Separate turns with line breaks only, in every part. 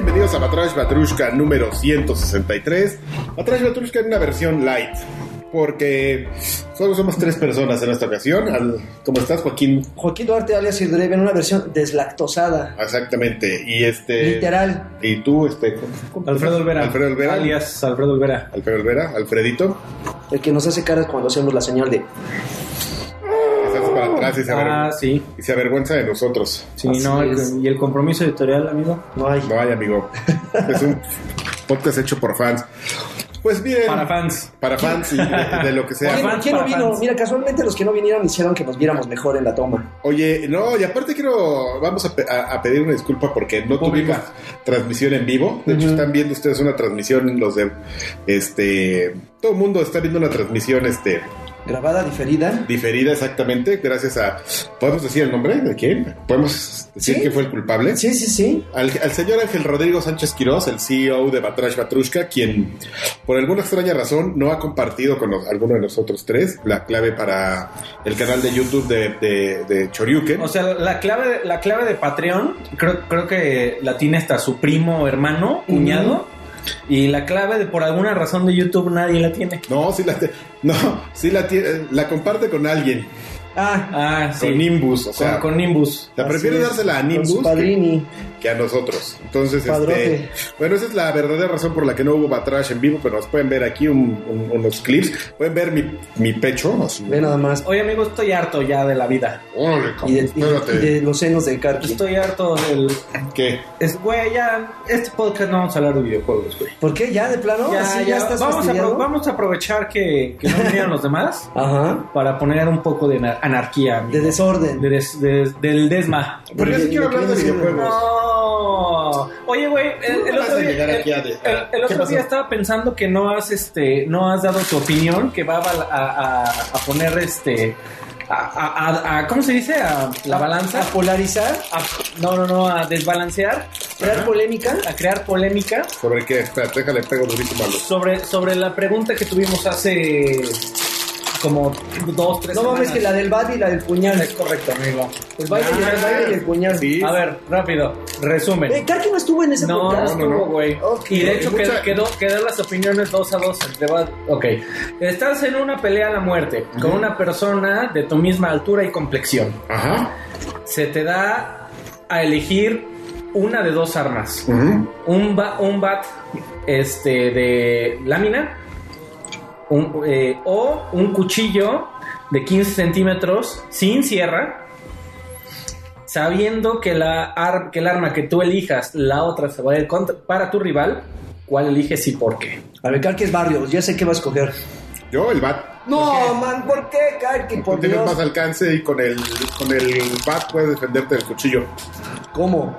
Batrash Batrushka número 163. Batrash Batrushka en una versión light. Porque solo somos tres personas en esta ocasión. Al- ¿Cómo estás, Joaquín?
Joaquín Duarte alias El Dreve en una versión deslactosada.
Exactamente. Y este.
Literal.
Y tú, este. ¿cómo- cómo-
Alfredo Olvera.
Alfredo Olvera.
Alias Alfredo Olvera.
Alfredo Olvera, Alfredito.
El que nos hace caras cuando hacemos la señal de.
que se hace para atrás y se, avergüenza,
Ah, sí.
y se avergüenza de nosotros.
Sí,
Así
no.
es.
Y el compromiso editorial, amigo.
No hay.
No hay, amigo. es un podcast hecho por fans. Pues bien.
Para fans.
Para fans y de, de lo que sea.
Para
¿Quién,
fans,
quién no
para
vino?
fans.
Mira, casualmente los que no vinieron hicieron que nos viéramos mejor en la toma.
Oye, no, y aparte quiero, vamos a, pe- a- a pedir una disculpa porque no
Pública.
tuvimos transmisión en vivo. De hecho, están viendo ustedes una transmisión, los de, este, todo el mundo está viendo una transmisión, este,
Grabada, diferida.
diferida exactamente, gracias a, ¿podemos decir el nombre de quién? ¿Podemos decir
Sí.
quién fue el culpable?
Sí, sí, sí.
Al, al señor Ángel Rodrigo Sánchez Quirós, el CEO de Batrash Batrushka, quien por alguna extraña razón no ha compartido con los- alguno de nosotros tres la clave para el canal de YouTube de, de, de Choryuken.
O sea, la clave, la clave de Patreon, creo, creo que la tiene hasta su primo, hermano, cuñado. Y la clave de por alguna razón de YouTube nadie la tiene.
No, sí la, te- no, sí la, tie- la comparte con alguien,
Ah,
Ah, sí.
con Nimbus, Ah. o
Con-
sea,
con Nimbus.
la prefiere
así es,
dársela a
con su
Nimbus que,
padrini.
que a nosotros. Entonces,
Padrote.
este, bueno, esa es la verdadera razón por la que no hubo Batrash en vivo, pero nos pueden ver aquí un- un- unos clips, pueden ver mi, mi pecho, así.
Ve nada más.
Oye, amigo, estoy harto ya de la vida.
Órale, cabrón,
Y de, y de-
espérate.
y de los senos de Karki.
Estoy harto del.
¿Qué?
Es, güey, ya. Este podcast no vamos a hablar de videojuegos, güey.
¿Por qué? ¿Ya de plano?
ya,
¿Así ya,
ya,
estás
vamos, a apro-
fastidiado?
vamos a aprovechar que, que no vinieron los demás
Ajá.
para poner un poco de anar- anarquía. amigo.
De desorden.
De des- de- del desma.
Pero yo sí quiero hablar de videojuegos.
No. Oye, güey, el, el
Vas a
otro día,
llegar aquí a
el,
de-
el-
a-
el
¿qué
otro
pasó?
día estaba pensando que no has, este, no has dado tu opinión, que va a, val- a- a- a poner, este, a, a- a- a- ¿cómo se dice? A la balanza.
A polarizar,
A- no, no, no, a desbalancear,
crear polémica.
a crear polémica
¿Sobre qué? Espérate, déjale, pego durísimo a los...
sobre, sobre la pregunta que tuvimos hace como dos, tres
No mames,
semanas.
que la del bat y la del puñal. Es correcto, amigo. El baile, y el,
Ah,
baile y el puñal.
sí.
A ver, rápido, resumen.
Eh, Karki no estuvo en ese
No,
podcast.
no, no, güey.
Ok.
Y de hecho
Mucha-
qued- quedó, quedaron las opiniones dos a dos. entre va- Ok. Estás en una pelea a la muerte con una persona de tu misma altura y complexión.
Ajá.
Se te da a elegir una de dos armas.
Ujú.
Un, ba- un bat este, de lámina un- eh, o un cuchillo de 15 centímetros sin sierra. Sabiendo que, la ar- que el arma que tú elijas, la otra se va a ir contra- para tu rival, ¿cuál eliges y por qué?
A ver, Karki es barrio, ya sé qué va a escoger.
Yo, el bat.
No, man, ¿por qué, Karki?
Tú
Por
tienes
Dios.
más alcance y con el, con el bat puedes defenderte del cuchillo.
¿Cómo?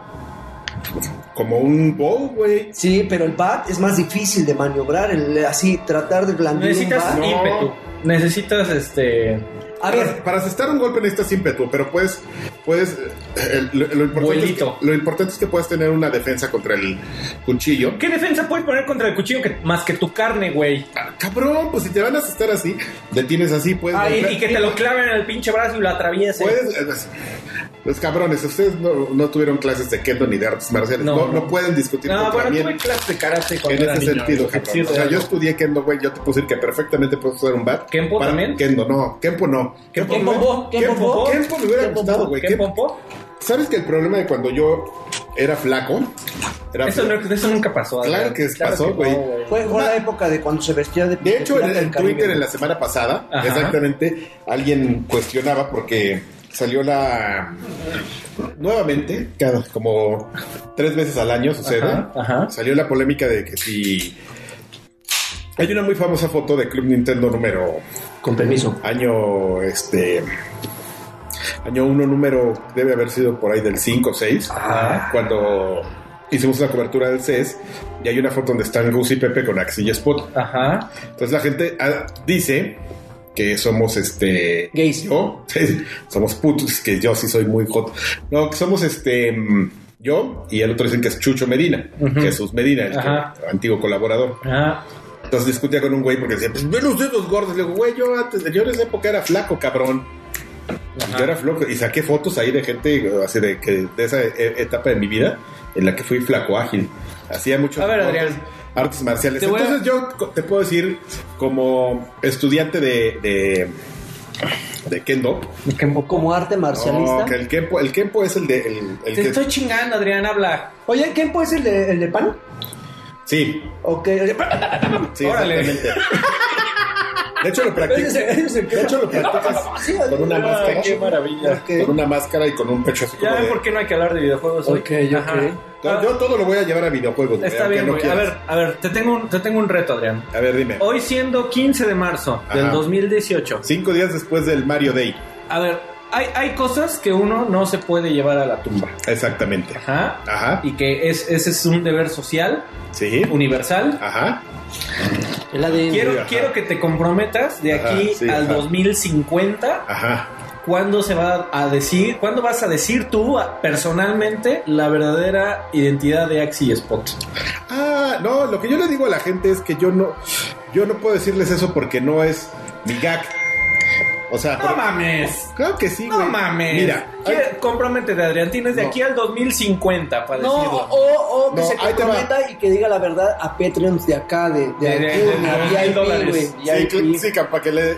Como un bow, güey.
Sí, pero el bat es más difícil de maniobrar. el- así, tratar de blandir
Necesitas
un bat.
No.
ímpetu. Necesitas este.
A
Para,
ver,
para asestar un golpe necesitas ímpetu, pero puedes, puedes, eh, lo, lo importante es que,
Vuelito.
lo importante es que puedas tener una defensa contra el cuchillo.
¿Qué defensa puedes poner contra el cuchillo que- más que tu carne, güey?
Cabrón, pues si te van a asestar así, detienes así, puedes.
Ah, y,
golpear-
y que te lo claven en el pinche brazo y lo atraviesen.
Puedes- eh, pues, los cabrones, ustedes no, no tuvieron clases de kendo ni de artes marciales. No,
No,
no,
no.
pueden discutir
No,
contra
bueno,
mí.
tuve clases de karate cuando
En
era
ese
niño,
sentido,
amigo.
cabrón.
Sí,
o sea,
real.
yo estudié Kendo, güey. Yo te puedo decir que perfectamente puedo usar un bat.
¿Kenpo
Para-
también?
Kendo, no. Kenpo no.
¿Qué
me hubiera-
pompo? ¿Qué
Kenpo-
pompo?
Kenpo me hubiera
¿Qué
gustado,
pompo?
güey.
¿Qué
Kenpo-
pompo?
¿Sabes que el problema de cuando yo era flaco? Era
Eso, no- eso nunca pasó.
Claro
Adrián.
que pasó,
no,
güey.
fue, fue
Ma-
la época de cuando se vestía de.
De hecho,
de
en,
pirata
en
del Caribe.
Twitter en la semana pasada,
Ajá.
exactamente, alguien cuestionaba porque salió la nuevamente, cada como tres veces al año sucede,
Ajá, ajá.
salió la polémica de que si hay una muy famosa foto de Club Nintendo número
Con permiso.
año este año 1 número debe haber sido por ahí del 5 o 6
Ajá.
cuando hicimos una cobertura del CES y hay una foto donde están Gus y Pepe con Axi y Spot.
Ajá.
Entonces la gente ah, dice que somos este.
Gays.
Yo. somos putos, que yo sí soy muy hot. No, que somos este. mm, Yo y el otro dicen que es Chucho Medina,
Ujú.
Jesús Medina, el que-
Ajá.
antiguo colaborador.
Ajá.
Entonces discutía con un güey porque decía, pues ve los dedos gordos. Le digo, güey, yo antes, yo en esa época era flaco, cabrón.
Ajá. Ah.
Yo era flojo y saqué fotos ahí de gente así de, que, de esa e- etapa de mi vida en la que fui flaco ágil. Hacía mucho.
A ver,
deportes,
Adrián.
Artes marciales.
Te voy a-
Entonces yo co- te puedo decir, como estudiante de, de, de Kendo,
Como arte marcialista.
no, que el, Kempo, el Kempo es el de... El, el
Te
que-
estoy chingando, Adrián, habla.
Oye, ¿quién puede ser el de, el de pan?
Sí,
¿O qué? El de pan.
sí,
Órale.
exactamente. De hecho lo
Ese
practicas.
es el- ese es el que-
De hecho lo practicas
Sí,
con una
Ah,
máscara.
qué maravilla.
Ok.
Con una máscara y con un pecho así
Ya
como
ven
de-
por qué no hay que hablar de videojuegos hoy.
Ok, ok.
Ajá.
No, Yo todo lo voy a llevar a videojuegos. güey,
Ah. Está
aunque
bien,
no
güey. a
quieras.
ver, a ver, te tengo un, te tengo un reto, Adrián.
A ver, dime.
Hoy siendo 15 de marzo del
Ajá.
2018.
Cinco días después del Mario Day.
A ver, hay, hay cosas que uno no se puede llevar a la tumba.
Exactamente.
Ajá.
Ajá.
Y que es, ese es un deber social,
Sí.
universal.
Ajá.
El ADN.
Quiero,
Ah, Sí, ajá.
quiero que te comprometas de
Ajá,
aquí
sí, ajá.
al
Ah.
2050.
Ajá.
¿Cuándo se va a decir? ¿Cuándo vas a decir tú a- personalmente la verdadera identidad de Axi y Spot?
Ah, no, lo que yo le digo a la gente es que yo no, yo no puedo decirles eso porque no es mi gag. O sea,
No
por-
mames.
claro que sí,
No
güey.
mames.
Mira, hay-
Quiere- Comprométete, Adrián. Tienes de
No. oh,
aquí al 2050 para
No,
decirlo.
o, o que
No,
se
ahí te va.
comprometa y que diga la verdad a Patreons de acá, de, de,
De- de-
aquí,
de-
a
de-
VIP,
de dólares.
güey,
sí,
VIP.
cl- sí, para que le-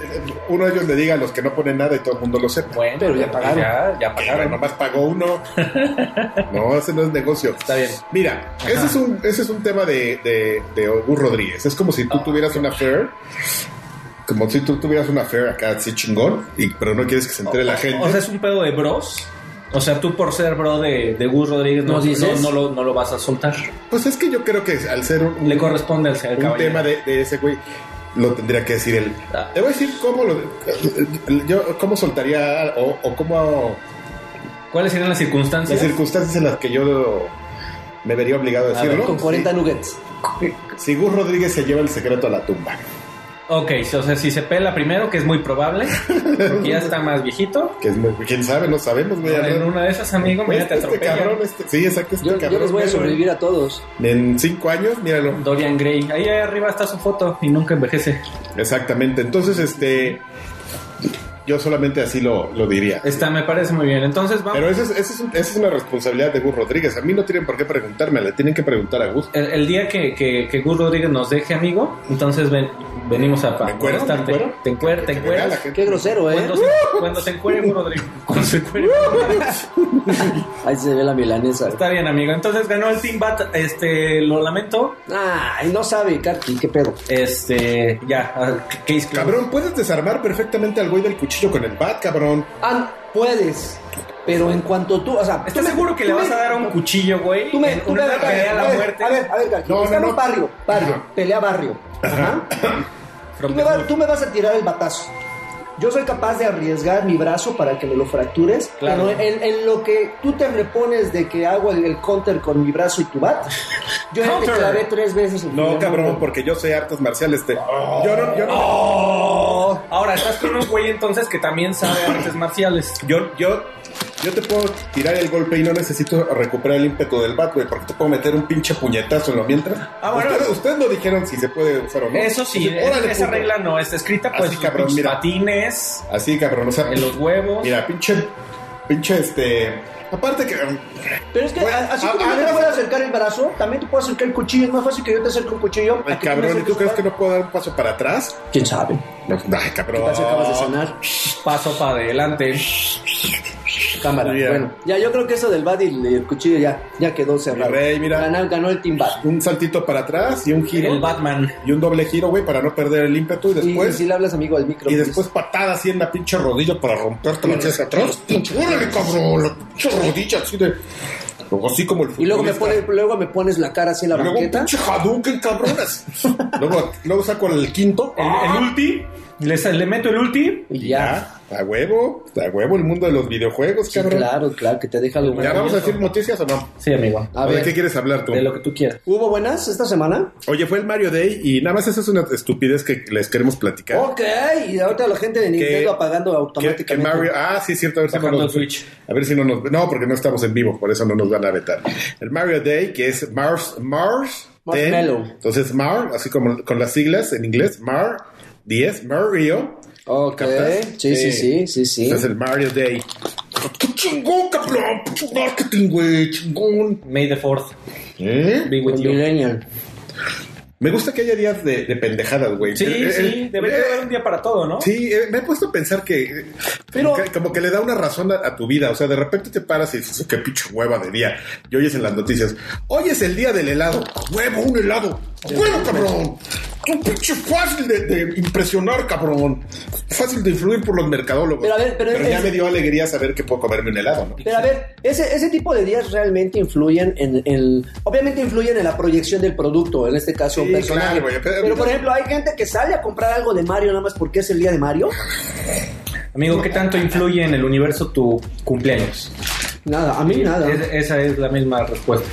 uno de ellos le diga a los que no ponen nada y todo el mundo lo sepa.
Bueno, pues
Pero ya pagaron.
Ya, ya
Que, güey,
pagaron.
nomás pagó uno. No, ese no es negocio.
Está bien.
Mira, ese es, un, ese es un tema de, de, de Gus Rodríguez. Es como si
Ah,
tú tuvieras una fair, como si tú tuvieras una fair acá así chingón, y, pero no quieres que se entere la gente.
O sea, es un pedo de bros. O sea, tú por ser bro de, de Gus Rodríguez no,
¿Nos dices?
no- no lo, no lo vas a soltar.
pues es que yo creo que al ser un, un-
Le corresponde al, al
un
caballero.
tema de, de ese güey, lo tendría que decir él.
Ah.
Te voy a decir cómo lo, yo cómo soltaría o, o cómo
¿Cuáles serían las circunstancias?
las circunstancias en las que yo me vería obligado a
A ver,
decirlo.
Con 40 nuggets.
Si Gus Rodríguez se lleva el secreto a la tumba,
ok, o sea, si se pela primero, que es muy probable, porque ya está más viejito.
que es muy- quién sabe, no sabemos, güey. a ver.
en una de esas, amigo,
Pues,
mira, te
este
atropella.
cabrón, este, sí, exacto, este
Yo, yo
cabrón.
les voy a
míralo.
sobrevivir a todos.
En cinco años, míralo.
Dorian Gray. Ahí arriba está su foto y nunca envejece.
Exactamente. Entonces, este. Yo solamente así lo, lo diría.
Está, me parece muy bien. Entonces vamos.
Pero esa es, esa es un- esa es una responsabilidad de Gus Rodríguez. A mí no tienen por qué preguntarme, le tienen que preguntar a Gus.
El, el día que, que, que Gus Rodríguez nos deje, amigo, entonces ven, venimos a
¿Me encuero?
molestarte.
¿Me encuero?
Te encuer- te
Que me vea la
encueras.
gente.
Qué grosero, ¿eh?
Cuando se, cuando se encuere Gus Rodríguez. Cuando se encuere.
Ahí se ve la milanesa.
Está bien, amigo. Entonces ganó el Team Bat. Este, lo lamento.
Ay, no sabe, Karki, qué pedo.
Este, ya. ah, Case closed.
Cabrón, puedes desarmar perfectamente al güey del cuchillo con el bat, cabrón.
Ah, puedes, pero en cuanto tú, o sea...
¿Estás
tú me-
seguro que
tú
le
me-
vas a dar a un cuchillo, güey?
Tú me,
En
tú me
una
a
pelea a la muerte.
A ver, a ver, Karki,
No, no,
estamos
no.
barrio, barrio, pelea barrio. Ajá.
From
Tú me,
the
va-
hood.
tú me vas a tirar el batazo. Yo soy capaz de arriesgar mi brazo para que me lo fractures,
Claro.
pero en, en lo que tú te repones de que hago el, el counter con mi brazo y tu bat, yo ya te
Counter.
clavé tres veces. el
No,
primer
cabrón,
golpe.
porque yo sé artes marciales. Te... Yo no, yo no.
Oh. Ahora, estás con un güey entonces que también sabe artes marciales.
Yo, yo, yo te puedo tirar el golpe y no necesito recuperar el ímpetu del bat, güey, porque te puedo meter un pinche puñetazo en lo mientras.
Ah, bueno.
ustedes, ustedes no dijeron si se puede usar o no.
Eso sí,
Entonces, órale,
esa
puto.
regla no está escrita, pues
Así,
los
cabrón,
pinches
mira.
patines,
Así, cabrón, o sea,
en los huevos.
mira, pinche, pinche, este, aparte que,
Pero es que
Bueno,
a- así
a-
como
a-
yo te puedo acercar el brazo, también te puedo acercar el cuchillo. Es más fácil que yo te acerque un cuchillo. a que
ay,
me
cabrón, ¿y tú
acerques
crees que
un
no puedo dar un paso para atrás?
bat. ¿Quién sabe? Oh,
No, ay, cabrón.
Casi acabas de cenar.
Paso para adelante.
Cámara.
Mira.
Bueno, ya yo creo que eso del bat y el y el cuchillo ya, ya quedó cerrado.
rey, mira.
Ganó, ganó el team bat.
Un saltito para atrás y un giro.
El Batman.
Y un doble giro, güey, para no perder el ímpetu y
y
después...
si le hablas amigo al micro.
Y
pues.
después patada así en la pinche rodilla para romperte la hacia atrás. ¡Órale, cabrón! La pinche rodilla así de. Luego así como el
Y luego me,
futbolista.
pones, luego me pones la cara así en la
Y Luego un
banqueta.
pinche Hadouken, cabrones. luego, luego saco el quinto.
El,
Ah.
el ulti. Les- Ah. le meto el ulti.
Y
Y
ya.
ya. Ah, A huevo. A huevo el mundo de los videojuegos,
Sí,
cabrón.
claro, claro, que te deja lo
¿Ya
bueno.
vamos a decir noticias o no?
Sí, amigo.
A
¿O ¿De
ver,
qué quieres hablar tú?
De lo que tú quieras.
¿hubo buenas esta semana?
Oye, fue el Mario Day y nada más esa es una estupidez que les queremos platicar.
Ok, y ahorita la gente de Nintendo apagando
Que- que
automáticamente.
Mario- ah, sí, cierto. A ver, si no
Bajando
nos,
el Switch.
a ver si no nos. No, porque no estamos en vivo, por eso no nos van a vetar. El Mario Day, que es Mars. Mars. 10.
Marshmallow.
Entonces, Mar, así como con las siglas en inglés, Mar 10, Mario.
Ok,
¿Captas?
sí, sí, sí, sí, sí.
Ese es el Mario Day. ¡Qué chingón, cabrón! ¡Qué marketing, güey! ¡Chingón!
May the 4th
¿Eh?
be with you.
Millennial.
Me gusta que haya días de, de pendejadas, güey.
Sí,
Eh,
sí,
eh,
debería
eh,
haber un día para todo, ¿no?
Sí, eh, me he puesto a pensar que
Pero-
Pero... como, que, como que le da una razón a, a tu vida. O sea, de repente te paras y dices, "Oh, qué pinche hueva de día. Y oyes en las noticias, hoy es el día del helado. ¡A ¡Huevo, un helado! ¡A ¡Huevo, cabrón! ¡Qué pinche fácil de, de impresionar, cabrón! Fácil de influir por los mercadólogos.
Pero a ver, pero es-
ya me dio alegría saber que puedo comerme un helado, ¿no?
Pero a ver, ese, ese tipo de días realmente influyen en el... Obviamente influyen en la proyección del producto, en este caso un
Sí,
personaje.
claro, güey, pero-
pero, por ejemplo, hay gente que sale a comprar algo de Mario nada más porque es el día de Mario.
Amigo, ¿qué tanto influye en el universo tu cumpleaños?
Nada, a mí nada.
Es- esa es la misma respuesta.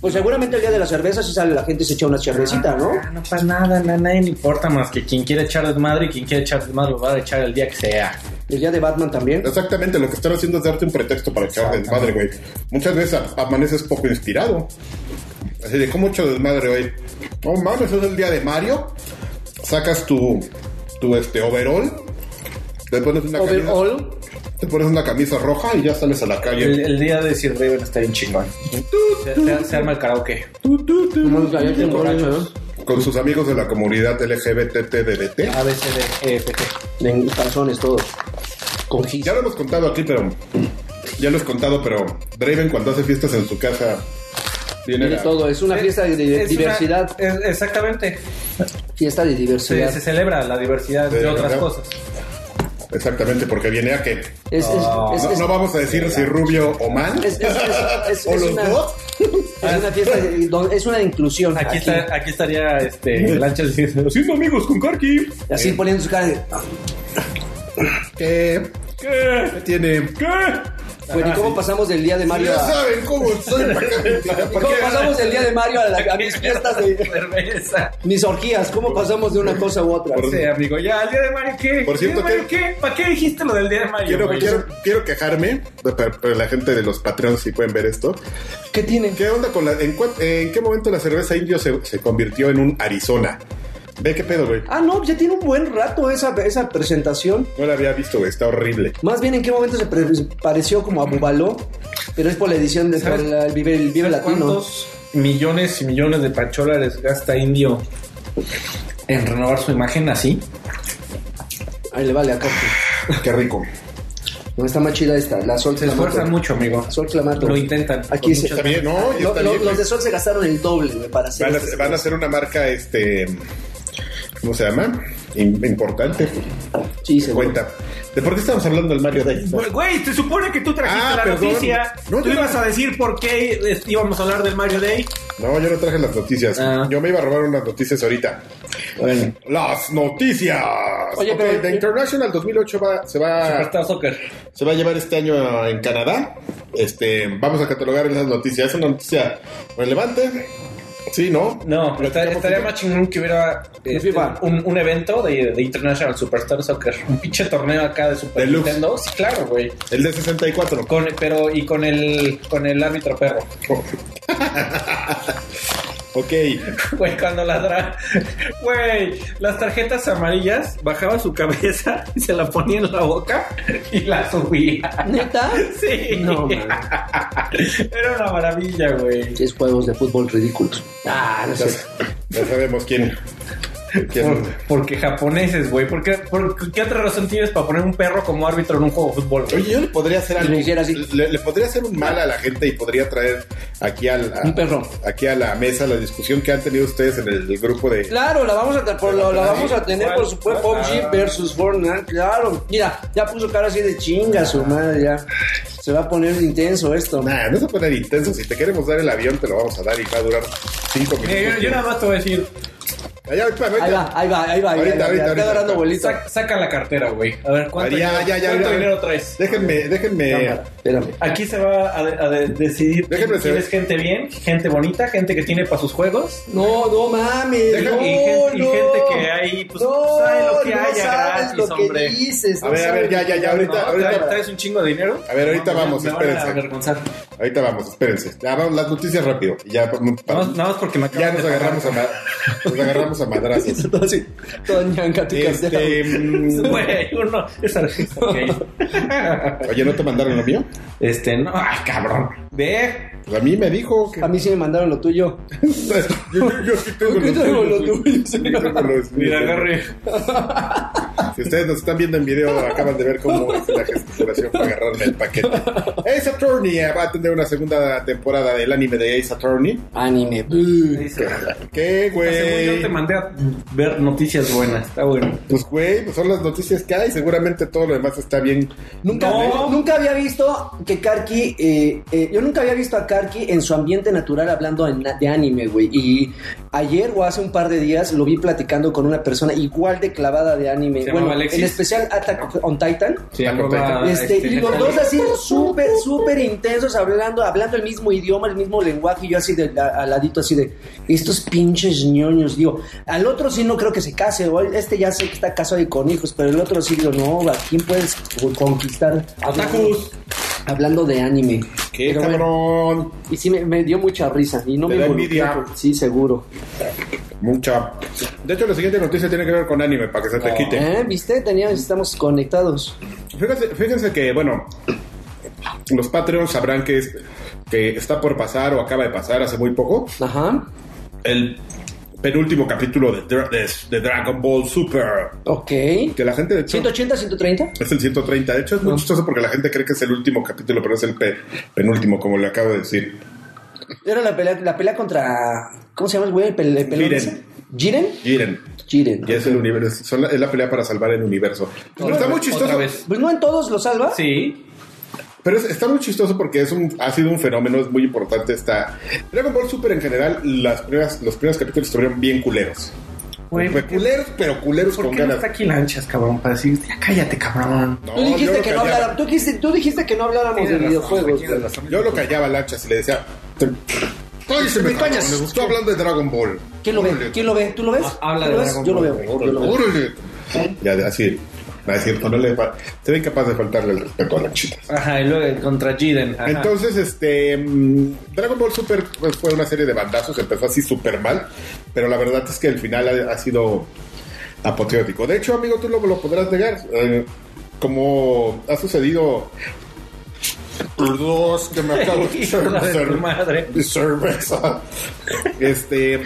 Pues seguramente el día de la cerveza si sale la gente se echa una cervecita, ¿no?
Ah, no pasa nada, na- nadie le importa más que quien quiere echar desmadre y quien quiere echar desmadre lo va a echar el día que sea.
El día de Batman también.
Exactamente, lo que están haciendo es darte un pretexto para echar desmadre, güey. Muchas veces a- amaneces poco inspirado. Así de, ¿cómo echo desmadre hoy? No mames, es el día de Mario. Sacas tu, tu este, overall. Te pones, una camisa,
Overall.
te pones una camisa roja y ya sales a la
El,
calle.
el día de Sir Raven está bien chingón. Se, se- se arma el karaoke.
Como los gallos en borracho, ¿no?
Con sus amigos de la comunidad LGBTTDT.
A, B, C, D, E, F, G.
En calzones todos. Con gis.
Ya lo hemos contado aquí, pero. Ya lo he contado, pero Draven cuando hace fiestas en su casa. Tiene
Tiene
la-
todo. Es una fiesta de
Es- es
diversidad.
una- es- exactamente.
Fiesta de
Se,
diversidad.
se celebra la diversidad
Sí,
de otras
¿verdad?
cosas.
Exactamente, porque viene a que
Es, es-
No,
Ah,
es-
No,
es-
no vamos a decir si rubio o man.
es- es- es- es-
o
es
los
una-
dos.
Es una fiesta, de- do- es una de inclusión.
Aquí,
Aquí,
Está, aquí estaría este, Lanchas diciendo: Siendo amigos con Karki.
Así poniendo su cara de. "Ah,
¿Qué?
¿Qué?
Tiene.
¿Qué?
Bueno, ¿y cómo pasamos del día de Mario
Ya
a.
saben cómo soy. ¿para qué? ¿Para
¿Cómo
qué?
pasamos del día de Mario a, la- a mis fiestas de.
Cerveza.
Mis orgías? ¿Cómo pasamos de una cosa u otra?
Sí, amigo, ya, el día de Mario, ¿qué?
Por cierto,
¿El día de Mario, ¿qué? ¿Para qué dijiste lo del día de Mario?
Quiero,
güey?
quiero, quiero quejarme, pero pero la gente de los Patreons si pueden ver esto.
¿Qué tienen?
¿Qué onda con la, en, cuan- en qué momento la cerveza indio se, se convirtió en un Arizona? Ve qué pedo, güey.
Ah, no, ya tiene un buen rato esa, esa presentación.
No la había visto, güey. Está horrible.
Más bien, ¿en qué momento se pre- pareció como a Bubaló? Pero es por la edición de por
¿Sabes-
la- el Vive, el Vive
¿Sabes
Latino.
¿Cuántos millones y millones de pacholares gasta Indio en renovar su imagen así?
Ahí le vale a Corte.
Qué rico.
No, está más chida esta, la Sol
Se esfuerzan mucho, amigo.
Sol Clamato.
Lo intentan.
Aquí se-
Está bien, no, ya
Lo-
está
lo-
bien.
los
güey.
de Sol se gastaron el doble, güey, para hacer
Van a,
este-
van a ser una marca, este. ¿Cómo se llama? Im- Importante.
Sí, se
Cuenta. ¿De por qué estamos hablando del Mario Day?
Güey, se supone que tú trajiste
Ah,
la
perdón.
noticia.
No,
tú
yo-
ibas a decir por qué eh, íbamos a hablar del Mario Day.
No, yo no traje las noticias.
Ah.
Yo me iba a robar unas noticias ahorita. Las noticias.
Oye,
Ok,
pero-
The International 2008 va- se, va,
Superstar Soccer.
se va a llevar este año en Canadá. Este, vamos a catalogar esas noticias. Es una noticia relevante. Sí, ¿no?
No,
Platicamos
está- estaría
un-
más chingón que hubiera este,
FIFA.
un, un evento de, de International Superstar Soccer. Un pinche torneo acá de Super
Deluxe.
Nintendo. Sí, claro, güey.
El de 64.
Con, pero, y con el, con el árbitro perro.
Ok.
Güey, cuando ladra. Güey, las tarjetas amarillas bajaba su cabeza y se la ponía en la boca y la subía.
¿Neta?
Sí.
No, man.
Era una maravilla, güey.
Es juegos de fútbol ridículos. Ah, no
Ya,
sé.
sa- ya sabemos quién.
Por-
quién-
porque japoneses, güey. ¿Por qué, por- ¿Qué otra razón tienes para poner un perro como árbitro en un juego de fútbol? güey?
Oye, yo le podría hacer algo.
le hiciera así.
Le, le podría hacer un mal a la gente y podría traer aquí al- a,
Un perro.
aquí a la mesa la discusión que han tenido ustedes en el, grupo de.
Claro, la vamos a, tra- por- la, la vamos a tener, por supuesto,
¿Cuál?
PUBG versus Fortnite, claro. Mira, ya puso cara así de chinga su madre, ya. Se va a poner intenso esto.
Nah, no se poner intenso. Si te queremos dar el avión, te lo vamos a dar y va a durar cinco minutos.
Mira, yo, yo nada más te voy a decir,
Allá, ahí va,
Ahí va, ahí va, ahí va. ahí
Ahorita,
va, ahí va,
ahorita,
Está
ahorita.
agarrando bolita.
saca, saca la cartera, güey. A ver, ¿cuánto,
Ya, ya, ya,
cuánto
ya.
dinero traes?
Déjenme, déjenme.
Espérame.
Aquí se va a, de- a de- decidir
Déjenme
quién
ser-
es gente bien, gente bonita, gente que tiene para sus juegos.
No, no mames.
Y
no,
gente, y
no.
gente que hay, pues,
no,
sabe lo que
no
haya
sabes
gratis.
lo lo que
hombre.
dices.
A
no
ver, a ver,
sabes
ya, ya, ya, ahorita,
No,
ahorita.
¿traes- ¿Traes un chingo de dinero?
A ver, ahorita
No, me-
vamos,
me van a
espérense.
avergonzar.
Ahorita vamos, espérense. Ya vamos, las noticias rápido. Ya, pa-
Nada más- nada más porque me
ya
acaban
nos
de
agarramos a, ma- nos agarramos a madrazos.
Todo así, todo ñanga, tu cartera.
Este, mm,
Güey, uno. Esa ok.
oye, ¿no te mandaron lo mío?
Este, no, ay, cabrón. Ve.
Pues a mí me dijo que.
A mí sí me mandaron lo tuyo.
yo, yo, yo aquí tengo
Yo
los
tengo lo
tuyos.
tuyo,
Yo tengo los
Mira,
míos.
agarre.
Si ustedes nos están viendo en video, acaban de ver cómo es la gesticulación para agarrarme el paquete. Ace Attorney eh, va a tener una segunda temporada del anime de Ace Attorney.
Anime.
Dice,
¿Qué,
Según yo te
güey?
mandé a ver noticias buenas. Está bueno.
Pues, güey, pues son las noticias que hay. Seguramente todo lo demás está bien.
Nunca,
No.
nunca había visto que Karki. eh, eh, yo nunca había visto a Karki en su ambiente natural hablando en- de anime, güey. Y ayer o hace un par de días lo vi platicando con una persona igual de clavada de anime.
Se
bueno,
llamaba Alexis.
en especial Attack on Titan.
Sí,
arroba,
Este, y los dos así súper, súper intensos, hablando, hablando el mismo idioma, el mismo lenguaje, y yo así de, a- al ladito, así de estos pinches ñoños, digo, al otro sí no creo que se case, o este ya sé que está casado y con hijos, pero el otro sí digo, no, ¿a quién puedes conquistar?
Atacus.
Hablando de anime.
¿Qué,
Pero bueno,
cabrón?
y sí me, me dio mucha risa, y no
Te
me
da
involucré,
envidia.
pues, Sí, seguro.
Mucha. De hecho, la siguiente noticia tiene que ver con anime, para que se te quite.
¿Eh? ¿Viste? Teníamos, estamos conectados.
Fíjense, fíjense que, bueno, los Patreons sabrán que, es- que está por pasar o acaba de pasar hace muy poco
Ajá.
el penúltimo capítulo de, Dra- de- de Dragon Ball Super.
Ok.
Que la gente, de hecho,
¿180, 130?
es el 130. De hecho, es muy
No.
chistoso porque la gente cree que es el último capítulo, pero es el pe- penúltimo, como le acabo de decir.
Era la pelea, la pelea contra. ¿Cómo se llama el güey? El, pel- el pelón
Jiren.
ese? ¿Jiren?
Miren,
Jiren.
ya es el universo, son la- es la pelea para salvar el universo. Pero está muy
Otra
chistoso.
vez.
Pues no en todos lo salva.
Sí.
Pero es- está muy chistoso porque es un, ha sido un fenómeno, es muy importante esta... Dragon Ball Super en general, las primeras, los primeros capítulos estuvieron bien culeros.
Güey,
Fue culeros, pero culeros
¿Por
Pues, con
qué no
ganas.
está aquí lanchas, cabrón? Para decir, ya cállate, cabrón.
No,
Tú dijiste
yo
que
lo callaba.
no habláramos. Tú dijiste, tú dijiste que no habláramos
Tienes
de
razón,
videojuegos.
tienes
güey.
razón.
Yo lo callaba a Lanchas y le decía... "Te- Cállese, me cabrón,
callas.
me gustó hablando de Dragon Ball.
¿Quién lo ve?
Órale,
¿Quién lo ve? ¿Tú lo ves?
Ah, habla
¿Tú lo
de
ves?
Dragon
Yo lo
Ball,
veo.
güey.
Yo lo veo.
órale". Ya, así... No es cierto, no le... fa- Sería incapaz de faltarle el respeto a Lanchitas.
Ajá, y luego el contra Jiden. Ajá.
Entonces, este mm, Dragon Ball Super pues, fue una serie de bandazos, empezó así súper mal, pero la verdad es que el final ha, ha sido apoteótico. De hecho, amigo, tú lo, lo podrás negar. eh, como ha sucedido. Perdón, que me acabo de
Hijo de
hacer-
tu madre.
de cerveza. Este.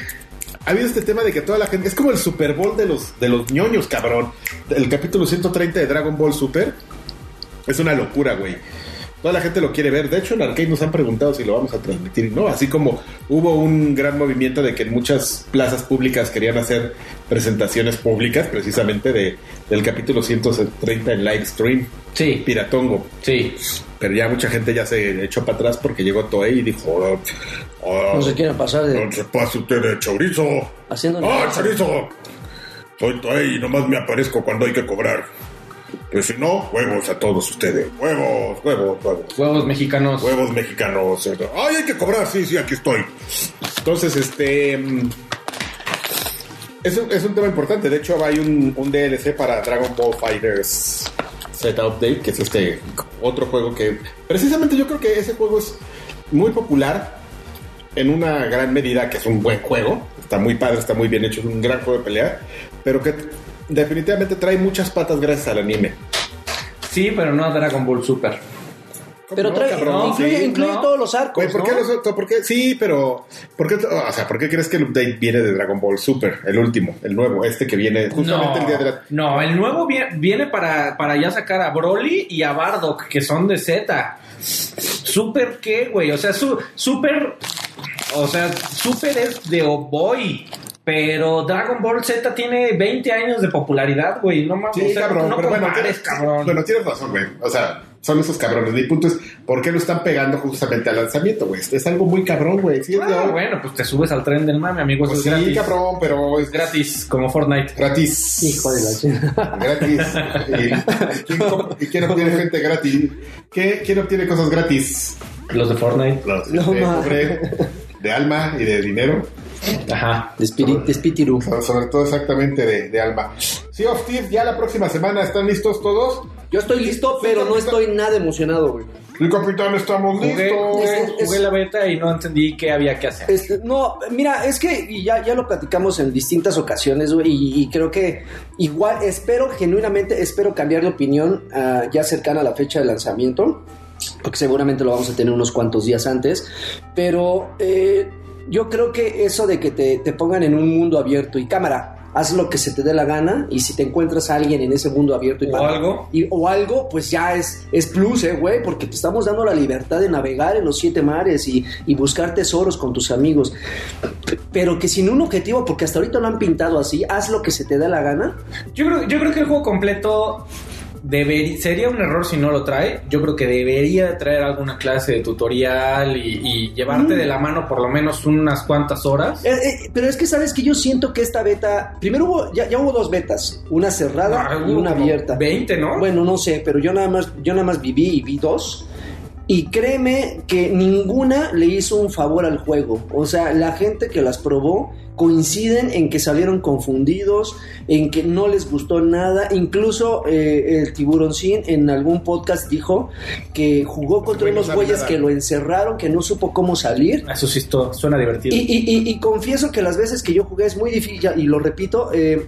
Ha habido este tema de que toda la gente. Es como el Super Bowl de los, de los ñoños, cabrón. El capítulo 130 de Dragon Ball Super. Es una locura, güey. Toda la gente lo quiere ver. De hecho, en Arcade nos han preguntado si lo vamos a transmitir y no. Así como hubo un gran movimiento de que en muchas plazas públicas querían hacer presentaciones públicas, precisamente de, del capítulo 130 en live stream,
Sí,
Piratongo.
sí.
Pero ya mucha gente ya se echó para atrás porque llegó Toei y dijo: "Oh, oh,
No se quieren pasar de.
no se pase usted de chorizo.
Haciendo.
¡Ah, chorizo! Soy Toei y nomás me aparezco cuando hay que cobrar. Pero si no, huevos a todos ustedes. Huevos, huevos, huevos.
Huevos mexicanos.
Huevos mexicanos. ¡Ay, hay que cobrar! Sí, sí, aquí estoy. Entonces, este. mm, Es un, es un tema importante. De hecho, hay un, un DLC para Dragon Ball Fighters Set Update, que es este otro juego que. Precisamente yo creo que ese juego es muy popular en una gran medida, que es un buen juego. Está muy padre, está muy bien hecho, es un gran juego de pelea. Pero que definitivamente trae muchas patas gracias al anime.
Sí, pero no a Dragon Ball Super.
Pero
No,
trae.
cabrón,
Incluye
sí,
incluye
no.
todos los arcos.
Güey, ¿por qué
¿no?
los otros? ¿Por qué? Sí, pero. ¿por qué, o sea, ¿por qué crees que el update viene de Dragon Ball Super? El último, el nuevo, este que viene justamente
no,
el día de la.
no, el nuevo vie- viene, para, para ya sacar a Broly y a Bardock, que son de Z. Super qué, güey. O sea, su, super. O sea, super es de Oboy. Pero Dragon Ball Z tiene 20 años de popularidad, güey. No mames.
Sí,
o sea,
cabrón,
no
pero bueno,
compares,
tienes-
cabrón.
bueno, tienes razón, güey. O sea, son esos cabrones. Mi punto es, ¿por qué lo están pegando justamente al lanzamiento, güey? Es algo muy cabrón, güey. Sí, es de
Ah,
ahora.
bueno, pues te subes al tren del mame, amigo. Eso
Pues
es
sí,
gratis.
cabrón, pero es
Es gratis, como Fortnite.
Gratis.
Hijo de la chingada.
Gratis. ¿Y quién, com- y quién obtiene gente gratis? ¿Qué, ¿Quién obtiene cosas gratis?
Los de Fortnite.
Los
No,
de
ma.
pobre, de alma y de dinero.
Ajá.
De espíritu.
So- sobre todo exactamente de, de alma. Sí, Sea of Thieves, ya la próxima semana están listos todos.
Yo estoy listo, pero no estoy nada emocionado, güey.
El capitán, estamos
Jugué,
listos.
jugué-
Es-
jugué la beta y no entendí qué había que hacer.
Este, no, mira, es que y ya, ya lo platicamos en distintas ocasiones, güey, y, y creo que igual espero, genuinamente, espero cambiar de opinión ah, ya cercana a la fecha de lanzamiento, porque seguramente lo vamos a tener unos cuantos días antes, pero eh, yo creo que eso de que te, te pongan en un mundo abierto y cámara. Haz lo que se te dé la gana y si te encuentras a alguien en ese mundo abierto y
O
cámara,
algo.
y- o algo, pues ya es, es plus, ¿eh, güey, porque te estamos dando la libertad de navegar en los siete mares y, y buscar tesoros con tus amigos. P- Pero que sin un objetivo, porque hasta ahorita lo han pintado así, haz lo que se te da la gana.
Yo creo, yo creo que el juego completo deberi- sería un error si no lo trae. Yo creo que debería traer alguna clase de tutorial y, y llevarte de la mano por lo menos unas cuantas horas.
Mm. Eh, eh, pero es que sabes que yo siento que esta beta, primero hubo, ya, ya hubo dos betas, una cerrada
Ah,
y
hubo
una
como
abierta.
20, ¿no?
Bueno, no sé, pero yo nada más, yo nada más viví y vi dos. Y créeme que ninguna le hizo un favor al juego. O sea, la gente que las probó coinciden en que salieron confundidos, en que no les gustó nada. Incluso eh, el tiburoncín en algún podcast dijo que jugó contra
güey no
unos
sabe
güeyes
nada.
que lo encerraron, que no supo cómo salir.
Eso sí, esto suena divertido.
Y, y- y- y confieso que las veces que yo jugué es muy difícil, ya- y lo repito, eh,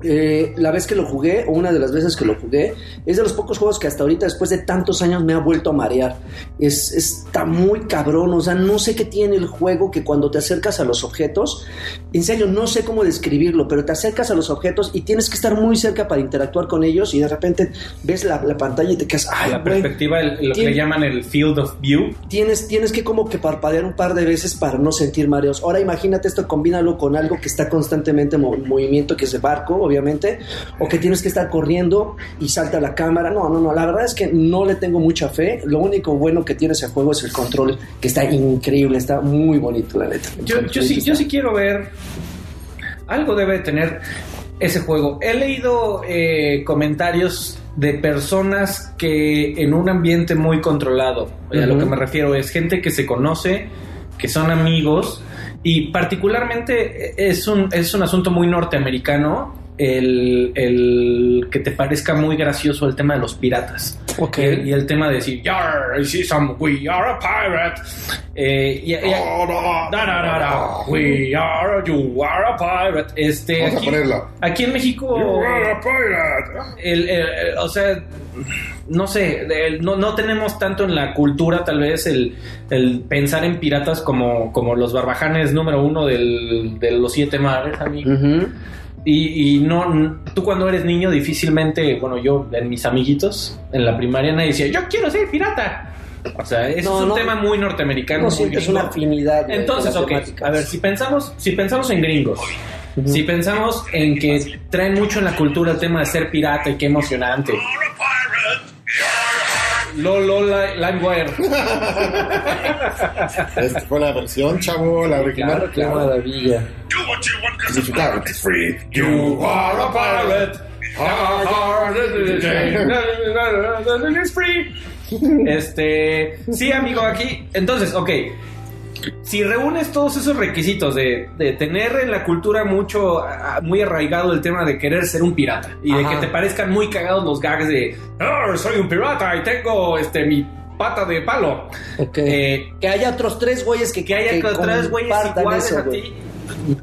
eh, la vez que lo jugué, o una de las veces que lo jugué, es de los pocos juegos que hasta ahorita, después de tantos años, me ha vuelto a marear. Es, está muy cabrón, o sea, no sé qué tiene el juego que cuando te acercas a los objetos, en serio, no sé cómo describirlo, pero te acercas a los objetos y tienes que estar muy cerca para interactuar con ellos y de repente ves la, la pantalla y te quedas, ay,
la
güey,
perspectiva, el- lo que
¿Quién-
le llaman el field of view.
tienes, tienes que como que parpadear un par de veces para no sentir mareos. Ahora imagínate esto, combínalo con algo que está constantemente en mo- movimiento, que es de barco, obviamente, o que tienes que estar corriendo y salta la cámara. No, no, no, la verdad es que no le tengo mucha fe. Lo único bueno que tiene ese juego es el control, que está increíble, está muy bonito, la neta. El
Yo, yo,
control
sí,
está-
yo sí quiero ver. Algo debe de tener ese juego. He leído eh, comentarios de personas que en un ambiente muy controlado, eh, a lo
Ujú.
que me refiero es gente que se conoce, que son amigos, y particularmente eh, es un, es un asunto muy norteamericano. El, el que te parezca muy gracioso el tema de los piratas
Ok.
y, el, y el tema de decir "Yar, I see some- we are a pirate Eh, y- y- Da, da, da, da. We are, you are a pirate. Este,
Vamos a
aquí, Oh.
ponerla.
aquí en México, eh,
You are a pirate.
el- el- el- o sea, no sé, el- no, no tenemos tanto en la cultura tal vez el, el pensar en piratas como, como los barbajanes número uno del- de los siete mares,
Mm.
amigo.
Ujú.
Y, y no, n- tú cuando eres niño difícilmente, bueno, yo en mis amiguitos, en la primaria nadie decía, yo quiero ser pirata. O sea, es
No,
un
no.
tema muy norteamericano.
No
muy
sientes una
gringo.
afinidad. güey,
Entonces,
con
ok,
la temática.
a ver, si pensamos, si pensamos en gringos, si pensamos en que traen mucho en la cultura el tema de ser pirata y qué emocionante. Lolo LimeWire.
Esta fue la versión, chavo, la original.
Claro,
Qué
claro.
maravilla.
This is pirate is free.
You are a pirate. It's free. Este, sí, amigo, aquí. Entonces, ok. Si reúnes todos esos requisitos de, de tener en la cultura mucho, a- a- muy arraigado el tema de querer ser un pirata y de
Ajá.
que te parezcan muy cagados los gags de, "Arr, soy un pirata y tengo este mi pata de palo.
Ok.
Eh,
que haya otros tres güeyes que
que haya que otras güeyes
compartan
iguales
eso,
a
güey.
ti.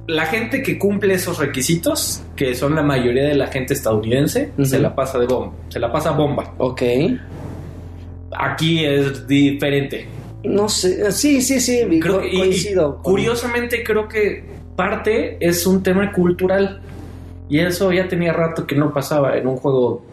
La gente que cumple esos requisitos, que son la mayoría de la gente estadounidense,
Ujú.
se la pasa de bomba, se la pasa bomba.
Ok.
Aquí es diferente.
No sé, sí, sí, sí,
Creo
co-
que- y- y
coincido.
curiosamente creo que parte es un tema cultural y eso ya tenía rato que no pasaba en un juego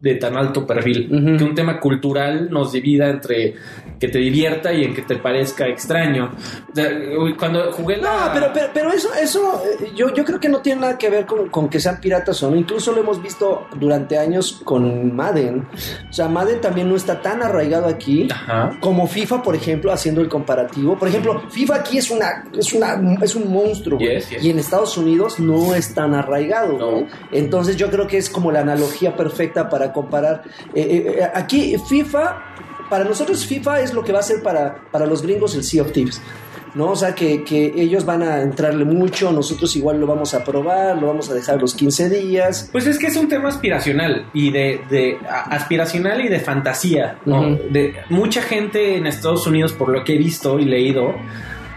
de tan alto perfil.
Ujú.
Que un tema cultural nos divida entre que te divierta y en que te parezca extraño. De- uy, Cuando jugué la...
No, Ah, pero, pero, pero eso, eso eh, yo, yo creo que no tiene nada que ver con, con que sean piratas o no. Incluso lo hemos visto durante años con Madden. O sea, Madden también no está tan arraigado aquí.
Ajá.
Como FIFA, por ejemplo, haciendo el comparativo. Por ejemplo, FIFA aquí es una es una es un monstruo. güey.
Yes, yes.
Y en Estados Unidos no es tan arraigado.
No.
güey. Entonces yo creo que es como la analogía perfecta para comparar. Eh, eh, eh, aquí FIFA, para nosotros FIFA es lo que va a ser para, para los gringos el Sea of Thieves. ¿no? O sea, que, que ellos van a entrarle mucho, nosotros igual lo vamos a probar, lo vamos a dejar los 15 días.
Pues es que es un tema aspiracional y de, de- a- aspiracional y de fantasía, ¿no?
Ujú.
De mucha gente en Estados Unidos, por lo que he visto y leído,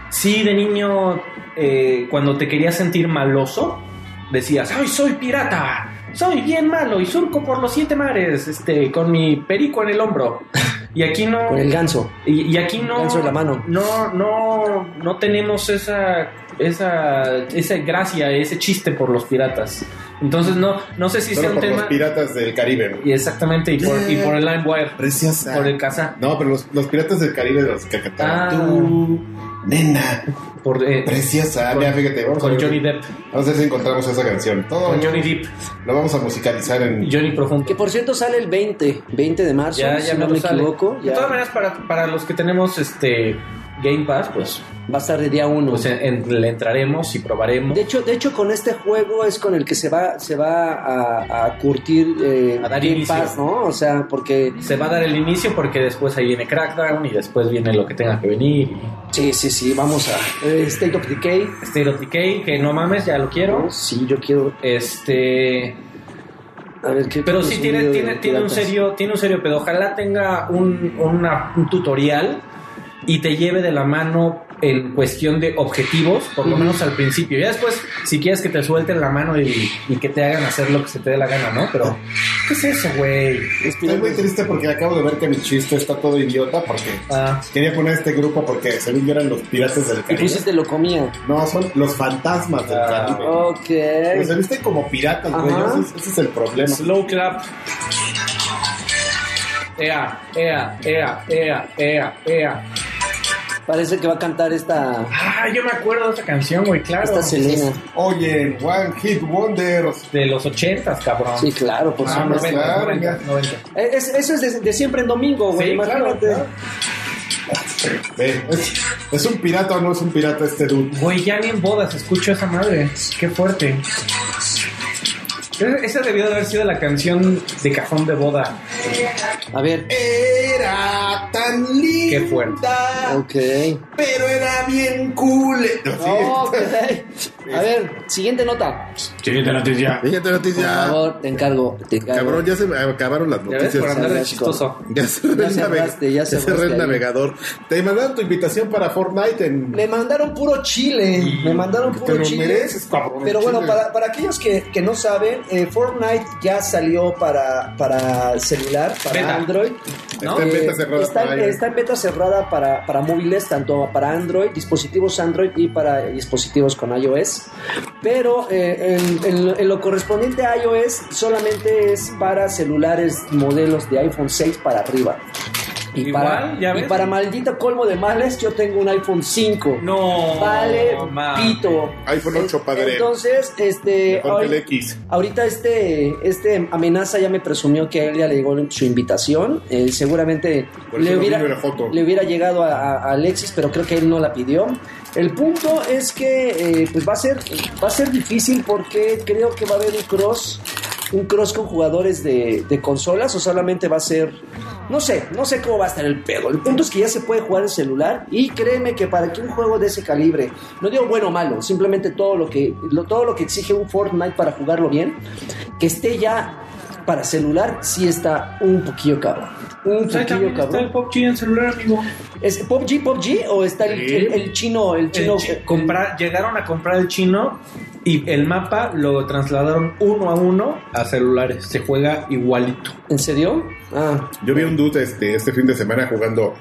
sí de niño eh, cuando te querías sentir maloso decías, ¡ay, soy pirata! Soy bien malo y surco por los siete mares, este, con mi perico en el hombro. Y aquí no.
Con el ganso.
Y, y aquí no,
Ganso de la mano.
no, no, no tenemos esa, esa, esa gracia, ese chiste por los piratas. Entonces no, no sé si sea
Solo
un
por los
tema.
piratas del Caribe.
Y exactamente, y por, y por el LimeWire,
Preciosa.
por el casa,
No, pero los, los piratas del Caribe de los que
Ah.
cantaban. Tú, nena,
por eh,
preciosa.
Con-
Mira, fíjate, vamos a,
con
ver,
Johnny Depp,
vamos a ver si encontramos esa canción. Todo
con Johnny Depp,
lo vamos a musicalizar en.
Johnny Profundo.
Que por cierto sale el 20, 20 de marzo,
Ya, ya
si no
no
me
sale.
equivoco.
De
ya
todas maneras, para, para los que tenemos este Game Pass, pues,
va a estar de día 1.
pues en- le entraremos y probaremos.
De hecho, de hecho, con este juego es con el que se va, se va a, a curtir eh,
A dar
Game
inicio.
Pass, ¿no? O sea, porque
Se va a dar el inicio porque después ahí viene Crackdown y después viene lo que tenga que venir. y-
sí, sí, sí, vamos a eh, State of Decay.
State of Decay, que no mames, ya lo quiero.
Sí, yo quiero
Este,
a ver qué.
pero
qué
sí
es
tiene,
video de
tiene, tiene un
piratas.
serio, tiene un serio pedo. Ojalá tenga un, una- un tutorial y te lleve de la mano en cuestión de objetivos, por lo
Ujú.
menos al principio. Ya después, si quieres que te suelten la mano y, y que te hagan hacer lo que se te dé la gana, ¿no? Pero, ¿qué es eso, güey?
Es
Estoy muy triste porque acabo de ver que mi chiste está todo idiota porque
Ah,
quería poner este grupo porque según yo eran los piratas del
Y
Caribe.
pusiste lo comía.
No, son los fantasmas del
Ah.
Caribe.
Ok.
Pues se visten como piratas, güey.
Ajá.
Ese, es- ese es el problema.
slow clap. Ea, ea, ea, ea, ea, ea.
Parece que va a cantar esta,
Ah, yo me acuerdo de esa canción, güey, claro.
esta Selena.
Oye, One Hit Wonders.
De los ochentas, cabrón.
Sí, claro, por
Ah,
Ah,
supuesto. Eh,
pues
noventa,
claro,
noventa,
mira.
noventa.
Es- eso es de, de siempre en domingo, güey.
Sí, claro,
imagínate.
claro.
Ve, es, es un pirata o no es un pirata este dude.
Güey, ya ni en bodas escucho esa madre. Qué fuerte. Esa debió de haber sido la canción de cajón de boda.
A ver.
Era tan linda.
Qué fuerte.
Ok.
Pero era bien cool. No, sí.
Ok. A ver, siguiente nota.
Siguiente noticia.
Fíjate
Por
noticia.
favor, te encargo. Te encargo.
Cabrón, ya se me acabaron las
Ya ves, por
noticias.
andar de
Gracias.
chistoso.
Ya cerré
Ya
el, navega-
cerraste, ya
ya cerré
cerraste
el
ahí.
navegador. Te mandaron tu invitación para Fortnite en.
Me mandaron puro chile. Me mandaron
Te
puro
lo
chile.
mereces, cabrón.
Pero bueno,
Chile.
para, para aquellos que, que no saben, eh, Fortnite ya salió para, para celular, para
Beta.
Android.
¿no?
Está en
Eh,
beta cerrada.
está-
para iOS.
está en beta cerrada para, para móviles, tanto para Android, dispositivos Android y para dispositivos con iOS. Pero eh, en, en lo- en lo correspondiente a iOS solamente es para celulares modelos de iPhone 6 para arriba. Y,
Igual,
para,
ya
y
ves.
para maldito colmo de males, yo tengo un iPhone 5.
No.
Vale,
ma.
pito.
iPhone 8, padre.
Entonces, este.
Mejor que el
ahorita-
X.
Ahorita este, este amenaza ya me presumió que a él ya le llegó su invitación. Eh, seguramente
Por eso
le
no
hubiera,
vino la foto.
le hubiera llegado a, a- a Alexis, pero creo que él no la pidió. El punto es que eh, pues va a ser va a ser difícil porque creo que va a haber un cross un cross con jugadores de, de consolas o solamente va a ser no sé no sé cómo va a estar el pedo. El punto es que ya se puede jugar en celular y créeme que para que un juego de ese calibre no digo bueno o malo simplemente todo lo que lo- todo lo que exige un Fortnite para jugarlo bien que esté ya para celular sí está un poquillo cabrón un
Pues ahí
poquillo
también está
cabrón
el PUBG en celular, amigo.
¿Es PUBG, PUBG o está el,
Sí.
el- el chino, el chino?
El chi- comprar- Eh, llegaron a comprar el chino y el mapa lo trasladaron uno a uno a celulares. Se juega igualito.
¿En serio? Ah,
Yo vi un dude este, este fin de semana jugando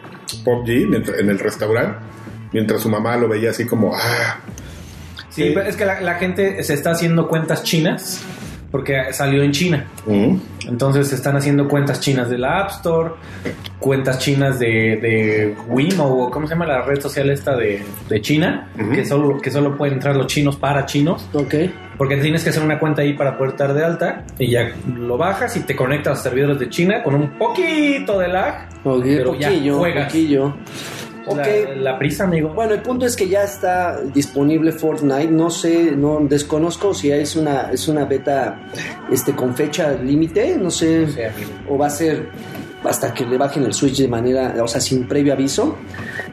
PUBG mientras- en el restaurante, mientras su mamá lo veía así como, ah,
Sí,
Sí.
pero es que la, la gente se está haciendo cuentas chinas porque salió en China.
mm,
Entonces se están haciendo cuentas chinas de la App Store, cuentas chinas de, de Wimo, o cómo se llama la red social esta de, de China,
Ujú.
que solo que solo pueden entrar los chinos para chinos,
ok.
porque tienes que hacer una cuenta ahí para poder estar de alta y ya lo bajas y te conectas a los servidores de China con un poquito de lag.
Ok,
Pero ya
poquillo,
juegas.
poquillo. Ok.
La, la prisa, amigo.
Bueno, el punto es que ya está disponible Fortnite. No sé, no desconozco si es una es una beta este con fecha límite, no sé,
Sí, amigo.
o va a ser hasta que le bajen el Switch de manera, o sea, sin previo aviso.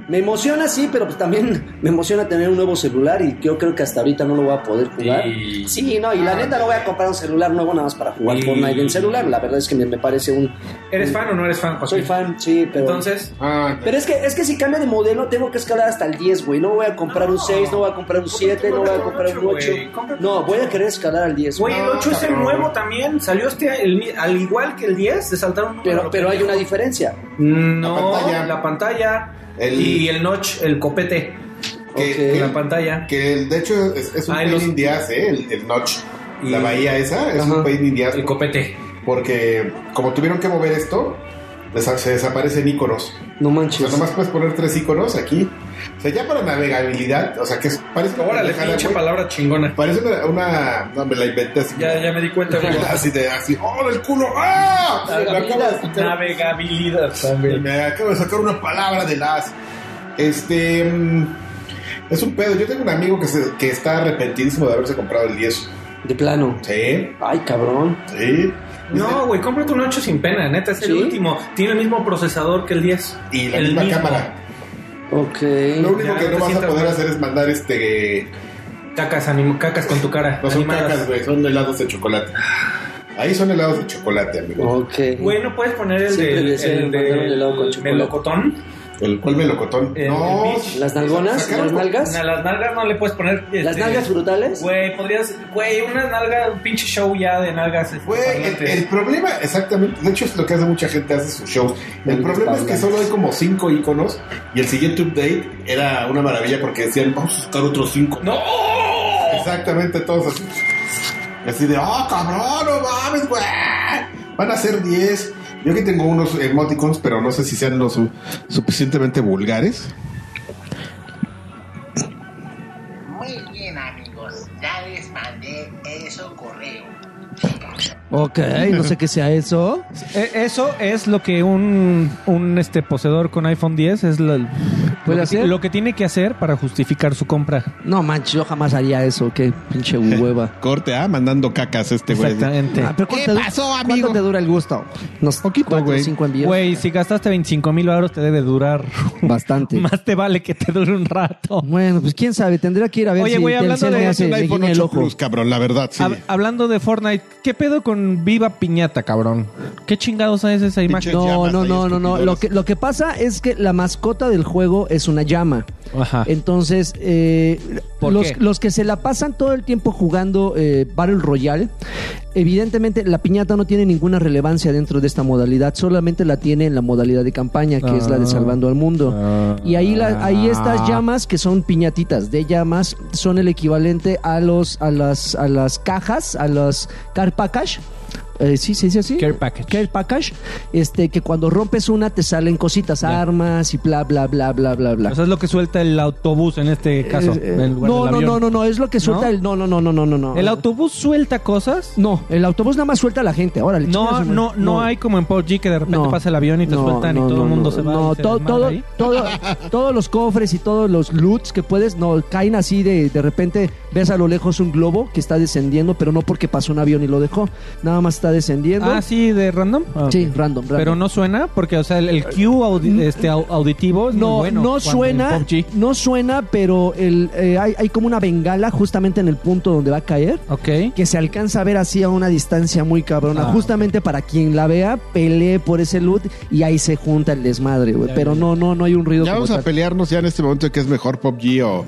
Me emociona, sí, pero pues también me emociona tener un nuevo celular y yo creo que hasta ahorita no lo voy a poder jugar.
Y-
Sí, no, y la neta no voy a comprar un celular nuevo nada más para jugar
Y-
Fortnite en celular. La verdad es que me, me parece un...
¿Eres fan o no eres fan, José?
Soy fan, sí, pero...
Entonces,
Ah,
Pero es que, es que si cambia de modelo tengo que escalar hasta el 10, güey. No voy a comprar un 6, no voy a comprar un 7, no voy a comprar un 8.
güey. Cómprate
No,
un
voy a
ocho.
querer escalar al 10. güey.
güey, el 8 es el
cabrón.
nuevo también. Salió este, el mi- al igual que el 10, se saltaron un
Pero,
número.
pero hay una diferencia.
No, la pantalla,
pantalla. Mm, El-
y el notch, el copete.
que,
ok.
que-
La pantalla.
que el- de hecho es, es un
Ah,
pain
los-
in the ass, ¿eh? El, el notch.
Y-
La bahía esa es un
Ajá.
pain in the ass
El copete.
porque como tuvieron que mover esto, desa- se desaparecen iconos.
No
O sea,
manches.
nomás puedes poner tres iconos aquí. O sea, ya para navegabilidad, o sea, que es, parece una
Órale,
pendejada,
pinche
güey.
palabra chingona.
Parece una, una- No, me la inventé así.
Ya, ya me di cuenta, amigo.
Así de así. ¡Oh, el culo! ¡Ah! Me acabo de sacar-
Navegabilidad también.
me acabo de sacar una palabra de las. Este. mm, Es un pedo. Yo tengo un amigo que, se- que está arrepentidísimo de haberse comprado el 10.
De plano.
Sí,
Ay, cabrón.
sí.
No, güey, cómprate un 8 sin pena, neta, es el
¿Sí?
último. Tiene el mismo procesador que el 10.
Y la
el
misma
mismo.
cámara.
Ok.
Lo
Ya,
único que
no
no
te
vas a
sientas
poder
mal.
hacer es mandar este.
Cacas, anim- cacas con tu cara.
No son
animadas.
cacas, güey. Son helados de chocolate. Ahí son helados de chocolate, amigo.
Oh.
Ok.
Güey, ¿no puedes poner el
Siempre
del
deseo
el
mandar un helado con
del
chocolate.
melocotón?
El cual melocotón.
El-
no.
el peach.
¿Las nalgonas?
Sacaron
¿Las
con-
nalgas?
A las nalgas no le puedes poner.
¿Las
este,
nalgas brutales?
Güey, podrías. Güey, una nalga, un pinche show ya de nalgas. este,
Güey, el,
parlantes.
el problema, exactamente, de hecho es lo que hace mucha gente, hace sus shows. El
Del
problema es que
parlante.
solo hay como cinco iconos y el siguiente update era una maravilla porque decían, vamos a buscar otros cinco.
¡No!
Exactamente, todos así. Así de, oh, cabrón, no mames, güey. Van a ser 10. Yo aquí tengo unos emoticons, pero no sé si sean los su- suficientemente vulgares.
Muy bien amigos, ya les mandé eso correo.
Ok, no sé qué sea eso.
E- Eso es lo que un, un este poseedor con iPhone 10 es lo, lo
¿Puede
que,
hacer?
lo que tiene que hacer para justificar su compra.
No manches, yo jamás haría eso. Qué pinche hueva.
Corte A, mandando cacas este güey.
Exactamente.
Ah, pero
¿Qué
¿cuánto te du-
pasó,
cuánto
amigo?
te dura el gusto? Unos
Poquito,
cuatro o
güey.
cinco envíos.
Güey, si gastaste 25 mil euros te debe durar.
Bastante.
Más te vale que te dure un rato.
Bueno, pues quién sabe, tendría que ir a ver
Oye,
si
güey, hablando
Telcel
de-
me
del
hace-
El
me
iPhone
guiña el
8
ojo.
Plus, cabrón, la verdad, sí.
Hab- hablando de Fortnite, ¿qué pedo con Viva Piñata, cabrón? ¿Qué chingados es esa imagen?
Pinche
No,
llamas
no,
ahí
no, no, no. Lo
estupidoras.
que, lo que pasa es que la mascota del juego es una llama.
Ajá.
Entonces, eh,
Ah. ¿Por
los,
qué?
los que se la pasan todo el tiempo jugando eh, Battle Royale, evidentemente la piñata no tiene ninguna relevancia dentro de esta modalidad, solamente la tiene en la modalidad de campaña, que es la de
Ah.
Salvando al Mundo. Y ahí, la- ahí estas llamas, que son piñatitas de llamas, son el equivalente a, los, a, las, a las cajas, a las car package. Eh, sí, se dice así.
Care package.
Care package. Este, que cuando rompes una te salen cositas, armas y bla, bla, bla, bla, bla, bla.
O sea, es lo que suelta el autobús en este caso.
Eh, eh,
en lugar
no,
del
no,
avión.
no, no, no, es lo que suelta
¿No?
el. No, no, no, no, no, no, no.
¿El autobús suelta cosas?
No, el autobús nada más suelta a la gente. Órale,
No,
chingas,
no, no, hay como en PUBG que de repente
No.
pasa el avión y te
No,
sueltan
no,
y todo
no,
el mundo
no,
se va.
No,
y se
todo,
desmadra
todo,
ahí.
todo- todos los cofres y todos los loots que puedes, no, caen así de, de repente ves a lo lejos un globo que está descendiendo, pero no porque pasó un avión y lo dejó. Nada más está descendiendo.
Ah, sí, de random. Ah,
Sí,
ok.
random, random. Mm.
Pero no suena porque, o sea, el, el cue audi- este, au- auditivo es muy
No,
bueno
no
cuando en
suena,
PUBG.
no suena, pero el, eh, hay, hay como una bengala justamente en el punto donde va a caer.
Ok.
que se alcanza a ver así a una distancia muy cabrona.
Ah,
Justamente para quien la vea, pelee por ese loot y ahí se junta el desmadre, güey.
Ya,
Pero
ya.
no, no, no hay un ruido
Ya
como
vamos a
tal.
pelearnos ya en este momento de que es mejor PUBG o,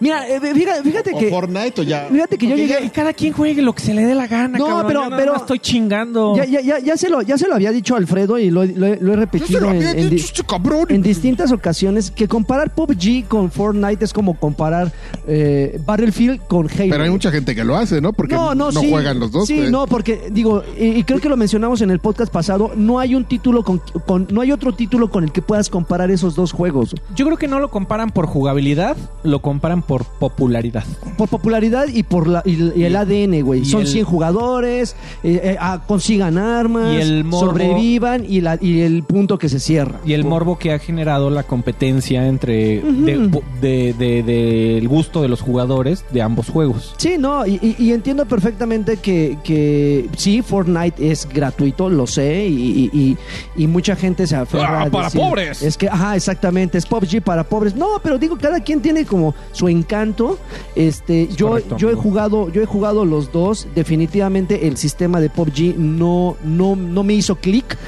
Mira, eh, fíjate, fíjate
o
que.
Fortnite o ya.
Fíjate que yo
Porque
llegué.
ya- cada quien juegue lo que se le dé la gana.
No,
cabrón.
pero-
Yo nada
pero-
más estoy chingando.
Ya, ya, ya, ya se lo, ya se lo había dicho Alfredo y lo, lo he- lo he
Yo se
repetido
lo
en,
había
en
dicho,
di-
este cabrón.
en distintas ocasiones que comparar PUBG con Fortnite es como comparar eh, Battlefield con Halo.
Pero hay mucha gente que lo hace, ¿no? Porque no,
sí.
juegan los dos. pues.
Sí,
güey.
no, porque digo, y, y creo que lo mencionamos en el podcast pasado, no hay un título con, con- no hay otro título con el que puedas comparar esos dos juegos.
Yo creo que no lo comparan por jugabilidad, lo comparan por popularidad.
Por popularidad y por la, y, y el ADN, güey.
y
Son
el-
100 jugadores, eh, eh, ah, consigan armas,
Y el morbo.
sobrevivan y, la, y el punto que se cierra.
Y el morbo que ha generado la competencia entre de- po- de- de- de- el gusto de los jugadores de ambos juegos.
Sí, no, y, y- y entiendo perfectamente que, que sí, Fortnite es gratuito, lo sé, y, y- y- y mucha gente se aferra
Ah,
a
para
decir,
pobres.
Es que, ajá, exactamente, es PUBG para pobres. No, pero digo, cada quien tiene como su encanto. Este, yo,
correcto,
yo he
amigo.
jugado, yo he jugado los dos. Definitivamente el sistema de PUBG no, no, no me hizo clic.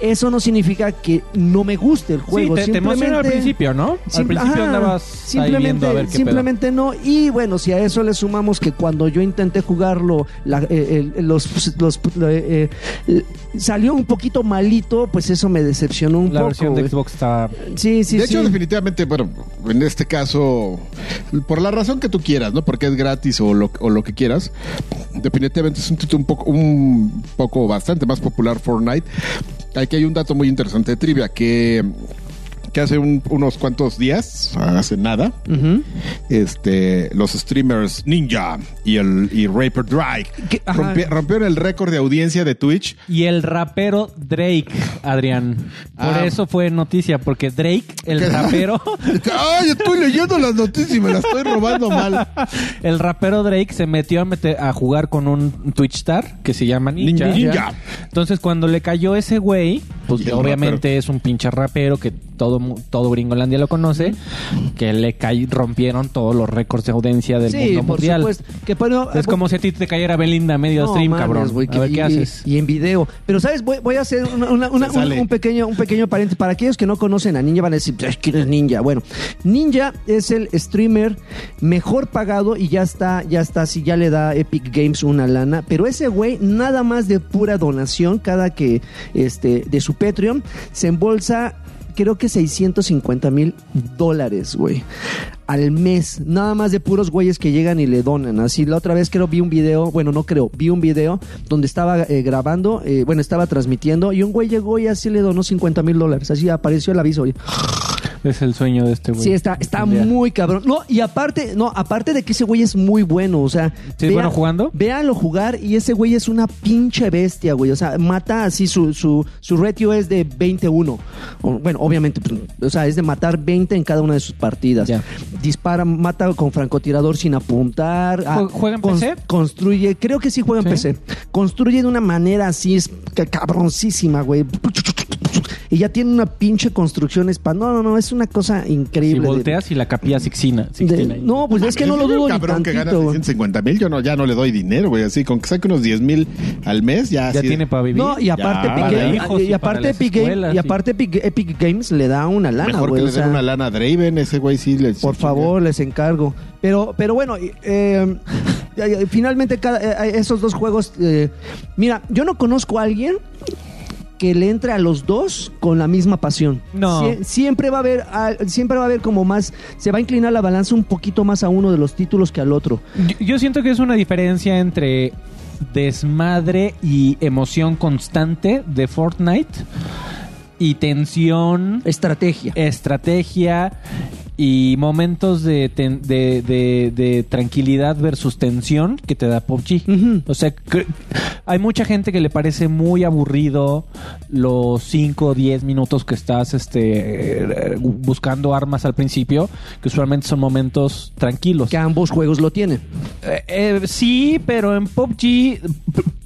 Eso no significa que no me guste el juego.
sí, te, te emociona al
simplemente-
principio, ¿no? al
Simple-
principio
ajá,
andabas ahí viendo a ver qué pedo.
simplemente no. Y bueno, si a eso le sumamos que cuando yo intenté jugarlo, la- eh, el- los, los- eh, eh, salió un poquito malito, pues eso me decepcionó un poco.
La
¿eh?
versión de
güey.
Xbox está...
Sí, sí,
de
sí.
hecho, definitivamente, bueno, en este caso, por la razón que tú quieras, ¿no? Porque es gratis o lo, o lo que quieras, definitivamente es un título un poco, un poco bastante más popular Fortnite. Aquí hay un dato muy interesante de trivia que, que hace un- unos cuantos días, hace nada,
Ujú.
este, los streamers Ninja y el y Raper Drake
Que- ajá.
rompi- rompieron el récord de audiencia de Twitch.
Y el rapero Drake, Adrián. Por
Ah.
eso fue noticia, porque Drake, el rapero,
Ay, estoy leyendo las noticias y me las estoy robando mal.
el rapero Drake se metió a, meter- a jugar con un Twitch star que se llama Ninja.
Ninja.
Entonces, cuando le cayó ese güey, pues
Y el
obviamente es un pinche rapero que todo, mu- todo Gringolandia lo conoce, que le cay- rompieron todos los récords de audiencia del
Sí,
mundo
por
mundial.
supuesto. Que, ah, bueno,
Es como si a ti te cayera Belinda a medio
No,
stream,
mames,
cabrón.
güey, que-
a ver
y,
qué haces.
Y en video. Pero, ¿sabes? Voy, voy a hacer una- una- una-
Se
un-
sale.
un, pequeño, un pequeño paréntesis. Para aquellos que no conocen a Ninja, van a decir, "Ay, ¿quién es Ninja? Bueno, Ninja es el streamer mejor pagado y ya está, ya está, sí, ya le da Epic Games una lana. Pero ese güey, nada más de pura donación, cada que, este, de su Patreon, se embolsa creo que 650 mil dólares, güey. Al mes. Nada más de puros güeyes que llegan y le donan. Así, la otra vez creo vi un video, bueno, no creo, vi un video donde estaba eh, grabando, eh, bueno, estaba transmitiendo y un güey llegó y así le donó 50 mil dólares. Así apareció el aviso. güey.
Es el sueño de este güey.
Sí, está, está
Un día.
muy cabrón. No, y aparte, no, aparte de que ese güey es muy bueno, o sea.
Sí, bueno jugando.
Véanlo jugar y ese güey es una pinche bestia, güey. O sea, mata así, su, su, su ratio es de 21. O, bueno, obviamente, pues, o sea, es de matar 20 en cada una de sus partidas.
Ya.
Dispara, mata con francotirador sin apuntar. Ah,
¿Jue- juega en PC?
Construye, creo que sí juega en
¿Sí?
PC. Construye de una manera así, es ca- cabroncísima, güey. Y ya tiene una pinche construcción espa. No, no, no, es una cosa
Si
increíble. de-
volteas y la capilla Sixtina. Sixtina
de-
ahí.
no, pues es que no lo dudo ni
cabrón que gana
tantito. güey.
650 mil, yo no, ya no le doy dinero, güey. Así, con que saque unos 10 mil al mes, ya.
ya
así-
tiene para vivir.
No, y aparte,
Ya,
Epic,
para
Games-
hijos y
y, aparte,
para las
Epic, Game-
escuelas,
y
sí.
aparte Epic, Epic Games le da una lana,
Mejor
güey.
que
o
le den
sea,
una lana a Draven, ese güey sí le.
por
sí,
favor, les encargo. Pero, pero bueno, eh, eh, eh, finalmente cada- eh, eh, esos dos juegos... eh, mira, yo no conozco a alguien que le entre a los dos con la misma pasión.
No.
Sie- siempre va a haber, al- siempre va a haber como más, se va a inclinar la balanza un poquito más a uno de los títulos que al otro.
Yo, yo siento que es una diferencia entre desmadre y emoción constante de Fortnite y tensión,
Estrategia.
estrategia y momentos de, ten- de- de- de tranquilidad versus tensión que te da PUBG.
Ujú.
O sea, cre- hay mucha gente que le parece muy aburrido los 5 o 10 minutos que estás este, eh, buscando armas al principio, que usualmente son momentos tranquilos.
Que ambos juegos lo tienen.
Eh, eh, sí, pero en PUBG, p-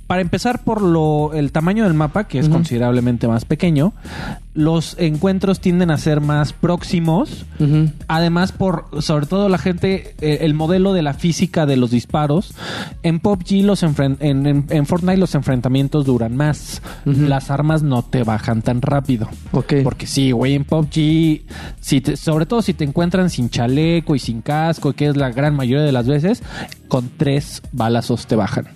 para empezar por lo, el tamaño del mapa, que es considerablemente más pequeño, los encuentros tienden a ser más próximos.
Ujú.
Además, por sobre todo la gente, eh, el modelo de la física de los disparos. En PUBG, los enfren- en, en- en Fortnite, los enfrentamientos duran más. Las armas no te bajan tan rápido.
Ok.
Porque sí, güey, en PUBG, si te- sobre todo si te encuentran sin chaleco y sin casco, que es la gran mayoría de las veces, con tres balazos te bajan.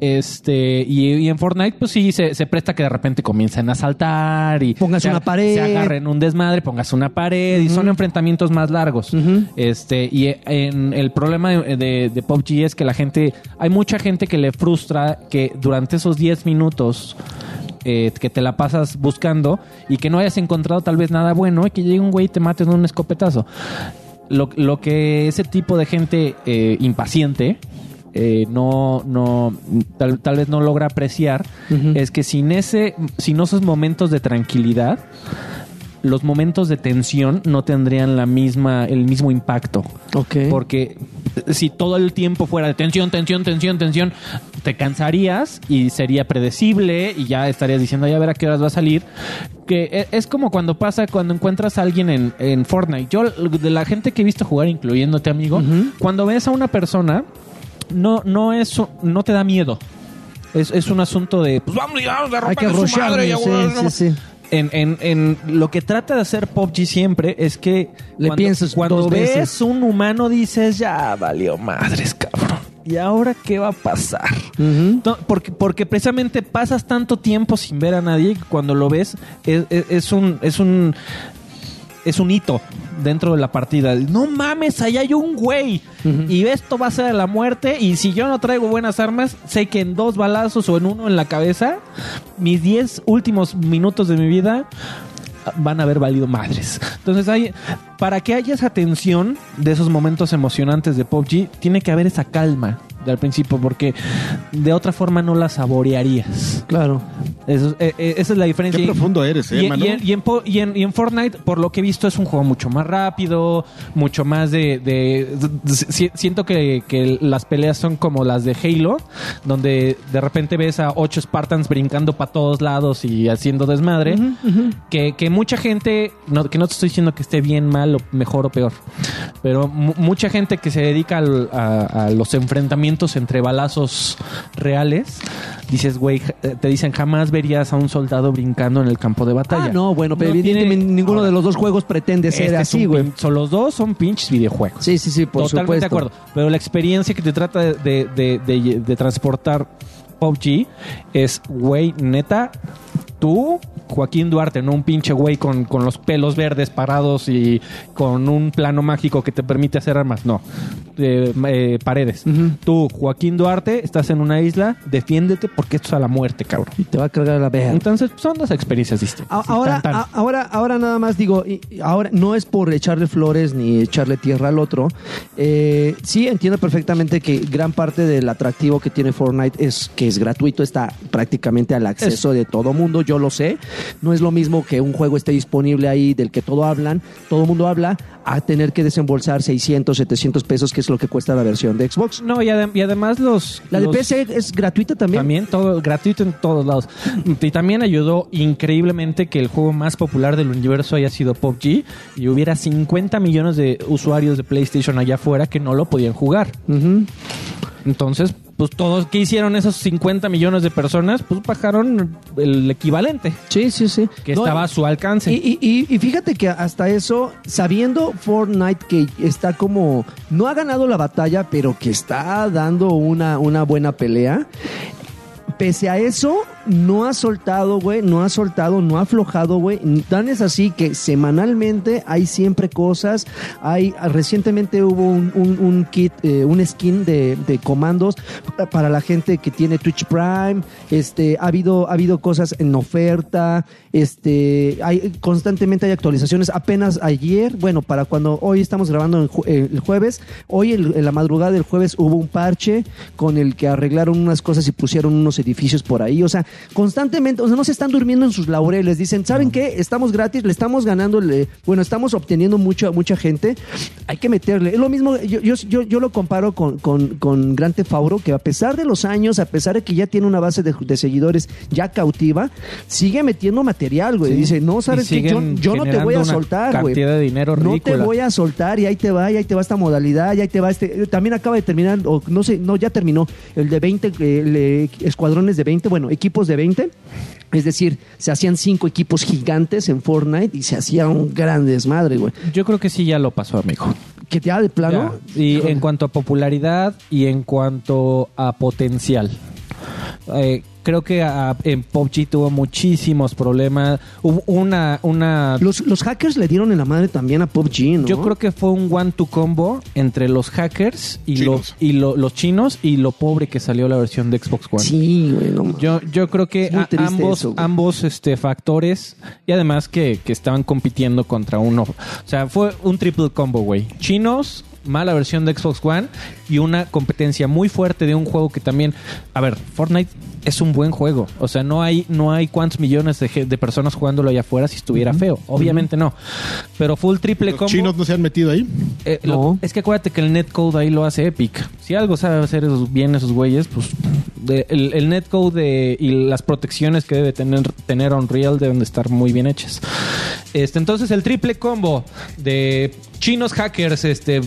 Este, y, y en Fortnite, pues sí, se, se presta que de repente comiencen a saltar y
Pongas
se
una
ag-
pared.
Se agarren un desmadre, pongas una pared y son enfrentamientos más largos.
Ujú.
Este, y e- en el problema de, de, de PUBG es que la gente, hay mucha gente que le frustra que durante esos 10 minutos eh, que te la pasas buscando y que no hayas encontrado tal vez nada bueno y que llegue un güey y te mate de un escopetazo. Lo, lo que ese tipo de gente eh, impaciente eh, no, no, tal, tal vez no logra apreciar, es que sin ese, sin esos momentos de tranquilidad, los momentos de tensión no tendrían la misma, el mismo impacto.
Ok.
Porque si todo el tiempo fuera de tensión, tensión, tensión, tensión, te cansarías y sería predecible y ya estarías diciendo, ya verá a qué horas va a salir. Que e- es como cuando pasa cuando encuentras a alguien en, en Fortnite. Yo, de la gente que he visto jugar, incluyéndote, amigo, cuando ves a una persona, no, no, es, no te da miedo. Es, es un asunto de, pues vamos, y vamos a
Hay que
romper su madre. y
rusharle,
a-
sí, sí, sí.
en, en, en lo que trata de hacer PUBG siempre es que
Le
cuando,
piensas
cuando
dos
ves
veces.
un humano dices ya valió madres cabrón y ahora qué va a pasar
Ujú.
No, porque, porque precisamente pasas tanto tiempo sin ver a nadie que cuando lo ves es, es- es un es un es un hito dentro de la partida. No mames, allá hay un güey. Y esto va a ser a la muerte. Y si yo no traigo buenas armas, sé que en dos balazos o en uno en la cabeza, mis 10 últimos minutos de mi vida van a haber valido madres. Entonces, hay, para que haya esa tensión de esos momentos emocionantes de PUBG, tiene que haber esa calma del principio, porque de otra forma no la saborearías.
Claro.
Eso- eh, eh, esa es la diferencia.
Qué
Y-
profundo eres, eh,
y,
mano.
y en, y en po- y en- y en Fortnite, por lo que he visto, es un juego mucho más rápido, mucho más de... de- de- si- siento que, que las peleas son como las de Halo, donde de repente ves a ocho Spartans brincando para todos lados y haciendo desmadre, que, que mucha gente, no, que no te estoy diciendo que esté bien, mal, o mejor o peor, pero mu- mucha gente que se dedica al- a, a los enfrentamientos entre balazos reales, dices, güey, ja- eh, te dicen, jamás verías a un soldado brincando en el campo de batalla.
Ah, no, bueno, pero
No tiene-
evidentemente ninguno
Ahora,
de los dos juegos pretende ser
este es
así,
un
güey.
pin- son los dos son pinches videojuegos.
Sí, sí, sí, por
Totalmente
supuesto.
de acuerdo. Pero la experiencia que te trata de, de- de- de- de transportar PUBG es, güey, neta, tú, Joaquín Duarte, no un pinche güey con, con los pelos verdes parados y con un plano mágico que te permite hacer armas. No, Eh, eh, paredes. Tú, Joaquín Duarte, estás en una isla, defiéndete porque esto es a la muerte, cabrón.
Y te va a cargar la verga.
Entonces, pues, son dos experiencias distintas.
A- Ahora,
Tan, tan.
a- ahora, ahora nada más digo, y- y ahora no es por echarle flores ni echarle tierra al otro. Eh, sí entiendo perfectamente que gran parte del atractivo que tiene Fortnite es que es gratuito, está prácticamente al acceso de todo mundo. Yo lo sé. No es lo mismo que un juego esté disponible ahí del que todo hablan, todo mundo habla, a tener que desembolsar 600, 700 pesos, que es lo que cuesta la versión de Xbox.
No, y, adem- y además los...
La de
los-
PC es gratuita también.
También todo gratuito en todos lados. Y también ayudó increíblemente que el juego más popular del universo haya sido PUBG y hubiera 50 millones de usuarios de PlayStation allá afuera que no lo podían jugar.
Ujú.
Entonces, pues todos que hicieron esos 50 millones de personas, pues bajaron el equivalente
Sí, sí, sí.
que
No,
estaba a su alcance.
Y, y- y- y fíjate que hasta eso, sabiendo Fortnite que está como, no ha ganado la batalla, pero que está dando una, una buena pelea, pese a eso, no ha soltado, güey, no ha soltado, no ha aflojado, güey. Tan es así que semanalmente hay siempre cosas. Hay, recientemente hubo un, un- un kit, eh, un skin de, de comandos pa- para la gente que tiene Twitch Prime. Este, ha habido, ha habido cosas en oferta. Este, hay, constantemente hay actualizaciones. Apenas ayer, bueno, para cuando hoy estamos grabando en ju- eh, el jueves, hoy el- en la madrugada del jueves hubo un parche con el que arreglaron unas cosas y pusieron unos edificios por ahí. O sea, constantemente, o sea, no se están durmiendo en sus laureles. Dicen, ¿saben qué? Estamos gratis, le estamos ganando, le- bueno, estamos obteniendo mucha, mucha gente. Hay que meterle. Es lo mismo, yo, yo, yo, yo lo comparo con, con, con Gran Tefauro, que a pesar de los años, a pesar de que ya tiene una base de, de seguidores ya cautiva, sigue metiendo material, güey. Dice, no, ¿sabes
Y
qué? Yo,
siguen
yo no te
generando
voy a
una
soltar, güey.
cantidad de dinero
No te
ridícula.
voy a soltar y ahí te va, y ahí te va esta modalidad, y ahí te va este. También acaba de terminar, o no sé, no, ya terminó el de 20, el, eh, escuadrones de 20, bueno, equipos de 20. Es decir, se hacían cinco equipos gigantes en Fortnite y se hacía un gran desmadre, güey.
Yo creo que sí ya lo pasó, amigo.
Que te da de plano.
Ya. Y
Híjole.
en cuanto a popularidad y en cuanto a potencial. Eh, creo que a- en PUBG tuvo muchísimos problemas. Hubo una, una
Los, los hackers le dieron en la madre también a PUBG, ¿no?
yo creo que fue un one-two combo entre los hackers y,
Chinos.
los, y lo- los chinos y lo pobre que salió la versión de Xbox One.
Sí, güey, no mames.
Yo, yo creo que
Es muy
a-
triste
ambos,
eso, güey.
ambos este, factores y además que, que estaban compitiendo contra uno. O sea, fue un triple combo, güey. Chinos, mala versión de Xbox One y una competencia muy fuerte de un juego que también, a ver, Fortnite es un buen juego, o sea, no hay no hay cuántos millones de, ge- de personas jugándolo allá afuera si estuviera feo, obviamente no. Pero full triple
¿Los
combo
chinos no se han metido ahí?
eh, lo-
No.
es que acuérdate que el netcode ahí lo hace Epic. Si algo sabe hacer esos- bien esos güeyes, pues de- el, el netcode de- y las protecciones que debe tener, tener Unreal deben de estar muy bien hechas. Este, entonces el triple combo de chinos hackers este, eh,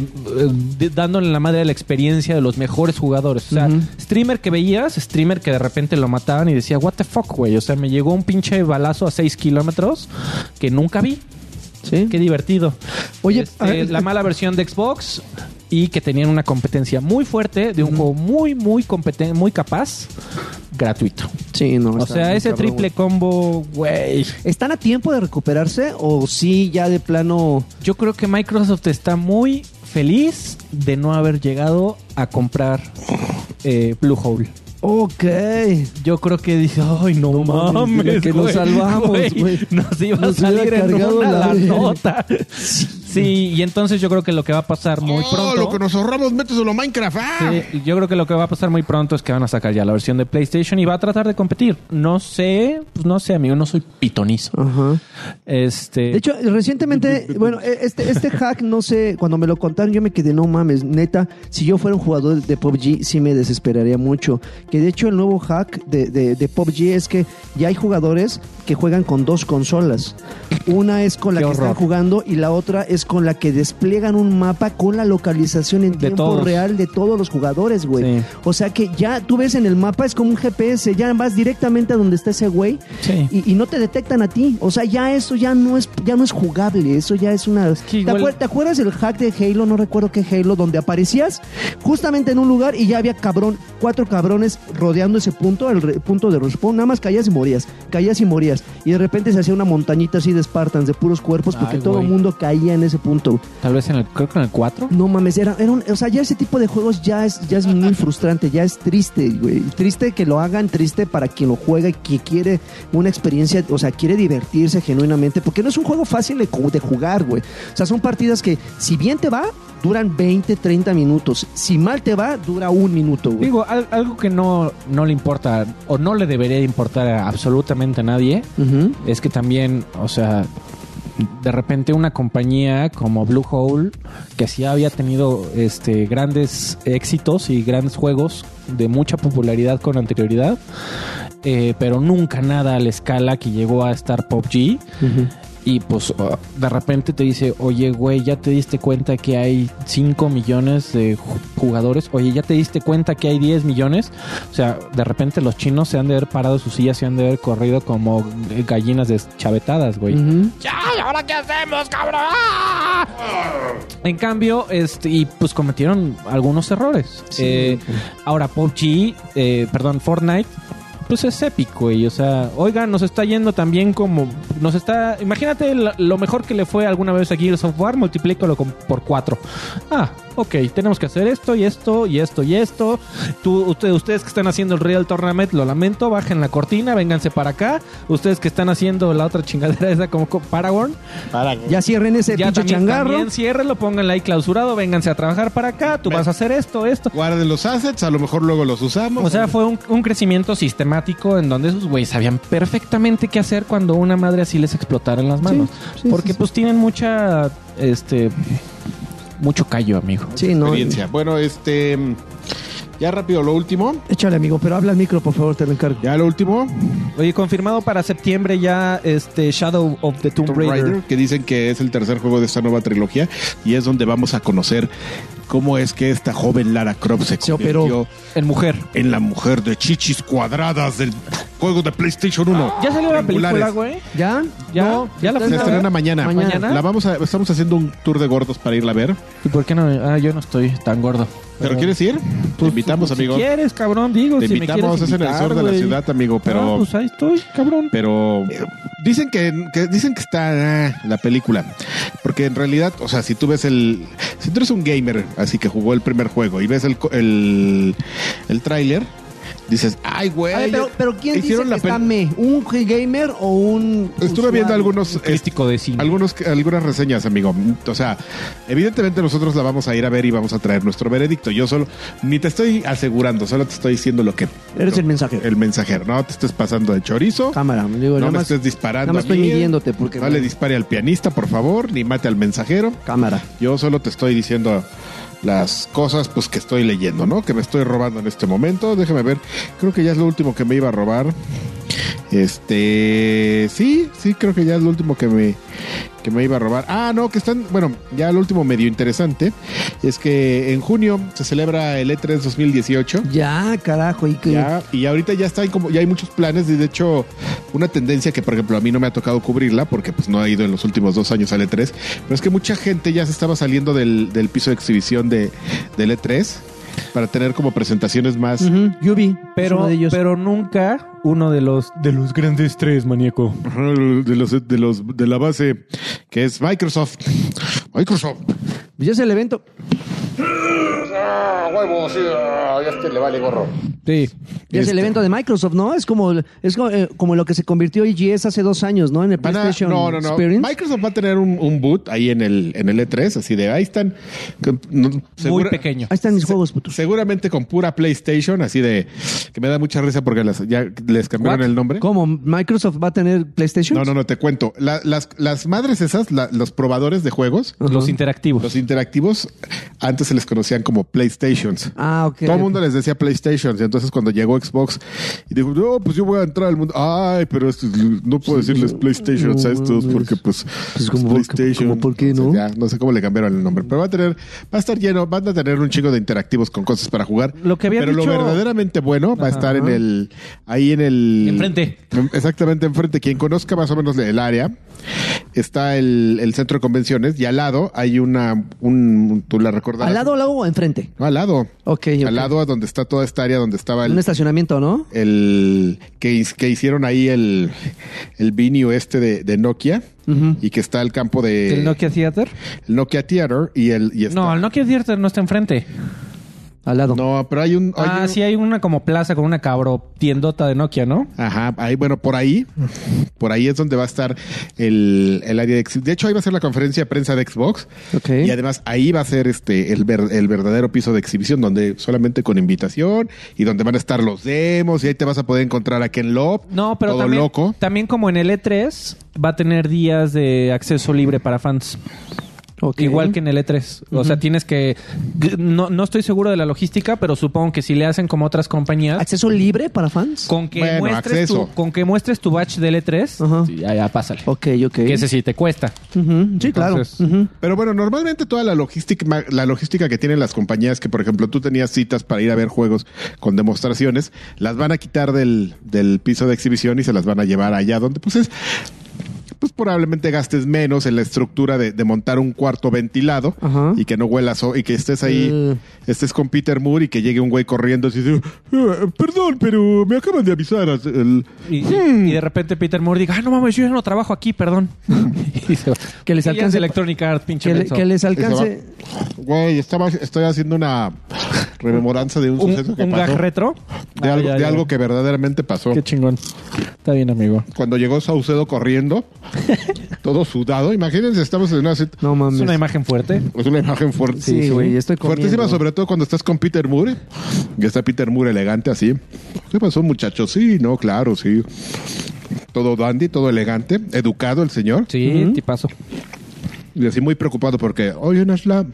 de- dándole la madre a la experiencia de los mejores jugadores. O sea, streamer que veías, streamer que de repente lo mataban y decía, what the fuck, güey. O sea, me llegó un pinche balazo a 6 kilómetros que nunca vi.
Sí.
Qué divertido.
Oye, ah, eh,
Este,
a ver,
la mala versión de Xbox y que tenían una competencia muy fuerte de un juego muy, muy competente, muy capaz, gratuito.
Sí, no.
O
está
sea,
muy
ese
cabrón,
triple combo, güey.
güey. ¿Están a tiempo de recuperarse o sí ya de plano?
Yo creo que Microsoft está muy feliz de no haber llegado a comprar eh, Blue Hole.
Ok.
Yo creo que dice, ay, no, mames,
güey, que nos
güey,
salvamos, güey.
Nos iba
Nos
a salir
hubiera
en
cargado
una
la
la
verga.
nota. Sí, y entonces yo creo que lo que va a pasar muy
Oh,
pronto...
lo que nos ahorramos, méteselo a Minecraft. ¡ah!
Sí, yo creo que lo que va a pasar muy pronto es que van a sacar ya la versión de PlayStation y va a tratar de competir. No sé, pues no sé, amigo, no soy pitonizo.
Ajá.
Este,
De hecho, recientemente, bueno, e- este, este hack, no sé, cuando me lo contaron, yo me quedé, no mames, neta, si yo fuera un jugador de PUBG, sí me desesperaría mucho. Que de hecho, el nuevo hack de, de, de PUBG es que ya hay jugadores que juegan con dos consolas. Una es con la
Qué
que
horror.
están jugando y la otra es con la que despliegan un mapa con la localización en
De
tiempo
todos.
real de todos los jugadores, güey.
Sí.
O sea que ya tú ves en el mapa, es como un GPS, ya vas directamente a donde está ese güey
sí.
y, y no te detectan a ti. O sea, ya eso ya no es ya no es jugable, eso ya es una
que
¿Te,
igual-
acuer- te acuerdas del hack de Halo? No recuerdo qué Halo donde aparecías justamente en un lugar y ya había cabrón, cuatro cabrones rodeando ese punto, el re- punto de respawn, nada más caías y morías, caías y morías y de repente se hacía una montañita así de Spartans de puros cuerpos porque
Ay,
todo el
güey.
mundo caía en ese punto.
Tal vez en el, creo que en el 4.
No mames, era, era un- o sea, ya ese tipo de juegos ya es, ya es muy frustrante, ya es triste, güey. Triste que lo hagan, triste para quien lo juega y que quiere una experiencia, o sea, quiere divertirse genuinamente, porque no es un juego fácil de, ju- de jugar, güey. O sea, son partidas que, si bien te va, duran 20, 30 minutos. Si mal te va, dura un minuto, güey.
Digo, al- algo que no, no le importa o no le debería importar a absolutamente a nadie
Ujú.
es que también, o sea, de repente una compañía como Blue Hole, que sí había tenido este, grandes éxitos y grandes juegos de mucha popularidad con anterioridad, eh, pero nunca nada a la escala que llegó a estar Pop G. Y pues uh, de repente te dice, oye, güey, ya te diste cuenta que hay 5 millones de ju- jugadores, oye, ya te diste cuenta que hay 10 millones. O sea, de repente los chinos se han de haber parado sus sillas, se han de haber corrido como eh, gallinas deschavetadas, güey. ¡Ay, ahora qué hacemos, cabrón! ¡Ah! En cambio, este, y pues cometieron algunos errores. Eh, ahora, PUBG, eh, perdón, Fortnite, pues es épico, güey. O sea, oigan, nos está yendo también como. Nos está. Imagínate lo, lo mejor que le fue alguna vez aquí el software, multiplícalo con- por cuatro. Ah, ok, tenemos que hacer esto y esto y esto y esto. Tú, usted- ustedes que están haciendo el Real Tournament, lo lamento, bajen la cortina, vénganse para acá. Ustedes que están haciendo la otra chingadera esa como co- Paragon,
Ya cierren ese
ya
este pinche
también,
changarro.
también ciérrenlo, pónganla ahí clausurado, vénganse a trabajar para acá, tú
Ve.
vas a hacer esto, esto.
Guarden los assets, a lo mejor luego los usamos.
O sea, fue un, un crecimiento sistemático en donde esos güeyes sabían perfectamente qué hacer cuando una madre así les explotara en las manos.
sí,
Porque
sí,
pues tienen mucha, este, mucho callo, amigo.
Sí, no.
experiencia. Bueno, este. Ya rápido, lo último.
Échale, amigo, pero habla al micro, por favor, te lo encargo.
Ya lo último.
Oye, confirmado para septiembre ya este Shadow of the Tomb,
Tomb
Raider.
Raider, que dicen que es el tercer juego de esta nueva trilogía y es donde vamos a conocer cómo es que esta joven Lara Croft se,
Se
convirtió
operó.
en mujer.
en la mujer de chichis cuadradas del juego de PlayStation 1.
Ya salió la película,
Triangulares.
güey.
¿Ya?
Ya,
No,
ya
Se
está-
la fuiste a ver?
estrena mañana.
Mañana.
La vamos a, estamos haciendo un tour de gordos para irla a ver.
¿Y por qué no? Ah, yo no estoy tan gordo.
¿Pero quieres ir? Te
Pues,
invitamos,
pues,
amigo.
Si quieres, cabrón, digo.
Te
si
invitamos,
me
es en el sur de la ciudad, amigo,
Pero...
pero...
pues ahí estoy, cabrón.
Pero eh, dicen que, que- dicen que está ah, la película. Porque en realidad, o sea, si tú ves el. Si tú eres un gamer, así que jugó el primer juego y ves el, co- el, el tráiler. dices, ay, güey.
A ver, pero, pero ¿quién dice que
hicieron la
está
pel-
me? ¿Un gamer o un
Estuve
usuario?
viendo algunos, este,
Crítico de cine.
algunos, algunas reseñas, amigo. O sea, evidentemente nosotros la vamos a ir a ver y vamos a traer nuestro veredicto. Yo solo, ni te estoy asegurando, solo te estoy diciendo lo que.
Eres
lo-
el mensajero.
El mensajero. No te estés pasando de chorizo.
Cámara, me digo,
no
nada
me
más-
estés disparando.
nada más
a
estoy
mí.
midiéndote porque-
No le dispare al pianista, por favor, ni mate al mensajero.
Cámara.
Yo solo te estoy diciendo las cosas pues que estoy leyendo, ¿no? Que me estoy robando en este momento. Déjame ver. Creo que ya es lo último que me iba a robar. Este, sí, sí, creo que ya es lo último que me que me iba a robar. Ah, no, que están, bueno, ya lo último medio interesante es que en junio se celebra el E E3 2018.
Ya, carajo, y que
Ya, y ahorita ya está hay como ya hay muchos planes y de hecho una tendencia que por ejemplo a mí no me ha tocado cubrirla porque pues no ha ido en los últimos dos años al E3 pero es que mucha gente ya se estaba saliendo del, del piso de exhibición de, del E3 para tener como presentaciones más
Ujú, Yubi, es
Pero,
uno de ellos.
pero nunca uno de los de los grandes tres, maníaco.
de los de los de la base que es Microsoft Microsoft
ya es el evento.
Sí.
Ya
Este-
es el evento de Microsoft, ¿no? Es como es como, eh, como lo que se convirtió EGS hace dos años, ¿no? En el
Van a-
PlayStation
no, no, no.
Experience.
Microsoft va a tener un, un boot ahí en el en el E3 así de ahí están que- no,
Muy
segura-
pequeño.
Ahí están mis juegos, putos.
Seguramente con pura PlayStation, así de que me da mucha risa porque las- ya les cambiaron
What?
el nombre.
¿Cómo? ¿Microsoft va a tener PlayStation?
No, no, no, te cuento. La- las, las madres esas, la- los probadores de juegos,
Los interactivos.
los interactivos, antes se les conocían como PlayStations.
Ah, ok.
Todo el mundo les decía PlayStation. Y entonces cuando llegó Xbox y dijo, no, pues yo voy a entrar al mundo. Ay, pero esto es- no puedo decirles PlayStation a estos porque pues,
Pues,
es
como- como, ¿por qué no?
O sea, ya, no sé cómo le cambiaron el nombre. Pero va a tener, va a estar lleno, van a tener un chico de interactivos con cosas para jugar.
Lo que había
Pero
dicho-
lo verdaderamente bueno va a estar en el, ahí en el...
Enfrente.
Exactamente enfrente. Quien conozca más o menos el área, está el, el centro de convenciones y al lado hay una, un, tú la recordarás.
¿Al lado o al lado o enfrente?
No, al lado.
Ok, ok.
Al lado a donde está toda esta área donde estaba
Un
el,
estacionamiento, ¿no?
el que, his- que hicieron ahí el, el venue este de, de Nokia y que está el campo de
¿El Nokia Theater?
el Nokia Theater y el y está-
No, el Nokia Theater no está enfrente.
Al lado.
No, pero hay un, hay
ah,
un-
sí, hay una como plaza con una cabro tiendota de Nokia, ¿no?
Ajá, ahí, bueno, por ahí, por ahí es donde va a estar el, el área de exhi- De hecho, ahí va a ser la conferencia de prensa de Xbox.
Ok.
Y además ahí va a ser este el, ver- el verdadero piso de exhibición, donde solamente con invitación y donde van a estar los demos y ahí te vas a poder encontrar a Ken Love.
No, pero
todo
también,
loco.
también como en el E3 va a tener días de acceso libre para fans.
Ok.
Igual que en el E3. O sea, tienes que... No, no estoy seguro de la logística, pero supongo que si le hacen como otras compañías...
¿Acceso libre para fans?
Con que,
Bueno,
muestres tu,
acceso.
con que muestres tu batch del E3,
Ajá.
sí, ya, ya, pásale.
Ok, ok.
Que ese sí te cuesta.
Ujú, Sí, claro.
Entonces-
Ujú.
Pero bueno, normalmente toda la logística, ma- la logística que tienen las compañías, que por ejemplo tú tenías citas para ir a ver juegos con demostraciones, las van a quitar del, del piso de exhibición y se las van a llevar allá donde pues es pues probablemente gastes menos en la estructura de, de montar un cuarto ventilado
Ajá.
y que no huelas o- y que estés ahí,
Mm.
estés con Peter Moore y que llegue un güey corriendo y dice, "Eh, perdón, pero me acaban de avisar. el-
Y, y-
Hmm.
y de repente Peter Moore diga, ah, no mames, yo ya no trabajo aquí, perdón. Y se va.
Que les
Y ya es
alcance-
Electronic Arts, pinche
Que, le-
menso.
que les alcance.
Eso Güey, estaba, estoy haciendo una rememoranza de un,
¿Un,
suceso Pues que
un
pasó.
gag retro?
De,
Ah,
algo,
ya,
de
ya.
algo que verdaderamente pasó.
Qué chingón. Está bien, amigo.
Cuando llegó Saucedo corriendo, todo sudado. Imagínense, estamos en una cita-
No mames.
Es una imagen fuerte.
Es una imagen fuerte.
Sí, güey, estoy
Fuertísima,
comiendo.
sobre todo cuando estás con Peter Moore. Y está Peter Moore elegante así. ¿Qué pasó, muchachos? Sí, no, claro, sí. Todo dandy, todo elegante, educado el señor.
Sí, tipazo.
Y así muy preocupado porque, oye, Nashla,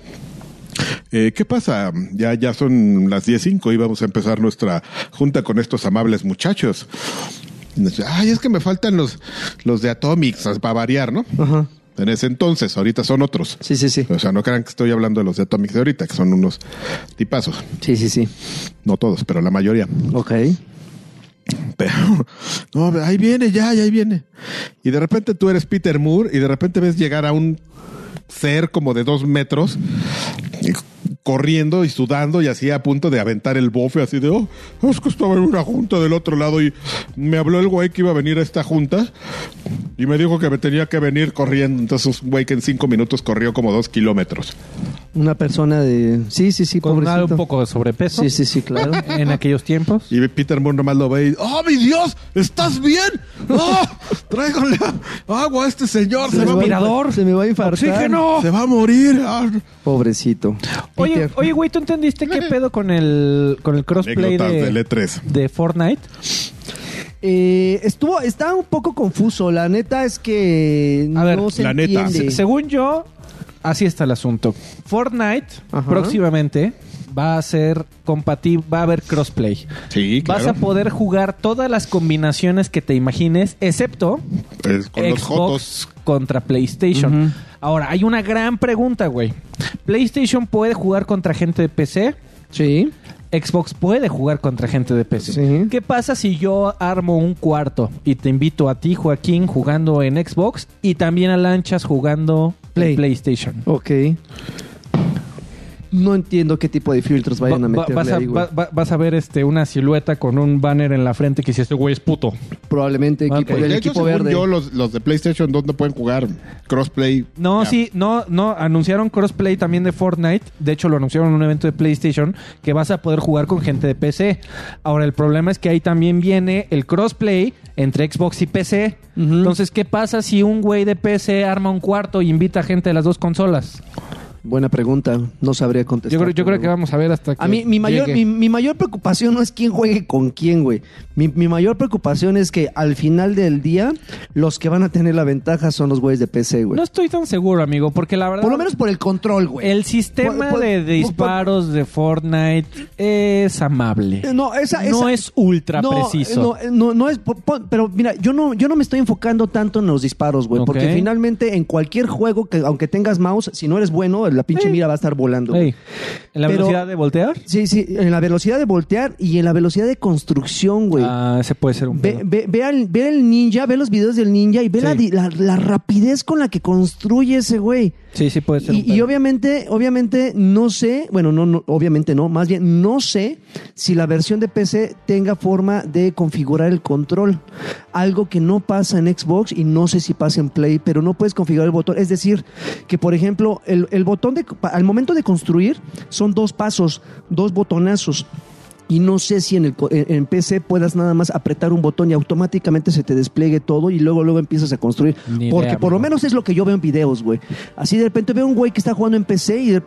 eh, ¿qué pasa? Ya, ya son las 10.05 y vamos a empezar nuestra junta con estos amables muchachos. Y nos dice, Ay, es que me faltan los, los de Atomics para variar, ¿no?
Ajá.
En ese entonces, ahorita son otros.
Sí, sí, sí.
O sea, no crean que estoy hablando de los de Atomics de ahorita, que son unos tipazos.
Sí, sí, sí.
No todos, pero la mayoría.
Ok.
Pero, no, ahí viene, ya, ya ahí viene. Y de repente tú eres Peter Moore y de repente ves llegar a un ser como de dos metros y corriendo y sudando y así a punto de aventar el bofe, así de, oh, es que estaba en una junta del otro lado y me habló el güey que iba a venir a esta junta y me dijo que me tenía que venir corriendo. Entonces, un güey que en cinco minutos corrió como dos kilómetros.
Una persona de. Sí, sí, sí,
Con nada,
pobrecito.
un poco de sobrepeso
Sí, sí, sí, claro.
en aquellos tiempos.
Y Peter Moore nomás lo ve y, ¡Oh, mi Dios! ¿Estás bien? ¡Oh! Tráigale agua a este señor. Se
me
va,
va a-
mirador.
Se me va a infartar.
¡Oxígeno!
se va a morir. Ah,
Pobrecito.
Oye,
Peter.
oye, güey, ¿tú entendiste qué pedo con el, con el crossplay
Anécdotas
de,
del E3.
de Fortnite?
Eh, estuvo, está un poco confuso. La neta es que
A ver,
no se
la neta.
entiende.
Según yo, así está el asunto. Fortnite
Ajá.
próximamente va a ser compatible, va a haber crossplay.
Sí, claro.
Vas a poder jugar todas las combinaciones que te imagines, excepto
Es con los jotos.
Xbox contra PlayStation. Ahora, hay una gran pregunta, güey. PlayStation puede jugar contra gente de PC.
Sí.
Xbox puede jugar contra gente de PC.
Sí.
¿Qué pasa si yo armo un cuarto y te invito a ti, Joaquín, jugando en Xbox y también a Lanchas jugando
Play.
en PlayStation?
Ok. No entiendo qué tipo de filtros vayan
Va-
a
va-
meterle
vas, a,
ahí, güey.
va- va- vas a ver este, una silueta con un banner en la frente que dice, este güey es puto.
Probablemente equipo,
Ok.
del
de hecho,
equipo
según
verde.
yo, los, los de PlayStation 2 no pueden jugar crossplay.
No,
Ya.
sí, no, no, anunciaron crossplay también de Fortnite. De hecho, lo anunciaron en un evento de PlayStation que vas a poder jugar con gente de PC. Ahora, el problema es que ahí también viene el crossplay entre Xbox y PC.
Ujú.
Entonces, ¿qué pasa si un güey de PC arma un cuarto y invita a gente de las dos consolas?
Buena pregunta. No sabría contestar.
Yo creo, yo creo que vamos a ver hasta que.
A mí, mi mayor, mi,
llegue.
mi mayor preocupación no es quién juegue con quién, güey. Mi, mi mayor preocupación es que al final del día, los que van a tener la ventaja son los güeyes de PC, güey.
No estoy tan seguro, amigo, porque la verdad.
por lo menos por el control, güey.
El sistema
Por- por-
de
por-
disparos de Fortnite es amable.
Eh, No, esa,
no
esa-
es ultra
no,
preciso.
No, eh, no, no es. po- po- Pero mira, yo no, yo no me estoy enfocando tanto en los disparos, güey. Porque
Ok.
finalmente en cualquier juego, que aunque tengas mouse, si no eres bueno, la pinche
Sí.
mira va a estar volando. güey.
Ey, ¿En la
Pero-
velocidad de voltear?
Sí, sí, en la velocidad de voltear y en la velocidad de construcción, güey.
Ah, ese puede ser un
Ve,
pedo.
ve, ve al, ve el ninja, ve los videos del ninja y ve
Sí.
la, di- la- la rapidez con la que construye ese güey.
Sí, sí puede ser un
Y,
pedo.
y obviamente, obviamente no sé, bueno, no, no, obviamente no, más bien no sé si la versión de PC tenga forma de configurar el control. Algo que no pasa en Xbox y no sé si pasa en Play, pero no puedes configurar el botón. Es decir, que por ejemplo, el, el botón de, al momento de construir son dos pasos, dos botonazos. Y no sé si en, el, co- en- en PC puedas nada más apretar un botón y automáticamente se te despliegue todo y luego luego empiezas a construir.
Ni idea,
Porque por lo
amigo.
menos es lo que yo veo en videos, güey. Así de repente veo un güey que está jugando en PC y de-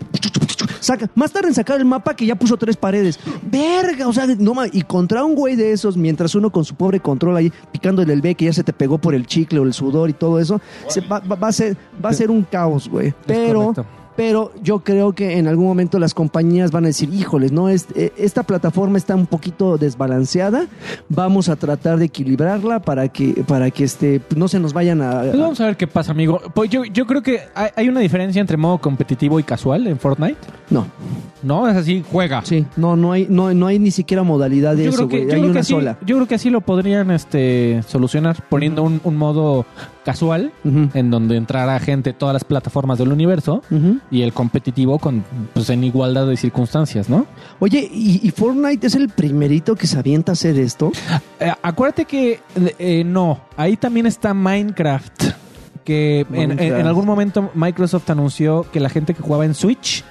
saca más tarde en sacar el mapa que ya puso tres paredes. Verga, o sea, no ma- y contra un güey de esos mientras uno con su pobre control ahí picándole el B que ya se te pegó por el chicle o el sudor y todo eso, se va, va- va a ser va a ser un caos, güey. Pero
correcto.
pero yo creo que en algún momento las compañías van a decir, híjoles, no, Es- eh, esta plataforma está un poquito desbalanceada, vamos a tratar de equilibrarla para que, para que este, no se nos vayan a...
Pues vamos a ver qué pasa, amigo. Pues yo, yo creo que hay, hay una diferencia entre modo competitivo y casual en Fortnite.
No,
No, es así, juega.
sí, no, no hay, no, no hay ni siquiera modalidad de eso, güey, hay una
así,
sola.
yo creo que así lo podrían este, solucionar poniendo un, un modo casual
Ujú.
en donde entrará gente de todas las plataformas del universo
Ujú.
y el competitivo con pues en igualdad de circunstancias, ¿no?
Oye, ¿y, y Fortnite es el primerito que se avienta a hacer esto?
Eh, acuérdate que eh, no, ahí también está Minecraft. Que en- en,
Minecraft.
en algún momento Microsoft anunció que la gente que jugaba en Switch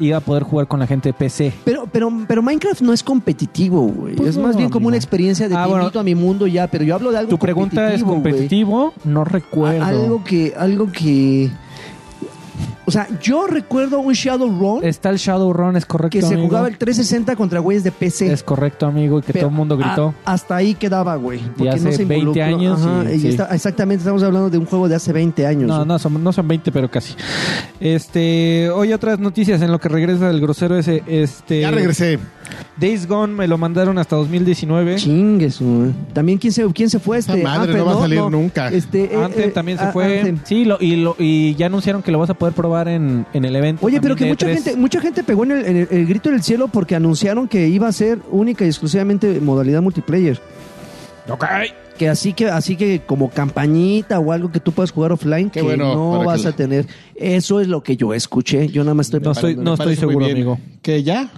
iba a poder jugar con la gente de PC.
Pero, pero, pero Minecraft no es competitivo, güey.
Pues
es
no,
más bien como
amigo.
una experiencia de
Ah,
te
bueno.
invito a mi mundo ya, pero yo hablo de algo
Tu pregunta es
competitivo, güey.
competitivo, no recuerdo.
Algo que, algo que. O sea, yo recuerdo un Shadowrun
Está el Shadowrun, es correcto.
que se
amigo?
jugaba el 360 contra güeyes de PC.
Es correcto, amigo, y que
Pero ah,
todo el mundo gritó.
a- hasta ahí quedaba, güey. Porque
hace
no se
20
involucró.
años
Ajá,
y-
y
sí.
está- exactamente, estamos hablando de un juego de hace 20 años.
No,
güey.
no son, no son 20, pero casi. Este, hoy otras noticias en lo que regresa el grosero ese. Este,
Ya regresé.
Days Gone me lo mandaron hasta 2019.
Chingues, güey. También, ¿quién se, quién se fue?
Esta
Este,
madre no va a salir nunca.
Este, eh,
Anthem
eh,
también se
a-
fue.
Anthem.
Sí, lo, y, lo, y ya anunciaron que lo vas a poder probar en, en el evento.
Oye, pero
también
que
de E
mucha
E3.
gente, mucha gente pegó en el, en el- el grito del cielo porque anunciaron que iba a ser única y exclusivamente modalidad multiplayer.
Ok.
Que así que, así que como campañita o algo que tú puedas jugar offline,
Qué
que
bueno,
no
para
vas
que-
a tener. Eso es lo que yo escuché. Yo nada más estoy
Me
pensando.
pare- me
estoy- no estoy
parece muy
seguro,
bien.
amigo.
¿Qué ya?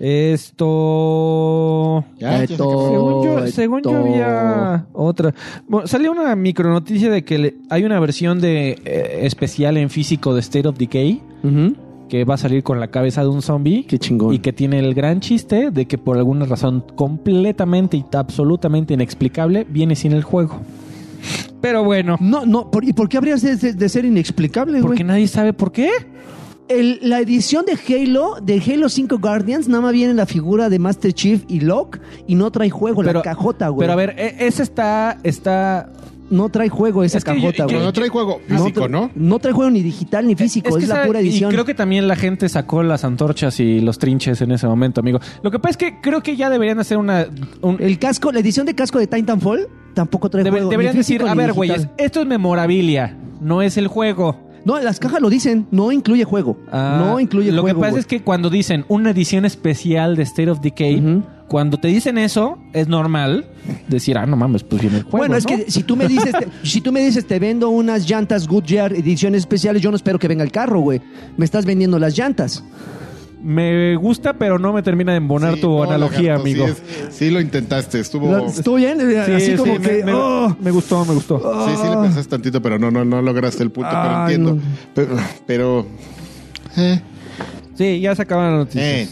Esto.
Ya, ya se
Esto-
acabó.
Según yo, según yo había otra. Bueno, salió una micro noticia de que le- hay una versión de eh, especial en físico de State of Decay
Ujú.
que va a salir con la cabeza de un zombie.
Qué chingón.
Y que tiene el gran chiste de que por alguna razón completamente y absolutamente inexplicable viene sin el juego. Pero bueno,
No, no, por- ¿y por qué habrías de, de- de ser inexplicable, Pues, güey?
porque nadie sabe por qué.
El- la edición de Halo, de Halo 5 Guardians, nada más viene la figura de Master Chief y Locke y no trae juego, la cajota, güey.
Pero a ver, e- ese está, está
no trae juego esa
Es que yo-
cajota,
que-
Pero
güey.
no trae juego físico,
tra-
¿no?
No trae juego ni digital ni físico, es,
que
la
sabe-
pura edición.
Y creo que también la gente sacó las antorchas y los trinches en ese momento, amigo. Lo que pasa es que creo que ya deberían hacer una. un-
El casco, la edición de casco de Titanfall tampoco trae
debe-
juego. ni
deberían
físico
decir, a
ni
ver,
digital".
güeyes, esto es memorabilia, no es el juego.
No, las cajas lo dicen, no incluye juego.
Ah,
no incluye
Lo
juego.
que pasa es que cuando dicen una edición especial de State of Decay,
Ujú.
cuando te dicen eso, es normal decir, ah, no mames, pues viene el juego.
bueno, es
¿no?
que si tú me dices, te, si tú me dices te vendo unas llantas Goodyear ediciones especiales, yo no espero que venga el carro, güey. Me estás vendiendo las llantas.
Me gusta, pero no me termina de embonar
Sí,
tu
no,
analogía,
lagarto, sí
amigo.
es- Sí, lo intentaste, estuvo...
La- ¿Estoy bien? Eh,
Sí,
Así
sí,
como
me-
que.
me,
oh,
me gustó, me gustó.
oh.
Sí, sí le pensaste tantito, pero no, no, no lograste el punto,
Ay,
pero entiendo.
no.
Pero, pero eh,
Sí, ya se acaban las noticias.
eh,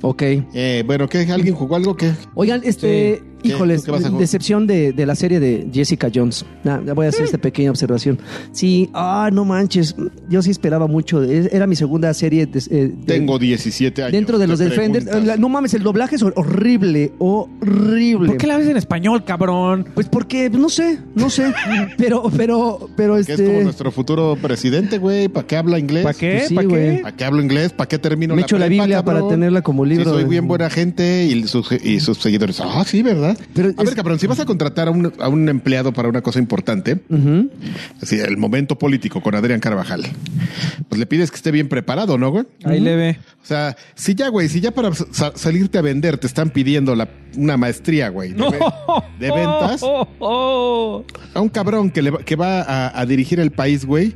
Ok.
eh, bueno, ¿qué? ¿Alguien jugó algo? ¿Qué?
Oigan, este.
¿Qué?
Híjoles,
¿Tú qué vas a jugar?
decepción de, de la serie de Jessica Jones. Nah, voy a
Mm.
hacer esta pequeña observación. Sí, ah, no manches. Yo sí esperaba mucho. Es- Era mi segunda serie. de- eh, de-
Tengo 17 años.
Dentro de
te
los Defenders.
preguntas.
La- No mames, el doblaje es hor- horrible. Horrible.
¿Por qué la ves en español, cabrón?
Pues porque, no sé, no sé. pero, pero, pero
Que es como
este.
nuestro futuro presidente, güey. ¿Para qué habla inglés?
¿Para qué?
Pues sí,
¿Para qué?
güey.
¿Para qué hablo inglés? ¿Para qué termino
Me
la
echo la
prepa,
Biblia
cabrón?
para tenerla como libro.
Sí, soy bien
de-
buena gente y sus, y sus seguidores. Ah, sí, ¿verdad?
Pero
a
es-
ver, cabrón, si vas a contratar a un, a un empleado para una cosa importante,
Ujú.
así, el momento político con Adrián Carvajal, pues le pides que esté bien preparado, ¿no, güey?
Ahí le ve.
O sea, si ya, güey, si ya para sa- salirte a vender te están pidiendo la- una maestría, güey, de, ve- de ventas,
Oh,
a un cabrón que, le va- que va a, a dirigir el país, güey,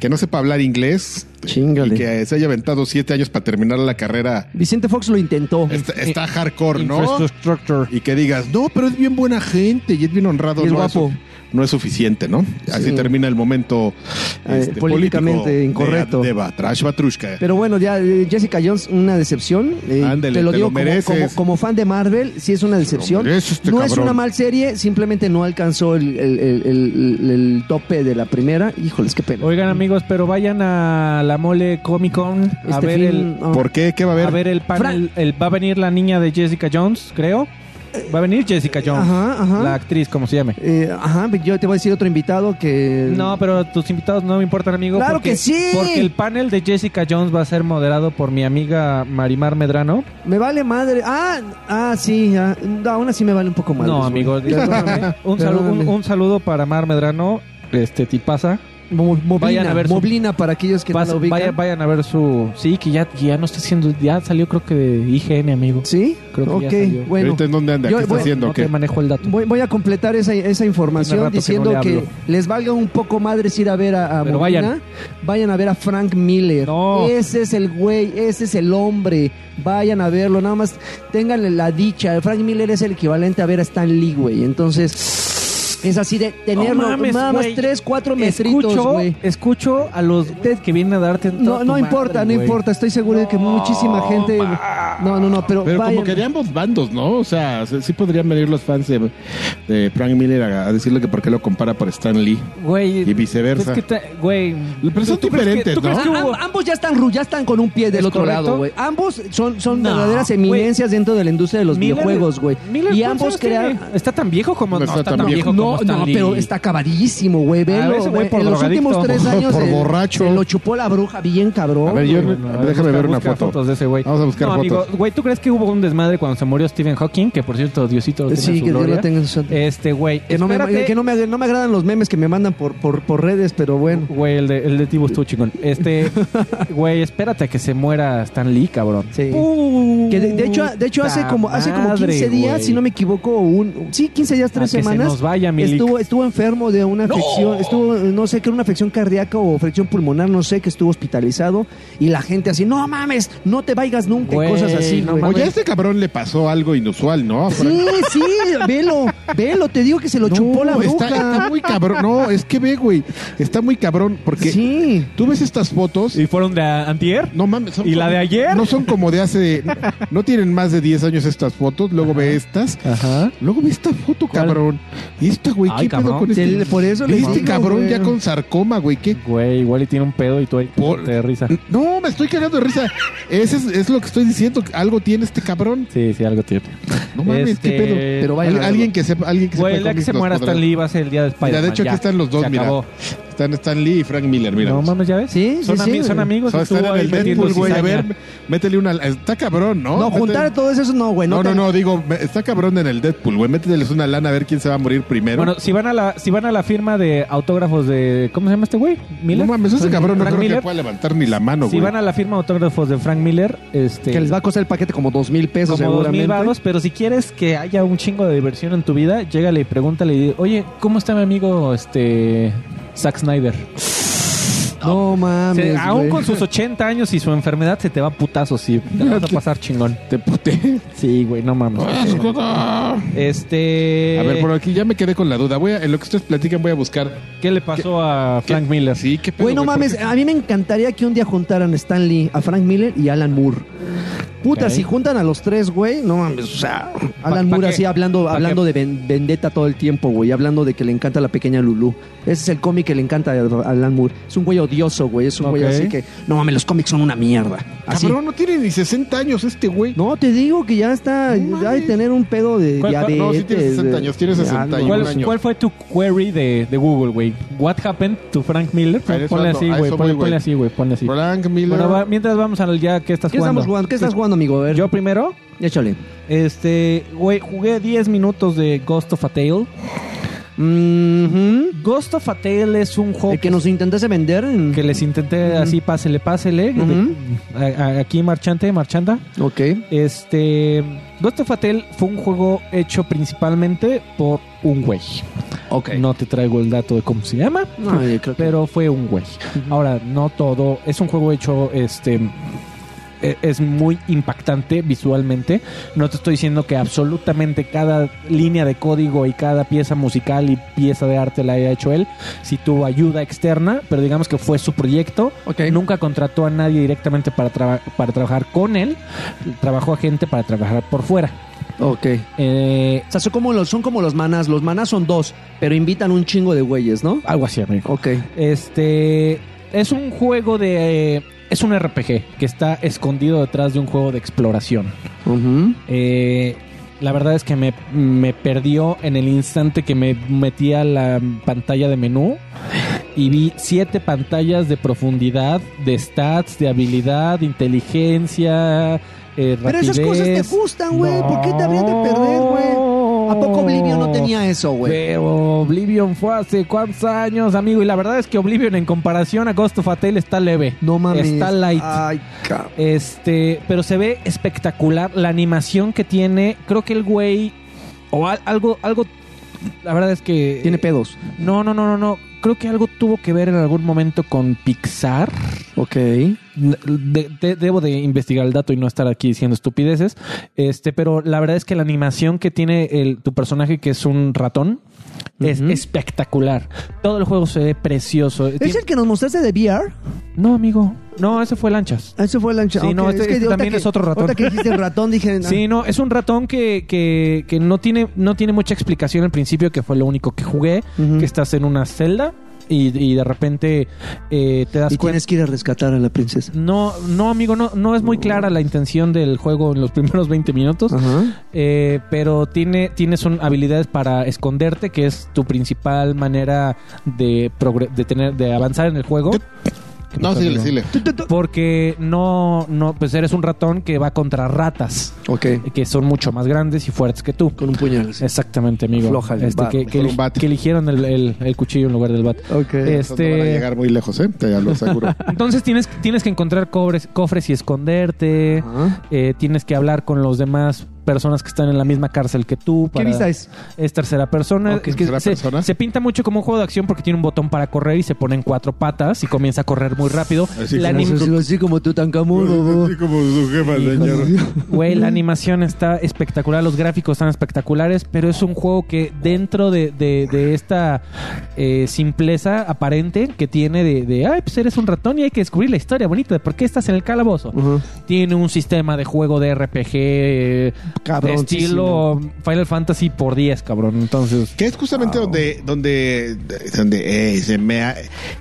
que no sepa hablar inglés
Chíngale.
y que se haya aventado siete años para terminar la carrera,
Vicente Fox lo intentó.
está, está hardcore, ¿no?
oh. Infrastructure.
Y que digas, no, pero es bien buena gente y es bien honrado.
Y es
no, su-
guapo.
no es suficiente, ¿no? Así
Sí.
termina el momento
Eh,
este,
políticamente
político de-
incorrecto.
De, Batrash Batrushka.
Pero bueno, ya eh, Jessica Jones, una decepción. Eh,
Ándele,
te lo
te
digo
lo
como-
mereces.
como, como fan de Marvel, sí es una decepción.
mereces, este
no es
cabrón.
una mal serie, simplemente no alcanzó el, el- el- el- el tope de la primera. Híjoles, qué pena.
Oigan, amigos, pero vayan a la mole Comic Con a
Este
ver
fin,
el.
ah,
¿Por qué? ¿Qué va a
A
haber?
ver, el panel. El, va a venir la niña de Jessica Jones, creo. Va a venir Jessica Jones.
Ajá, ajá.
La actriz, como se llame.
eh, ajá, yo te voy a decir otro invitado que...
No, pero tus invitados no me importan, amigo.
¡Claro
porque-
que sí!
Porque el panel de Jessica Jones va a ser moderado por mi amiga Marimar Medrano.
Me vale madre. Ah, ah sí. ah, no, aún así me vale un poco madre.
no, amigo, discúlpame. un, saludo, un,
Perdóname.
un saludo para Mar Medrano, este tipaza.
Mo- Moblina,
Vayan a ver su-
Moblina para aquellos que
Vas-
no la ubican.
vayan, vayan a ver su. Sí, que ya, que ya no está haciendo. Ya salió, creo que de IGN, amigo.
¿Sí,
Creo que ya
ok,
salió.
bueno.
¿Ahorita en dónde anda? ¿Qué
Yo-
está
bueno,
haciendo?
no
¿Qué?
te manejo el dato.
Voy, voy a completar esa, esa
Tiene
información
rato que
diciendo
no le
que,
hablo.
les valga un poco madres ir a ver a, a
Pero
Molina.
vayan.
Vayan. a ver a Frank Miller.
No.
Ese es el güey, ese es el hombre. Vayan a verlo, nada más tengan la dicha. Frank Miller es el equivalente a ver a Stan Lee, güey. Entonces, es así de tenerlo
No mames,
nada más
güey.
tres, cuatro metritos,
Escucho,
güey.
escucho a los que vienen a darte. en toda
No,
tu
no
madre,
importa, no
güey.
importa. Estoy seguro de que muchísima gente. No, no, no, pero,
Pero
vayan.
como que de ambos bandos, ¿no? O sea, se- sí podrían venir los fans de, de Frank Miller a, a decirle que por qué lo compara por Stan Lee.
Güey.
Y viceversa.
es que te- güey.
Pero son
¿tú crees que-
diferentes,
tú crees
¿no?
que
Ah,
hubo-
am- ambos ya están ru- ya están con un pie del
¿Es
otro
correcto?
lado, güey. Ambos son, son
No,
verdaderas
güey.
eminencias dentro de la industria de los
Miller-
videojuegos, güey.
Miller,
Y
¿cuántos
ambos
años tiene?
crearon
Está tan viejo como
No está tan viejo
no,
como Stan
no,
Lee.
pero está acabadísimo, güey. Velo,
ese güey
güey.
por
en los
drogadicto.
últimos tres
Por-
años
por
el-
borracho.
se lo chupó la bruja bien cabrón.
A ver, yo-
güey.
Bueno, a ver, déjame ver una
busca
foto.
fotos de ese güey.
Vamos a buscar
No, amigo,
fotos.
güey, ¿tú crees que hubo un desmadre cuando se murió Stephen Hawking? Que por cierto, Diosito lo tiene
Sí,
en
que
su
Dios lo
gloria.
tenga en su santo-
Este güey,
Que no, me,
espérate.
que no me- no me agradan los memes que me mandan por, por, por redes, pero bueno.
Güey, el de, el de Tibo estuvo chingón. Este, güey, espérate a que se muera Stan Lee, cabrón.
Sí. Que de, de hecho, de hecho hace
Puta
como hace como 15
madre,
días,
güey.
si no me equivoco, un sí, 15 días, 3
que se
semanas.
nos vaya, Milik.
estuvo estuvo enfermo de una afección, estuvo no sé, que era una afección cardíaca o afección pulmonar, no sé, que estuvo hospitalizado y la gente así, "No mames, no te vayas nunca", y
Güey,
cosas así,
no
güey.
mames.
Oye, a este cabrón le pasó algo inusual, ¿no?
Sí, sí, velo, velo, te digo que se lo
No,
chupó la bruja.
está, está muy cabrón. No, es que ve, güey. Está muy cabrón porque
Sí.
tú ves estas fotos.
¿Y fueron de antier?
No mames. son
¿Y la
como-
de ayer?
No son como de hace. no, no tienen más de 10 años estas fotos. Luego ve estas.
Ajá.
Luego ve esta foto,
¿Cuál?
cabrón. Y esta, güey,
Ay,
¿qué
cabrón.
pedo con este?
Del- por eso le
este
digo,
cabrón
güey.
ya con sarcoma, güey. ¿Qué?
Güey, igual y tiene un pedo y tú ahí
Por-
te de risa.
No, me estoy cagando de risa. Ese es, es lo que estoy diciendo. Algo tiene este cabrón.
Sí, sí, algo tiene.
No mames,
Este-
qué pedo. Pero
vayan
Al-
a-
alguien que sepa, alguien que
Güey, el
sepa
día que
cómics
se
nos
muera
podrá-
Stan Lee va a ser el día de Spider-Man.
Mira, de hecho,
ya.
aquí están los dos,
Se
mira.
acabó.
Están Stan Lee y Frank Miller, mira.
No mames, ¿ya ves?
Sí,
son,
sí,
ami-
sí,
son
güey.
amigos.
Son- están
estuvo
en
ahí
el
metiendo
Deadpool, güey. A
cizaña.
ver, métele una. Está cabrón, ¿no?
No,
Métele-
juntar todo eso no, güey, no.
No,
te-
no, no, digo, me- está cabrón en el Deadpool, güey. Mételes una lana a ver quién se va a morir primero.
Bueno, si van a la, si van a la firma de autógrafos de. ¿Cómo se llama este güey? Miller.
no mames, ese
Frank-
cabrón no
Frank
creo
Miller.
que pueda levantar ni la mano,
Si
güey.
van a la firma de autógrafos de Frank Miller, este.
Que les va a costar el paquete como dos mil pesos
como dos mil
seguramente.
varos, pero si quieres que haya un chingo de diversión en tu vida, llégale y pregúntale, y di, oye, ¿cómo está mi amigo este Zack Snyder?
no mames.
Se- aún
güey.
con sus 80 años y su enfermedad se te va a putazos sí, te la vas a pasar chingón.
Te puté.
Sí, güey, no mames.
Ah, a
Este,
ver, por aquí ya me quedé con la duda. Voy a, en lo que ustedes platican voy a buscar.
¿qué le pasó a Frank
¿Qué-
Miller?
Sí, qué pedo.
Güey, no
¿por
mames,
qué?
a mí me encantaría que un día juntaran a Stan Lee, a Frank Miller y Alan Moore. Puta,
Ok.
si juntan a los tres, güey, no mames, o sea, Alan
pa
Moore
qué?
así hablando,
¿Pa
hablando de ven- vendetta todo el tiempo, güey, hablando de que le encanta la pequeña Lulu. Ese es el cómic que le encanta a Alan Moore. Es un güey odioso, güey, es un güey
Ok.
así que, no mames, los cómics son una mierda.
ah,
Así.
Cabrón, no tiene ni 60 años este güey.
No, te digo que ya está,
No
ya de
mames.
tener un pedo de
¿Cuál- cuál-
diabetes.
no, sí tiene 60 años, tiene
de
61
algo.
un
¿Cuál,
año.
cuál fue tu query de, de Google, güey? What happened to Frank Miller?
A eso
Ponle
ando,
así,
a
güey,
eso
ponle,
voy, güey.
ponle así, güey, ponle así.
Frank Miller.
Bueno, va- mientras vamos al ya que estás
¿Qué estamos jugando? ¿Qué estás jugando, amigo? A ver,
Yo primero.
échale.
Este, güey, jugué 10 minutos de Ghost of a Tale.
Mhm.
Ghost of a Tale es un juego
El que nos intentase vender en...
que les intenté así, pásele, pásele. de-
Ujú.
a- a- aquí, marchante, marchanda.
Ok.
Este, Ghost of a Tale fue un juego hecho principalmente por un güey.
Ok. Ah,
No te traigo el dato de cómo se llama.
No, yo creo que-
pero fue un güey. Ahora, no todo. Es un juego hecho, este. e- Es muy impactante visualmente. No te estoy diciendo que absolutamente cada línea de código y cada pieza musical y pieza de arte la haya hecho él. Si tuvo ayuda externa, pero digamos que fue su proyecto.
Ok.
Eh, Nunca contrató a nadie directamente para, traba- para trabajar con él. Trabajó a gente para trabajar por fuera.
Ok.
Eh,
O sea, son como, los, son como los manás. Los manás son dos, pero invitan un chingo de güeyes, ¿no?
algo así, amigo.
Ok.
Este es un juego de eh, es un RPG que está escondido detrás de un juego de exploración.
Ujú.
Eh, la verdad es que me, me perdió en el instante que me metí a la pantalla de menú y vi siete pantallas de profundidad, de stats, de habilidad, de inteligencia, eh, rapidez.
Pero esas cosas te gustan, güey. ¿Por qué te habrían de
No.
perder, güey? ¿A poco Oblivion no tenía eso, güey?
Pero Oblivion fue hace cuántos años, amigo. Y la verdad es que Oblivion en comparación a Ghost of a Tale está leve.
No mames.
Está light.
Ay, cabrón.
Este, pero se ve espectacular la animación que tiene. Creo que el güey o al- algo, algo. La verdad es que
Tiene pedos.
no, no, no, no, no. Creo que algo tuvo que ver en algún momento con Pixar.
Ok.
De- de- debo de investigar el dato y no estar aquí diciendo estupideces. Este, pero la verdad es que la animación que tiene el- tu personaje, que es un ratón, es
Ujú.
espectacular. Todo el juego se ve precioso.
¿Es
Tiene-
el que nos mostraste de VR?
No, amigo. No, ese fue Lanchas.
Ah, Ese fue el ancho.
Sí,
Ok,
no, este- este
ahorita
también es otro ratón.
ahorita que dijiste ratón, dije. ah,
Sí, no, es un ratón que, que, que no, tiene, no tiene mucha explicación al principio, que fue lo único que jugué,
Ujú.
que estás en una celda. y, y de repente eh, te das
Y
cuenta.
tienes que ir a rescatar a la princesa.
No, no, amigo, no, no es muy clara la intención del juego en los primeros 20 minutos.
Ajá.
Eh, pero tiene, tienes un- habilidades para esconderte, que es tu principal manera de, progre- de tener, de avanzar en el juego.
No, síguele, síguele.
Porque no, no, pues eres un ratón que va contra ratas,
Ok.
que son mucho más grandes y fuertes que tú.
Con un puñal. así.
Exactamente, amigo.
Flójale,
Este,
bat,
que, que,
mejor un bat.
que eligieron el, el- el cuchillo en lugar del bat.
Ok.
Estos no van a
Este,
llegar muy lejos, ¿eh? Te lo aseguro.
entonces tienes, tienes que encontrar cobres- cofres y esconderte.
Ajá.
Eh, tienes que hablar con los demás personas que están en la misma cárcel que tú.
¿Qué
para-
vista es?
Es tercera persona.
Ok,
Es que
tercera
se,
persona.
se pinta mucho como un juego de acción porque tiene un botón para correr y se pone en cuatro patas y comienza a correr muy rápido.
Así
la,
como
anim-
Así, así como Tutankamón.
Así como su jefa, señor.
Güey, la animación está espectacular, los gráficos están espectaculares, pero es un juego que dentro de, de- de esta eh, simpleza aparente que tiene de, de, ay, pues eres un ratón y hay que descubrir la historia bonita de por qué estás en el calabozo. Tiene un sistema de juego de RPG eh,
Cabroncísimo.
estilo Final Fantasy por 10, cabrón. Entonces,
Que es justamente donde, donde, donde, eh, se me ha,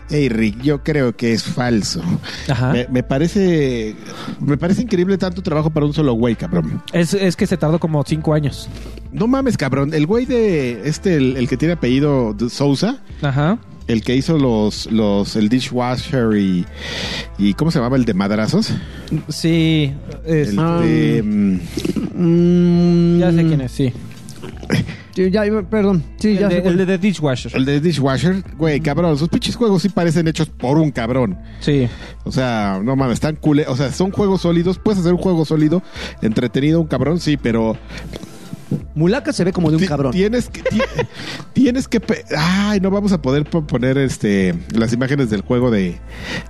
Ey, Rick, yo creo que es falso.
Ajá.
Me, me parece, me parece increíble tanto trabajo para un solo güey, cabrón.
es, es que se tardó como 5 años.
No mames, cabrón. El güey de, este, el, el que tiene apellido de Sousa,
Ajá.
el que hizo los, los, el dishwasher y, y ¿cómo se llamaba? El de madrazos.
Sí, es-
El
ah,
de, mm,
ya sé quién es, sí.
mm, Sí, ya, perdón. Sí, ya
el,
sé
de,
cuál.
el de The Dishwasher.
el de dishwasher, güey, cabrón. Sus pinches juegos sí parecen hechos por un cabrón.
Sí.
O sea, no mames, están cool. O sea, son juegos sólidos. Puedes hacer un juego sólido, entretenido, un cabrón, sí, pero.
Mulaka se ve como de un
ti-
cabrón.
Tienes que. ti- tienes que. pe- Ay, no vamos a poder po- poner este las imágenes del juego de,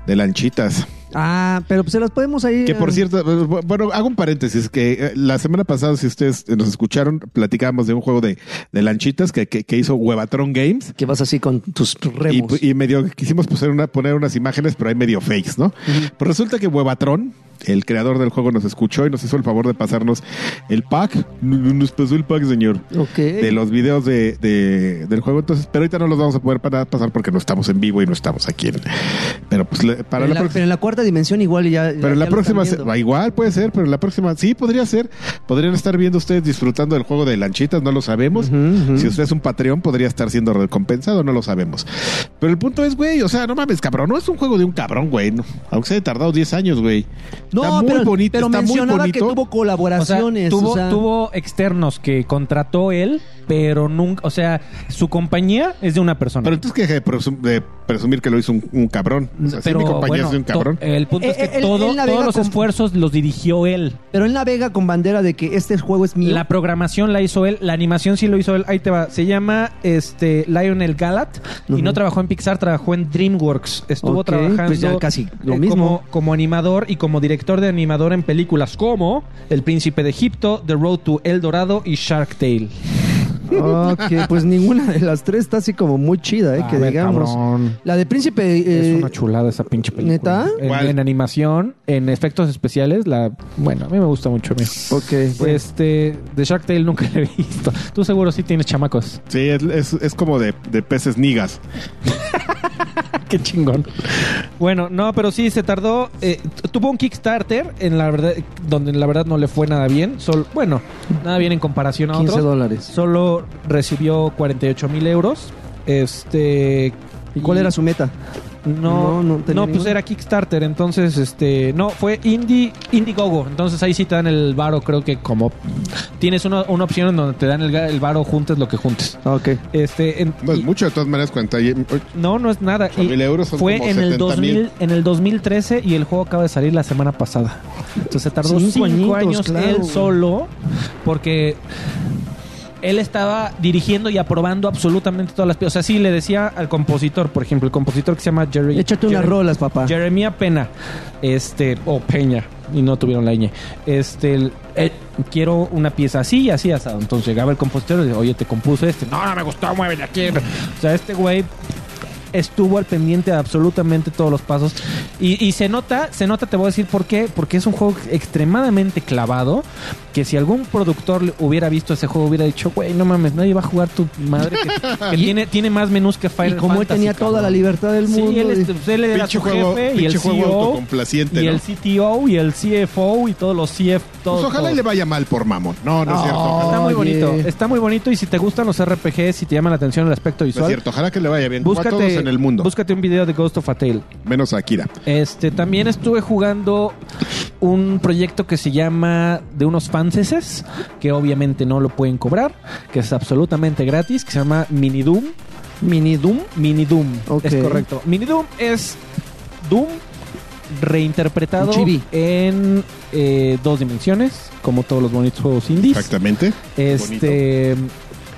de lanchitas.
Ah, pero pues se las podemos ahí.
Que por
eh,
cierto, bu- bueno, hago un paréntesis. Que eh, la semana pasada, si ustedes nos escucharon, platicábamos de un juego de, de lanchitas que, que- que hizo Huevatron Games.
Que vas así con tus
Y,
remos.
y medio quisimos poner, una, poner unas imágenes, pero hay medio fakes, ¿no? Pero resulta que Huevatron, el creador del juego, nos escuchó y nos hizo el favor de pasarnos el pack. N- n- Nos pasó el pack, señor.
ok.
De los videos de, de- del juego. Entonces, pero ahorita no los vamos a poder para- pasar porque no estamos en vivo y no estamos aquí. en- pero pues le- para
Pero en
la,
la-
próxima.
pero en la cuarta dimensión igual y ya.
Pero en la próxima, se- va, igual puede ser, pero en la próxima, sí, podría ser. Podrían estar viendo ustedes disfrutando del juego de lanchitas, no lo sabemos. Si usted es un Patreon, podría estar siendo recompensado, no lo sabemos. Pero el punto es, güey, o sea, no mames, cabrón, no es un juego de un cabrón, güey. no. Aunque se haya tardado 10 años, güey.
No,
está muy
pero,
bonito,
pero
está muy
mencionaba
bonito.
que tuvo
O sea,
colaboraciones.
tuvo,
o sea,
tuvo externos que contrató él, pero nunca, o sea, su compañía es de una persona.
Pero entonces que deje de, presum- de presumir que lo hizo un, un cabrón. O sea, sí, mi compañía
bueno,
es de un cabrón.
to- el punto es que
Eh, él-
todo-
él navega
todos los
con-
esfuerzos los dirigió él.
Pero él navega con bandera de que este juego es mío.
La programación la hizo él, la animación sí lo hizo él. Ahí te va. Se llama este Lionel Galat y no trabajó en Pixar, trabajó en DreamWorks. Estuvo
Ok,
trabajando
pues ya casi lo
eh,
mismo.
Como, como animador y como director de animador en películas como El Príncipe de Egipto, The Road to El Dorado y Shark Tale.
Ok, pues ninguna de las tres está así como muy chida, ¿eh?
A
que
ver,
digamos.
cabrón.
La de Príncipe. eh,
es una chulada esa pinche película.
¿neta?
En,
¿Cuál?
en animación, en efectos especiales, la bueno, a mí me gusta mucho. mira.
Ok. bueno.
Este, de Shark Tale nunca la he visto. Tú seguro sí tienes chamacos.
Sí, es, es- es como de, de peces nigas.
Qué chingón. Bueno, no, pero sí se tardó. eh, t- tuvo un Kickstarter en la verdad, donde la verdad no le fue nada bien. Solo, bueno, nada bien en comparación a
15
otros.
dólares.
Solo recibió 48 mil euros. Este.
¿Y cuál era su meta?
No,
No,
no,
no tenía
pues
ninguna.
era Kickstarter, entonces este, no, fue Indie Indiegogo, entonces ahí sí te dan el varo, creo que como tienes una, una opción en donde te dan el, ga- el varo juntes lo que juntes.
Ah, Ok.
Este, en-
No es
y-
mucho, de todas maneras, cuenta. y-
no, no es nada.
Ocho mil euros son
fue
como
en el
70 mil.
2000, en el 2013 y el juego acaba de salir la semana pasada. Entonces se tardó
Cinco
cinco,
añitos,
años
claro,
él
güey.
solo porque él estaba dirigiendo y aprobando absolutamente todas las piezas. O sea, sí le decía al compositor, por ejemplo, el compositor que se llama Jerry.
Échate unas
Jerry-
rolas, papá.
Jeremía Pena, este, o Peña, y no tuvieron la ñ. Este, el- eh, quiero una pieza así y así asado. Entonces llegaba el compositor y le decía, oye, te compuso este. No, no me gustó, muévele aquí. O sea, este güey estuvo al pendiente de absolutamente todos los pasos. Y, y se nota, se nota, te voy a decir por qué, porque es un juego extremadamente clavado, que si algún productor le- hubiera visto ese juego hubiera dicho, güey, no mames, nadie va a jugar tu madre que, que tiene, tiene más menús que Final
y como él
Fantasy,
tenía
cabrón".
toda la libertad del mundo.
Sí, él, es-
de-
pues, él era
Pinche
su
juego,
jefe y
pinche
el
juego
CEO
autocomplaciente,
y
¿no?
el E CTO y el CFO y todos los CF todos,
Pues ojalá
todos.
y le vaya mal por mamón. No, no es cierto. ojalá.
Está muy
Oye.
bonito, está muy bonito y si te gustan los RPGs, si te llama la atención el aspecto
No es
visual,
cierto. Ojalá que le vaya bien. Como a
búscate,
todos en el mundo.
búscate un video de Ghost of a Tale.
Menos a Akira.
Este, también estuve jugando un proyecto que se llama de unos franceses que obviamente no lo pueden cobrar, que es absolutamente gratis, que se llama Mini Doom. Mini Doom, Mini Doom,
Ok.
es correcto. Mini Doom es Doom reinterpretado
Un chibi.
en eh, dos dimensiones, como todos los bonitos juegos indies.
Exactamente.
Este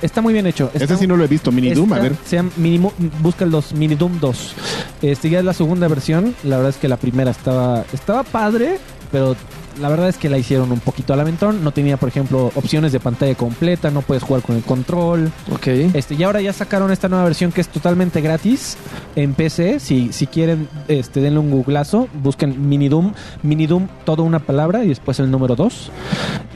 está muy bien hecho. Está-
Este sí no lo he visto. Mini
esta
Doom, a ver.
Se llama Minimo- busca los Mini Doom 2. Este ya es la segunda versión. La verdad es que la primera estaba, estaba padre, pero la verdad es que la hicieron un poquito al aventón. No tenía, por ejemplo, opciones de pantalla completa, no puedes jugar con el control.
Ok.
Este, y ahora ya sacaron esta nueva versión que es totalmente gratis en PC. Si, si quieren, este, denle un googlazo, busquen Mini Doom, Mini Doom, toda una palabra y después el número 2.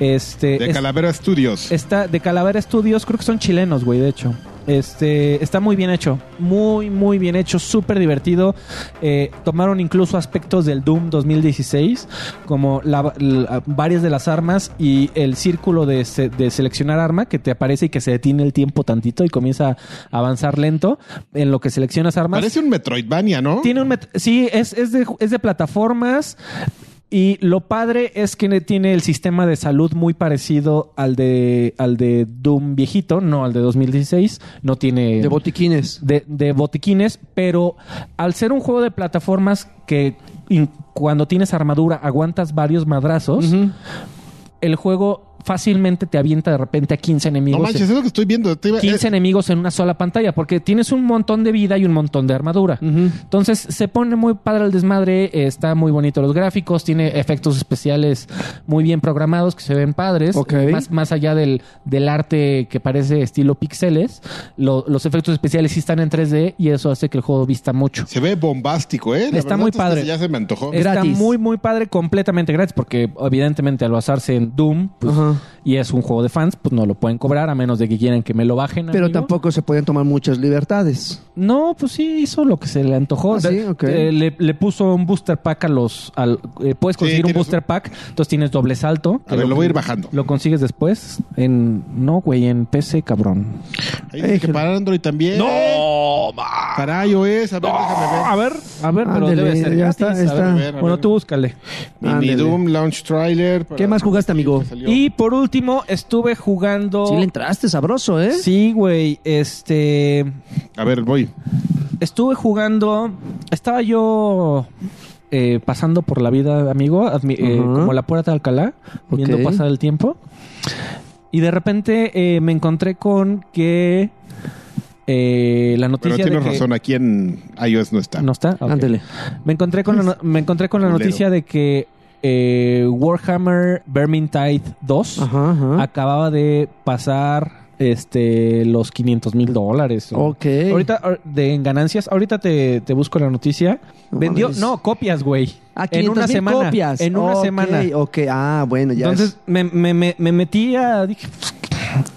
Este,
De
es-
Calavera Studios.
Está de Calavera Studios, creo que son chilenos, güey, de hecho. Este, está muy bien hecho, muy, muy bien hecho, súper divertido. Eh, tomaron incluso aspectos del Doom 2016, como la- la- varias de las armas y el círculo de, se- de seleccionar arma que te aparece y que se detiene el tiempo tantito y comienza a avanzar lento en lo que seleccionas armas.
Parece un Metroidvania, ¿no?
Tiene un met- sí, es, es de, es de plataformas. Y lo padre es que tiene el sistema de salud muy parecido al de al de Doom viejito, no al de 2016. No tiene
De botiquines.
de, de botiquines, pero al ser un juego de plataformas que in- cuando tienes armadura aguantas varios madrazos,
Ujú.
el juego fácilmente te avienta de repente a 15
No
enemigos.
manches, es lo que estoy viendo. Te iba-
15
eh,
enemigos en una sola pantalla, porque tienes un montón de vida y un montón de armadura.
Ujú.
Entonces se pone muy padre el desmadre, eh, está muy bonito los gráficos, tiene efectos especiales muy bien programados que se ven padres.
Ok.
Más, más allá del, del arte que parece estilo pixeles, lo- los efectos especiales sí están en 3D y eso hace que el juego vista mucho.
se ve bombástico, ¿eh? La
Está
verdad
muy
es que
padre.
Ya se me antojó.
Eh,
Está
Gratis.
muy, muy padre, completamente gratis, porque evidentemente al basarse en Doom pues,
Ajá.
y es un juego de fans, pues no lo pueden cobrar a menos de que quieran que me lo bajen.
Pero
amigo.
tampoco se podían tomar muchas libertades.
No, pues sí, hizo lo que se le antojó.
Ah, sí, ok.
Eh, le, le puso un booster pack a los... al- eh, puedes
Sí,
conseguir un
tienes-
booster pack, entonces tienes doble salto.
A ver, lo voy a ir bajando.
Lo consigues después en... No, güey, en PC, cabrón.
Ahí dice que para Android también.
¡No!
Para iOS, a ver, déjame ver.
A ver, a ver, pero
Ándele,
debe ser
ya
gratis,
está,
a ver.
está.
A ver, a
Bueno,
ver.
tú búscale.
Mini
Ándale.
Doom Launch Trailer. para-
¿Qué más jugaste, amigo?
salió.
Y por último, estuve jugando...
Sí, le entraste sabroso, ¿eh?
Oh. Sí, güey, este...
A ver, voy.
Estuve jugando. Estaba yo eh, pasando por la vida, amigo, admi- eh,
Ajá.
como la puerta de Alcalá,
Ok.
viendo pasar el tiempo. Y de repente eh, me encontré con que eh, la
Pero
noticia. de
tienes
que-
razón, aquí en iOS no está.
No está. Ok.
Ándele.
Me encontré con la, no- me encontré con la
Culero.
noticia de que eh, Warhammer Vermintide 2
Ajá, ajá.
acababa de pasar este los 500 mil dólares.
Ok.
Ahorita, or- de, en ganancias, ahorita te, te busco la noticia.
No
Vendió,
mames.
no, copias, güey.
Ah,
en una
500,000
semana.
copias.
En una
Ok,
semana.
Ok, ah, bueno, ya.
Entonces me, me, me, me metí a. Dije,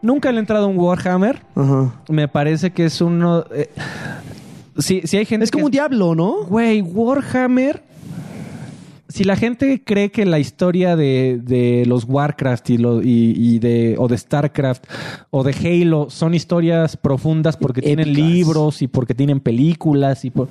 nunca le he entrado a un Warhammer.
es- Ajá.
Me parece que es uno. eh, si, si hay gente.
Es como
que-
un diablo, ¿no?
Güey, Warhammer. Si la gente cree que la historia de, de los Warcraft y, lo- y- y de, o de Starcraft o de Halo son historias profundas porque tienen
Épicas.
libros y porque tienen películas y por...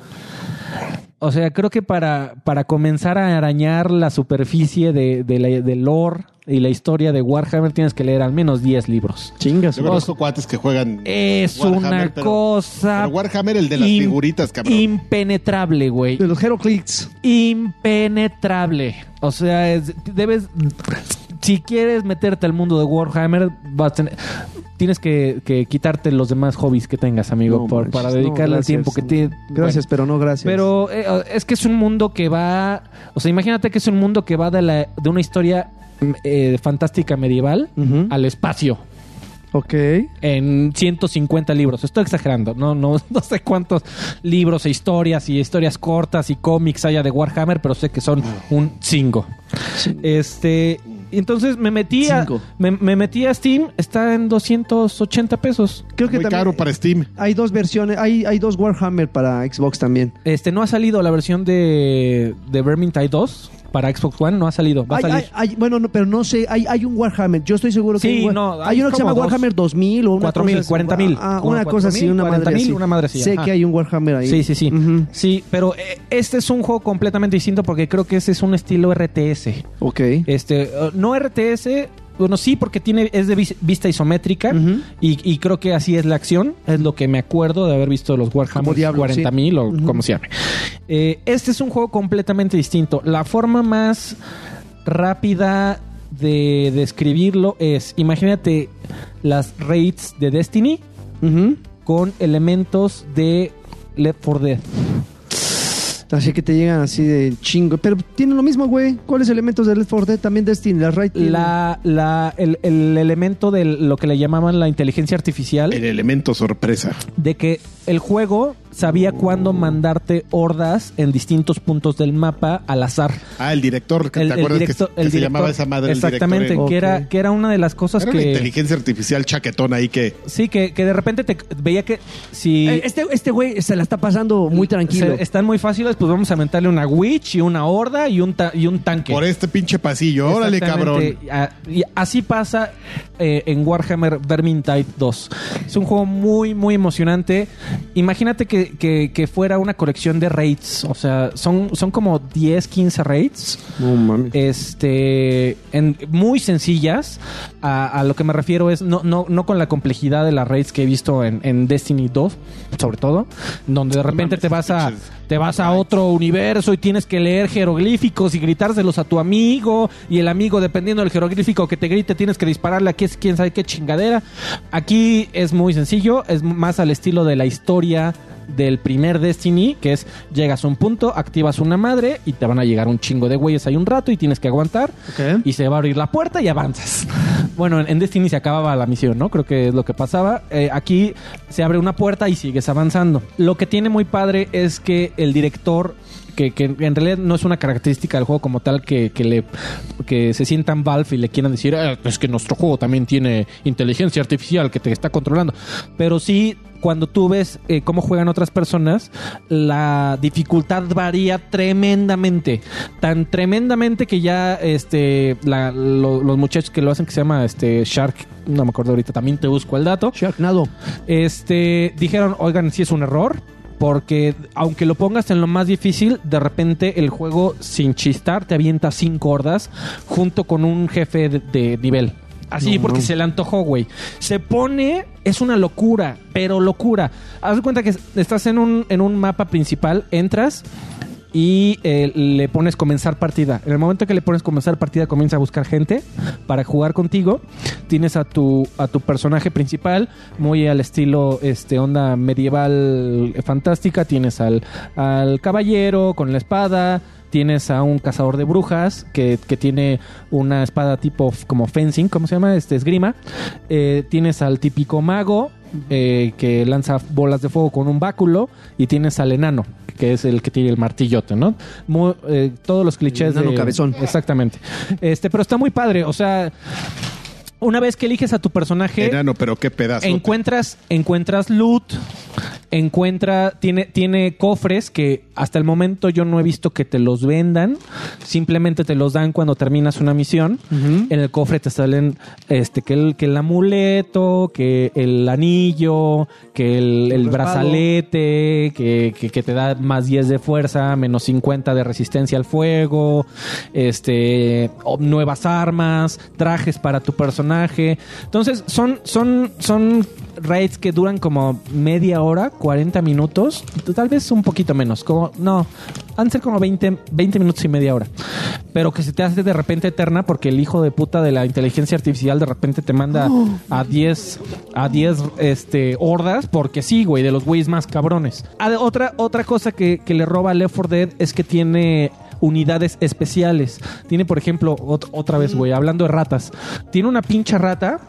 O sea, creo que para, para comenzar a arañar la superficie de, de la, del lore y la historia de Warhammer tienes que leer al menos 10 libros.
Chingas.
Yo conozco cuates que juegan.
Es
Warhammer,
una
pero-
cosa
pero Warhammer, el de las
im-
figuritas, cabrón.
impenetrable, güey
De los Heroclits.
impenetrable. O sea, es- debes. Si quieres meterte al mundo de Warhammer, vas a tener- Tienes que, que quitarte los demás hobbies que tengas, amigo,
No
por-
manches,
para
no,
dedicarle el
gracias,
tiempo que
no.
tiene.
Gracias, pero no gracias.
Pero eh, es que es un mundo que va. O sea, imagínate que es un mundo que va de, la, de una historia mm, eh, fantástica medieval
Ujú.
al espacio.
Ok.
en 150 libros. Estoy exagerando, no, no, no sé cuántos libros e historias y historias cortas y cómics haya de Warhammer, pero sé que son un chingo. Este, entonces me metí a,
Cinco.
me, me metí a Steam, está en 280 pesos.
Creo que
Muy
también
caro para Steam.
Hay dos versiones, hay, hay dos Warhammer para Xbox también.
Este, no ha salido la versión de, de Vermintide 2 para Xbox One, no ha salido, va a
Hay-
salir.
hay- hay- bueno, no, pero no sé, hay, hay un Warhammer, yo estoy seguro que
Sí,
hay, un-
no,
hay
hay
uno que se llama
como dos.
Warhammer 2000 o una
4000,
cosa así.
40,000.
Ah,
Como
una cosa así,
40,000,
una madre
40,000,
así.
una madre así,
Sé
ajá.
que hay un Warhammer ahí.
Sí, sí, sí.
Ujú.
Sí, pero eh, este es un juego completamente distinto porque creo que ese es un estilo RTS.
Ok.
Este, eh, no RTS, bueno, sí, porque tiene, es de vis- vista isométrica
Ujú.
y, y creo que así es la acción. Es lo que me acuerdo de haber visto los Warhammer
Como Diablo,
40.000 o como se llame. Eh, este es un juego completamente distinto. La forma más rápida de describirlo es, imagínate las raids de Destiny
Ujú.
con elementos de Left 4 Dead.
Así que te llegan así de chingo. Pero tienen lo mismo, güey. ¿Cuáles elementos de Left 4 Dead? También Destiny, la Raid. tiene.
La, la- el, el elemento de lo que le llamaban la inteligencia artificial.
El elemento sorpresa.
de que el juego sabía cuándo mandarte hordas en distintos puntos del mapa al azar.
Ah, el director. ¿Te
El- el
acuerdas que-
directo-
que,
el
se
director-
llamaba esa madre? el
Exactamente,
director en-
que,
Ok.
era, que era una de las cosas
Era una
que...
inteligencia artificial chaquetón ahí que
Sí, que, que de repente te veía que si...
Eh, Este este güey se la está pasando muy tranquilo.
se- están muy fáciles, pues vamos a mentarle una witch y una horda y un, ta- y un tanque.
por este pinche pasillo. Órale, cabrón.
Exactamente. Ah, y así pasa eh, en Warhammer Vermintide 2. Es un juego muy, muy emocionante. Imagínate que, que- que fuera una colección de raids. O sea, son, son como 10, 15 raids.
eh,
Este, en- muy sencillas. A, a lo que me refiero es no, no, no con la complejidad de las raids que he visto en, en Destiny 2, sobre todo, donde de repente te vas a
pinches
te vas a otro universo y tienes que leer jeroglíficos y gritárselos a tu amigo y el amigo dependiendo del jeroglífico que te grite tienes que dispararle aquí es quién sabe qué chingadera. Aquí es muy sencillo, es más al estilo de la historia del primer Destiny, que es llegas a un punto, activas una madre y te van a llegar un chingo de güeyes ahí un rato y tienes que aguantar
Ok.
y se va a abrir la puerta y avanzas. Bueno, en, en Destiny se acababa la misión, ¿no? Creo que es lo que pasaba. Eh, aquí se abre una puerta y sigues avanzando. Lo que tiene muy padre es que el director, que, que en realidad no es una característica del juego como tal, que, que le, que se sientan Valve y le quieran decir, "Ah, es que nuestro juego también tiene inteligencia artificial que te está controlando. Pero sí, cuando tú ves eh, cómo juegan otras personas, la dificultad varía tremendamente. Tan tremendamente que ya este la- lo- los muchachos que lo hacen, que se llama este Shark, no me acuerdo ahorita, también te busco el dato.
Sharknado.
Este dijeron, oigan, si es un error. Porque aunque lo pongas en lo más difícil, de repente el juego sin chistar te avienta cinco hordas junto con un jefe de, de nivel. Así porque se le antojó, güey. Se pone, es una locura, pero locura. Haz de cuenta que estás en un, en un mapa principal, entras y eh, le pones comenzar partida. En el momento que le pones comenzar partida, comienza a buscar gente para jugar contigo. Tienes a tu, a tu personaje principal, muy al estilo este, onda medieval eh, fantástica. Tienes al, al caballero con la espada. Tienes a un cazador de brujas que, que tiene una espada tipo f- como fencing, ¿cómo se llama? Este esgrima. Eh, tienes al típico mago eh, que lanza bolas de fuego con un báculo y tienes al enano que es el que tiene el martillote, ¿no? Mu- eh, todos los clichés
enano
de-
cabezón.
Exactamente. Este, pero está muy padre, o sea, una vez que eliges a tu personaje,
Enano, pero qué pedazo.
encuentras encuentras loot, encuentra tiene tiene cofres que hasta el momento yo no he visto que te los vendan, simplemente te los dan cuando terminas una misión. En el cofre te salen este que el que el amuleto, que el anillo, que el, el brazalete, que, que- que te da más 10 de fuerza, menos 50 de resistencia al fuego, este o- nuevas armas, trajes para tu personaje. Entonces, son son son raids que duran como media hora, 40 minutos, tal vez un poquito menos, como no, han de ser como 20 20 minutos y media hora. Pero que se te hace de repente eterna porque el hijo de puta de la inteligencia artificial de repente te manda a 10 a 10 este hordas porque sí, güey, de los güeyes más cabrones. Ah, de- otra otra cosa que, que le roba a Left 4 Dead es que tiene unidades especiales. Tiene, por ejemplo, ot- otra vez, güey, hablando de ratas. Tiene una pinche rata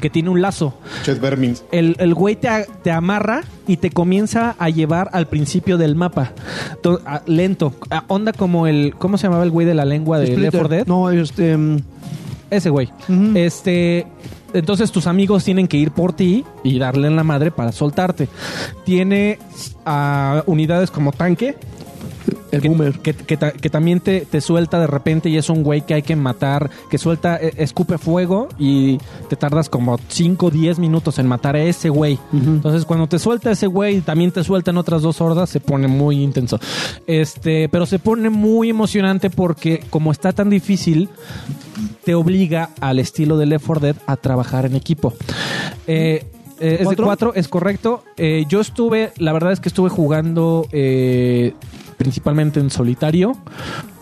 que tiene un lazo.
Chet Vermin.
El, el güey te, a- te amarra y te comienza a llevar al principio del mapa. To- a- lento. A- onda como el. ¿Cómo se llamaba el güey de la lengua de Left 4 Dead?
No, este. mm,
Ese güey.
Ujú.
Este. Entonces tus amigos tienen que ir por ti y darle en la madre para soltarte. Tiene a unidades como tanque.
El
que,
boomer.
Que, que ta- que también te, te suelta de repente y es un güey que hay que matar, que suelta, eh, escupe fuego y te tardas como 5 o 10 minutos en matar a ese güey. Entonces cuando te suelta ese güey y también te sueltan otras dos hordas, se pone muy intenso. Este, pero se pone muy emocionante porque como está tan difícil, te obliga al estilo de Left 4 Dead a trabajar en equipo. Eh, eh, es de
¿Cuatro?
cuatro, es correcto. Eh, yo estuve, la verdad es que estuve jugando eh, principalmente en solitario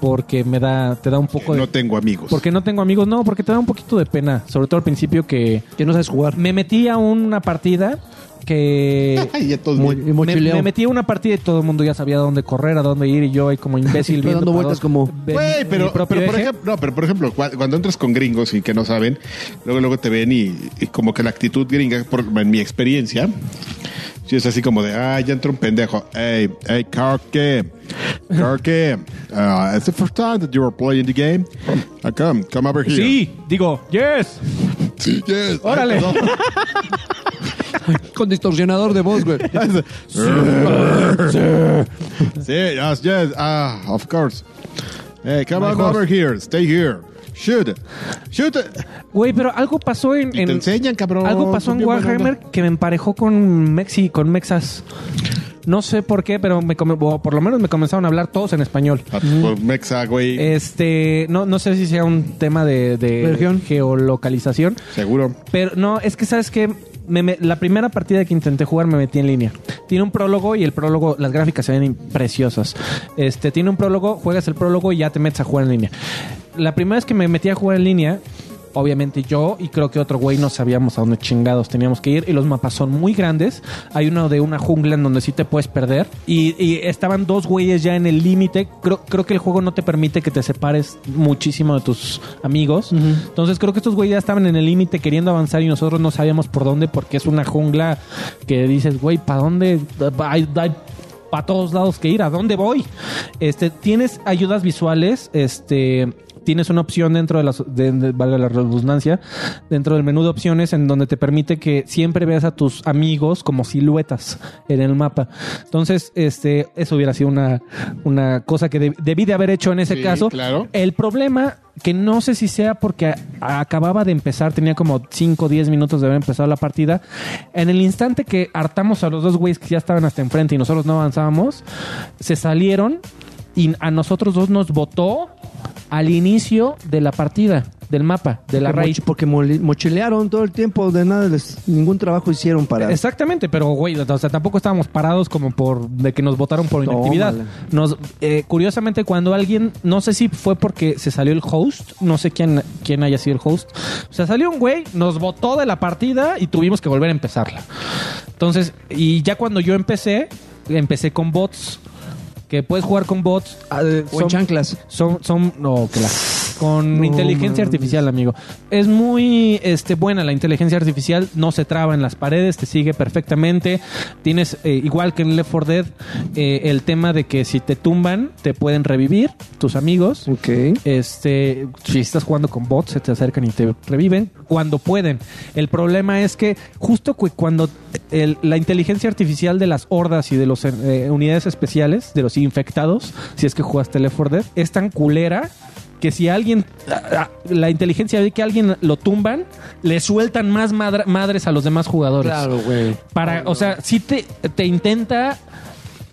porque me da, te da un poco de...
No tengo amigos.
porque no tengo amigos, no, porque te da un poquito de pena, sobre todo al principio que
Que no sabes jugar.
me metí a una partida que
Ay, ya todos
Mo-
bien.
y
me,
mochileo.
me metí a una partida y todo el mundo ya sabía dónde correr, a dónde ir y yo ahí como imbécil
Estoy
viendo
dando
para
vueltas
dos-
como-
de-
Güey,
mi
pero, pero
propio
por
eje.
ejemplo, no, pero por ejemplo, cua- cuando entras con gringos y que no saben, luego luego te ven y, y como que la actitud gringa, por, en mi experiencia, sí es así como de, ah, ya entró un pendejo. Hey, hey, Karke, Karke, uh, it's the first time that you were playing the game. Uh, come, come over here.
Sí, digo, yes.
Sí, yes.
Órale.
Con distorsionador de voz, güey.
Sí, yes, yes, ah, of course. Hey, come
My
on
horse.
over here, stay here. Shoot, shoot.
Güey, pero algo pasó en,
Y te
en-
enseñan, cabrón.
algo pasó
Son
en
bien buena
Warhammer
onda.
que me emparejó con Mexi, con Mexas. No sé por qué, pero me come- o por lo menos me comenzaron a hablar todos en español.
Ah, pues, Mexa, güey.
Este, no, no sé si sea un tema de, de
Región.
geolocalización,
Seguro.
pero no, es que sabes que la primera partida que intenté jugar me metí en línea. Tiene un prólogo y el prólogo, las gráficas se ven in- preciosas. Este, tiene un prólogo, juegas el prólogo y ya te metes a jugar en línea. La primera vez que me metí a jugar en línea, obviamente yo y creo que otro güey no sabíamos a dónde chingados teníamos que ir y los mapas son muy grandes. Hay uno de una jungla en donde sí te puedes perder y, y estaban dos güeyes ya en el límite. Creo, creo que el juego no te permite que te separes muchísimo de tus amigos. Entonces creo que estos güeyes ya estaban en el límite queriendo avanzar y nosotros no sabíamos por dónde porque es una jungla que dices, güey, ¿para dónde? Hay- hay para todos lados que ir. ¿A dónde voy? Este, tienes ayudas visuales, este. Tienes una opción dentro de las, de- de- valga la redundancia, dentro del menú de opciones en donde te permite que siempre veas a tus amigos como siluetas en el mapa. Entonces, este, eso hubiera sido una, una cosa que deb- debí de haber hecho en ese
Sí,
caso.
claro.
El problema, que no sé si sea porque a- acababa de empezar, tenía como 5 o 10 minutos de haber empezado la partida, en el instante que hartamos a los dos güeyes que ya estaban hasta enfrente y nosotros no avanzábamos, se salieron y a nosotros dos nos votó al inicio de la partida, del mapa, de la raid.
Moch- Porque moli- mochilearon todo el tiempo, de nada, les- ningún trabajo hicieron para.
Exactamente, pero güey, o sea, tampoco estábamos parados como por de que nos votaron por
Tómala.
inactividad. Nos, eh, curiosamente, cuando alguien, no sé si fue porque se salió el host, no sé quién, quién haya sido el host, o sea, salió un güey, nos votó de la partida y tuvimos que volver a empezarla. Entonces, y ya cuando yo empecé, empecé con bots. Que puedes jugar con bots. eh,
O en
son-
chanclas.
son, son, no, que la- con
No
inteligencia
mames.
artificial, amigo. Es muy este, buena la inteligencia artificial, no se traba en las paredes, te sigue perfectamente. Tienes, eh, igual que en Left 4 Dead, eh, el tema de que si te tumban, te pueden revivir tus amigos.
Ok.
Este, si estás jugando con bots, se te acercan y te reviven cuando pueden. El problema es que justo cu- cuando el- la inteligencia artificial de las hordas y de las unidades especiales, de los infectados, si es que jugaste Left 4 Dead, es tan culera que si alguien, la, la inteligencia ve que alguien lo tumban, le sueltan más madra- madres a los demás jugadores.
güey.
Para, o sea, si te, te intenta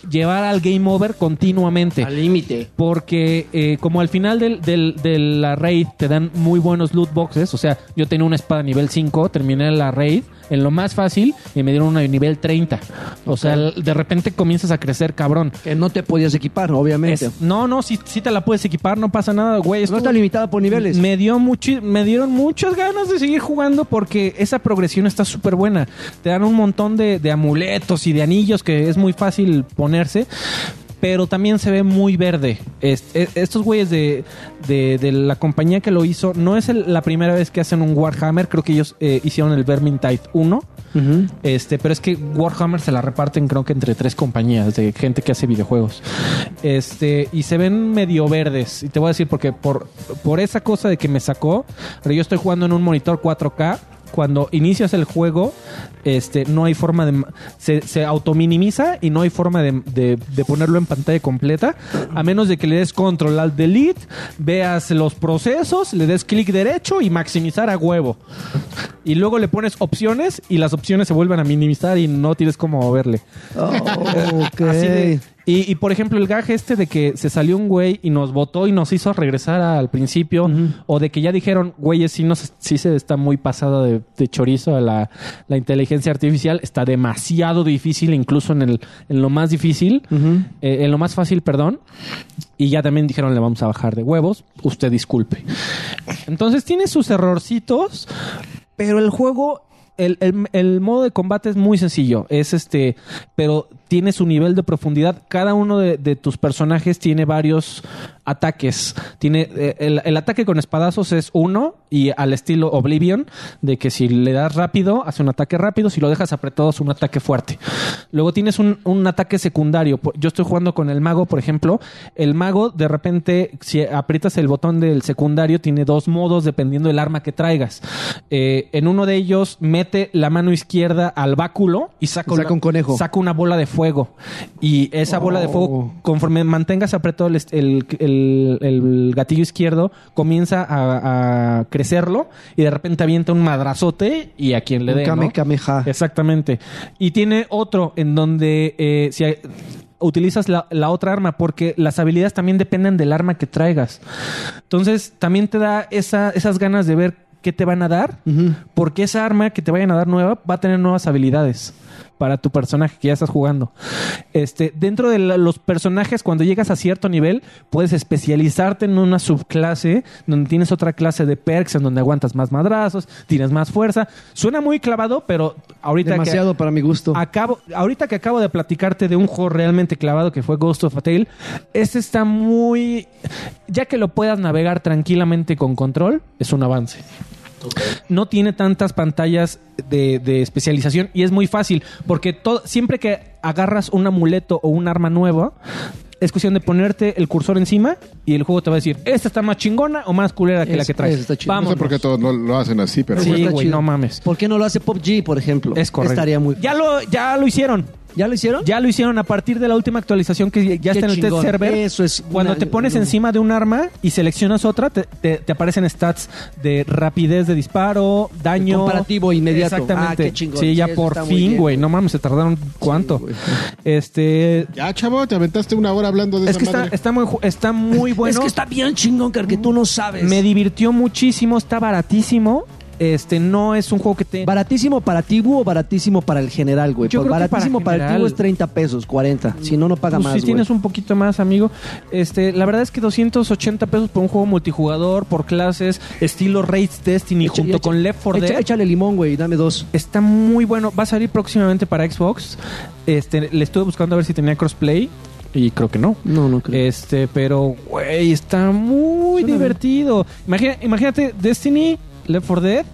llevar al game over continuamente.
Al límite.
Porque eh, como al final del, del- de la raid te dan muy buenos loot boxes, o sea, yo tenía una espada nivel 5, terminé la raid en lo más fácil y me dieron una de nivel 30. O sea, l- de repente comienzas a crecer cabrón.
Que no te podías equipar, obviamente.
Es- no, no, si, si te la puedes equipar, no pasa nada, güey.
no
estuvo-
está limitada por niveles.
me, dio muchi- me dieron muchas ganas de seguir jugando porque esa progresión está súper buena. Te dan un montón de, de amuletos y de anillos que es muy fácil ponerse. pero también se ve muy verde. Est- e- estos güeyes de, de- de la compañía que lo hizo, no es el- la primera vez que hacen un Warhammer, creo que ellos eh, hicieron el Vermintide 1. Este, pero es que Warhammer se la reparten creo que entre tres compañías de gente que hace videojuegos. Este, y se ven medio verdes. Y te voy a decir porque por, por esa cosa de que me sacó, pero yo estoy jugando en un monitor 4K. Cuando inicias el juego, este, no hay forma de... ma- Se, se autominimiza y no hay forma de, de- de ponerlo en pantalla completa, a menos de que le des control al delete, veas los procesos, le des clic derecho y maximizar a huevo. Y luego le pones opciones y las opciones se vuelven a minimizar y no tienes cómo verle.
Oh, ok.
Así de- y, y, por ejemplo, el gag este de que se salió un güey y nos votó y nos hizo regresar al principio, o de que ya dijeron, güeyes, sí, nos, sí se está muy pasada de, de chorizo a la, la inteligencia artificial, está demasiado difícil, incluso en, el, en lo más difícil, eh, en lo más fácil, perdón, y ya también dijeron, le vamos a bajar de huevos, usted disculpe. Entonces tiene sus errorcitos, pero el juego, el, el- el modo de combate es muy sencillo. Es este, pero tiene su nivel de profundidad. Cada uno de, de tus personajes tiene varios ataques. Tiene eh, el, el ataque con espadazos es uno y al estilo Oblivion, de que si le das rápido, hace un ataque rápido, si lo dejas apretado, hace un ataque fuerte. Luego tienes un, un ataque secundario. Por- Yo estoy jugando con el mago, por ejemplo. El mago, de repente, si aprietas el botón del secundario, tiene dos modos dependiendo del arma que traigas. Eh, en uno de ellos, mete la mano izquierda al báculo y saca,
Saca
una-
un conejo. Oh.
Saca una bola de fuego. Y esa bola de fuego, conforme mantengas apretado el, est- el- el- el gatillo izquierdo, comienza a, a crecerlo y de repente avienta un madrazote y a quien le
Un
dé.
Kame
¿no?
Kameha.
Exactamente. Y tiene otro en donde eh, si hay- utilizas la, la otra arma, porque las habilidades también dependen del arma que traigas. Entonces, también te da esa- esas ganas de ver qué te van a dar, porque esa arma que te vayan a dar nueva va a tener nuevas habilidades para tu personaje que ya estás jugando. Este, dentro de la- los personajes, cuando llegas a cierto nivel, puedes especializarte en una subclase donde tienes otra clase de perks, en donde aguantas más madrazos, tienes más fuerza. Suena muy clavado, pero ahorita que- Ah,
Demasiado para mi gusto.
Acabo, ahorita que acabo de platicarte de un juego realmente clavado que fue Ghost of a Tale, este está muy. Ya que lo puedas navegar tranquilamente con control, es un avance. No tiene tantas pantallas de, de especialización y es muy fácil porque todo, siempre que agarras un amuleto o un arma nueva, es cuestión de ponerte el cursor encima y el juego te va a decir: Esta está más chingona o más culera que
Es-
la que traes.
esa está chida.
No sé por qué todos no lo hacen así, pero
Sí,
bueno.
güey, no mames.
¿Por qué no lo hace Pop G, por ejemplo?
Es correcto.
Estaría muy.
ya, lo, ya lo hicieron.
¿Ya lo hicieron?
Ya lo hicieron a partir de la última actualización que ya
Qué
está en el test
chingón.
server.
Eso es
Cuando
una-
te pones
una-
encima de un arma y seleccionas otra, te, te- te aparecen stats de rapidez de disparo, daño.
comparativo inmediato.
Exactamente.
Ah, qué chingón.
Sí, ya
Sí, eso
por
está muy
fin,
bien,
güey.
güey.
No mames, se tardaron cuánto.
güey.
este.
Ya, chavo, te aventaste una hora hablando de
Es
esa
que está,
madre.
está muy, ju- está muy bueno.
es que está bien chingón, Car, que tú no sabes.
Me divirtió muchísimo, está baratísimo. Este no es un juego que te.
Baratísimo para Tibu o baratísimo para el general, güey.
Yo
Pues
creo que
baratísimo
para
para, el
general.
Tibu es 30 pesos, 40. Si no, no paga
Pues
más.
Si
güey.
tienes un poquito más, amigo. Este, la verdad es que 280 pesos por un juego multijugador, por clases, estilo Raid Destiny
Echa-
junto
echa-
con Left 4
echa-
Dead.
Échale limón, güey, dame dos.
Está muy bueno. Va a salir próximamente para Xbox. Este, le estuve buscando a ver si tenía crossplay y creo que no.
No, no creo.
Este, pero güey, está muy
Suena
divertido. Imagina- imagínate Destiny, Left 4 Dead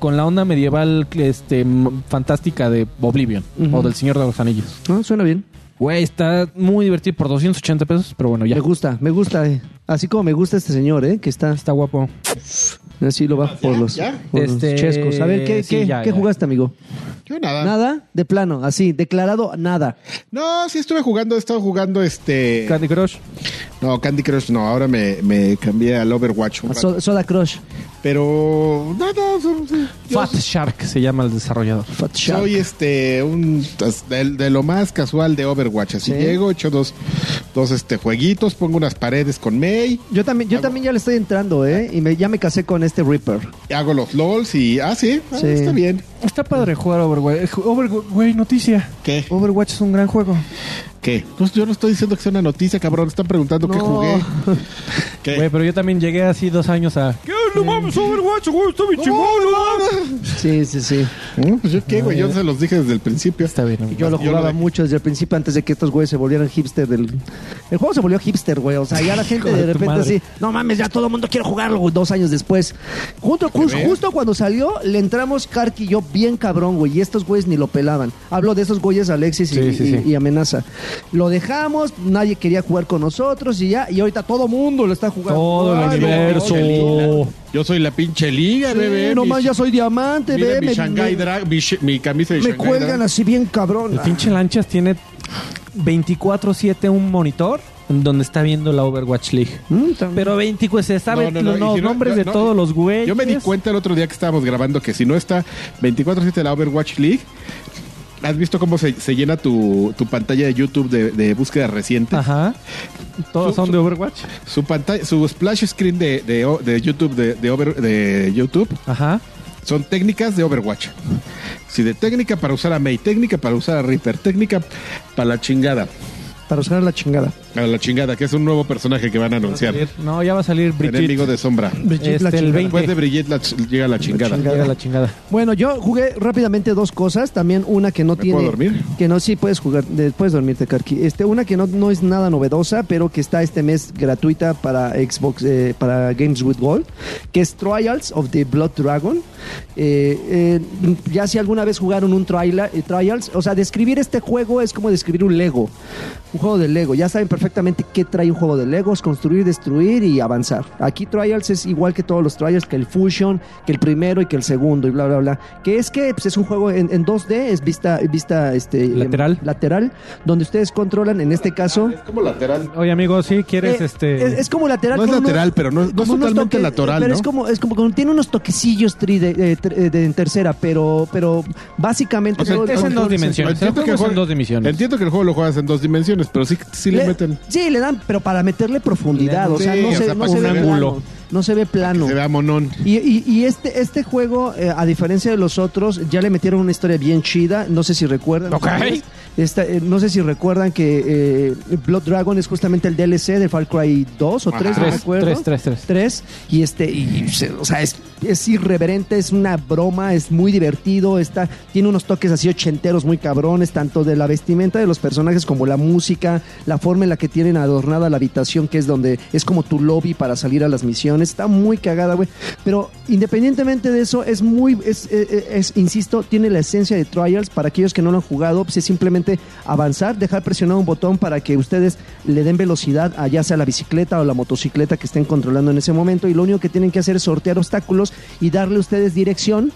con la onda medieval este m- fantástica de Oblivion
Ujú.
o del Señor de los Anillos.
Ah, suena bien.
Güey, está muy divertido por 280 pesos, pero bueno, ya
Me gusta, me gusta. eh. Así como me gusta este señor, ¿eh? Que está.
está guapo.
Así lo va por los,
ya.
por los
Este,
chescos. A ver, ¿qué,
sí,
qué-
ya,
qué
ya.
jugaste, amigo?
Yo nada.
Nada, de plano, así, declarado nada.
No, sí estuve jugando, he estado jugando este.
Candy Crush.
No, Candy Crush no, ahora me, me cambié al Overwatch. un
A
rato.
So- Soda Crush,
Pero nada, so- so- yo
Fat Shark se llama el desarrollador.
Fat Shark.
soy este un de, de lo más casual de Overwatch. Así
Sí.
llego, echo dos, dos este jueguitos, pongo unas paredes con May,
Yo también, yo también ya le estoy entrando, ¿eh? Y me, ya me casé con este Reaper.
hago los LOLs y ah, sí, ah,
Sí.
está bien.
Está padre jugar Overwatch. Eh, Overwatch, güey, noticia.
¿Qué?
Overwatch es un gran juego.
¿Qué? No, Pues yo no estoy diciendo que sea una noticia, cabrón. Están preguntando qué
No.
jugué. ¿Qué?
Güey, pero yo también llegué así dos años a... ¿Qué no mames, Overwatch, güey, está bien chingón, no mames.
Sí, sí, sí.
No, pues yo qué, güey. Yo se los dije desde el principio.
Está bien.
Yo lo
Yo lo
jugaba
de-
mucho desde el principio antes de que estos güeyes se volvieran hipster del... El juego se volvió hipster, güey. O sea, ya la gente
Hijo de
de
tu
repente
madre.
así, no mames, ya todo el mundo quiere jugarlo güey, dos años después. Junto, ju-
veas.
justo cuando salió, le entramos Karki y yo bien cabrón, güey. Y estos güeyes ni lo pelaban. Hablo de esos güeyes Alexis y,
Sí, sí, sí.
y- y Amenaza. Lo dejamos, nadie quería jugar con nosotros y ya. Y ahorita todo mundo lo está jugando.
Todo el
Ay, no,
universo.
Angelina. Yo soy la pinche liga, bebé.
no
Mi-
más, ya soy diamante,
mira
ve,
mi
me-
Shanghai
me-
Drag, mi, sh- mi camisa de
me
Shanghai
cuelgan
Drag.
así bien cabrón.
El pinche Lanchas tiene 24-7 un monitor donde está viendo la Overwatch League.
Mm, también.
Pero 24, se sabe
No, no, no,
los,
y si no-
nombres
no,
de
no,
todos los güeyes.
Yo me di cuenta el otro día que estábamos grabando que si no está 24-7 de la Overwatch League, ¿has visto cómo se, se llena tu, tu pantalla de YouTube de, de búsqueda reciente?
Ajá. Todos
Su-
son de Overwatch.
Su pantalla, su splash screen de, de, o- de YouTube de, de, over- de YouTube
Ajá.
son técnicas de Overwatch. Si de técnica para usar a Mei, técnica para usar a Reaper, técnica para la chingada.
Para usar la chingada.
A la chingada, que es un nuevo personaje que van a anunciar.
No, ya va a salir Brigitte.
Enemigo de sombra.
Brigitte Pues, la
Este, el
chingada.
20.
Después de Brigitte la ch- llega la chingada.
Llega la chingada.
Bueno, yo jugué rápidamente dos cosas. También una que no
¿Me
tiene.
puedo dormir?
Que no, sí, puedes jugar. de- Puedes dormirte, Karki. Este, una que no, no es nada novedosa, pero que está este mes gratuita para Xbox, eh, para Games with Gold, que es Trials of the Blood Dragon. Eh, eh, ya si alguna vez jugaron un traila- eh, Trials, o sea, describir este juego es como describir un Lego. Un juego de Lego. Ya saben perfectamente qué trae un juego de Legos: construir, destruir y avanzar. Aquí Trials es igual que todos los Trials, que el Fusion, que el primero y que el segundo, y bla, bla, bla. Que es que pues, es un juego en, en 2D, es vista, vista este,
Lateral.
lateral, donde ustedes controlan, en este caso.
Es como lateral.
Oye, amigo, si quieres,
Eh,
este.
es, es como lateral.
No es
con unos-
lateral, pero no, no es
como unos
totalmente
toques-
lateral,
Pero
¿no?
es como, es como, tiene unos toquecillos tri- de, de- de- de- en tercera, pero, pero básicamente.
O sea,
todo el
es en
control
dos
se-
dimensiones.
Entiendo
El juego
que,
es en
juega-
dos dimensiones.
entiendo que el juego lo juegas en dos dimensiones, pero sí, sí le,
Le-
meten.
Sí, le dan, pero para meterle profundidad.
Le-
o sea,
sí,
no
o
se,
sea,
no
para
se
un
ve
ángulo.
plano. No se ve plano.
Que se vea monón.
Y, y- y este, este juego, eh, a diferencia de los otros, ya le metieron una historia bien chida. No sé si recuerdan.
Ok.
ustedes. Esta, eh, no sé si recuerdan que eh, Blood Dragon es justamente el DLC de Far Cry 2 o 3, no
Ajá.
me acuerdo.
Tres, tres, tres.
Tres, Y este, y, se- o sea, es, es irreverente, es una broma, es muy divertido. Está, tiene unos toques así ochenteros muy cabrones, tanto de la vestimenta de los personajes como la música, la forma en la que tienen adornada la habitación, que es donde es como tu lobby para salir a las misiones. Está muy cagada, güey. Pero independientemente de eso, es muy, es, eh, eh, es, insisto, tiene la esencia de Trials. Para aquellos que no lo han jugado, pues es simplemente avanzar, dejar presionado un botón para que ustedes le den velocidad a ya sea la bicicleta o la motocicleta que estén controlando en ese momento. Y lo único que tienen que hacer es sortear obstáculos y darle ustedes dirección,